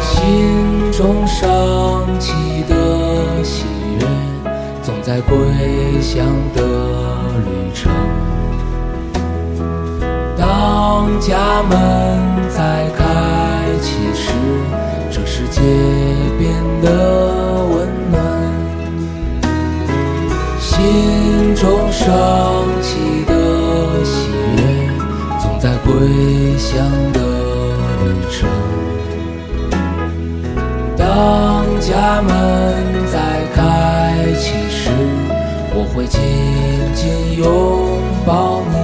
Speaker 6: 心中升起的喜悦，总在归乡的旅程。当家门在开启时，这世界变得温暖。心中升起的喜悦，总在归乡的旅程。当家门在开启时，我会紧紧拥抱你。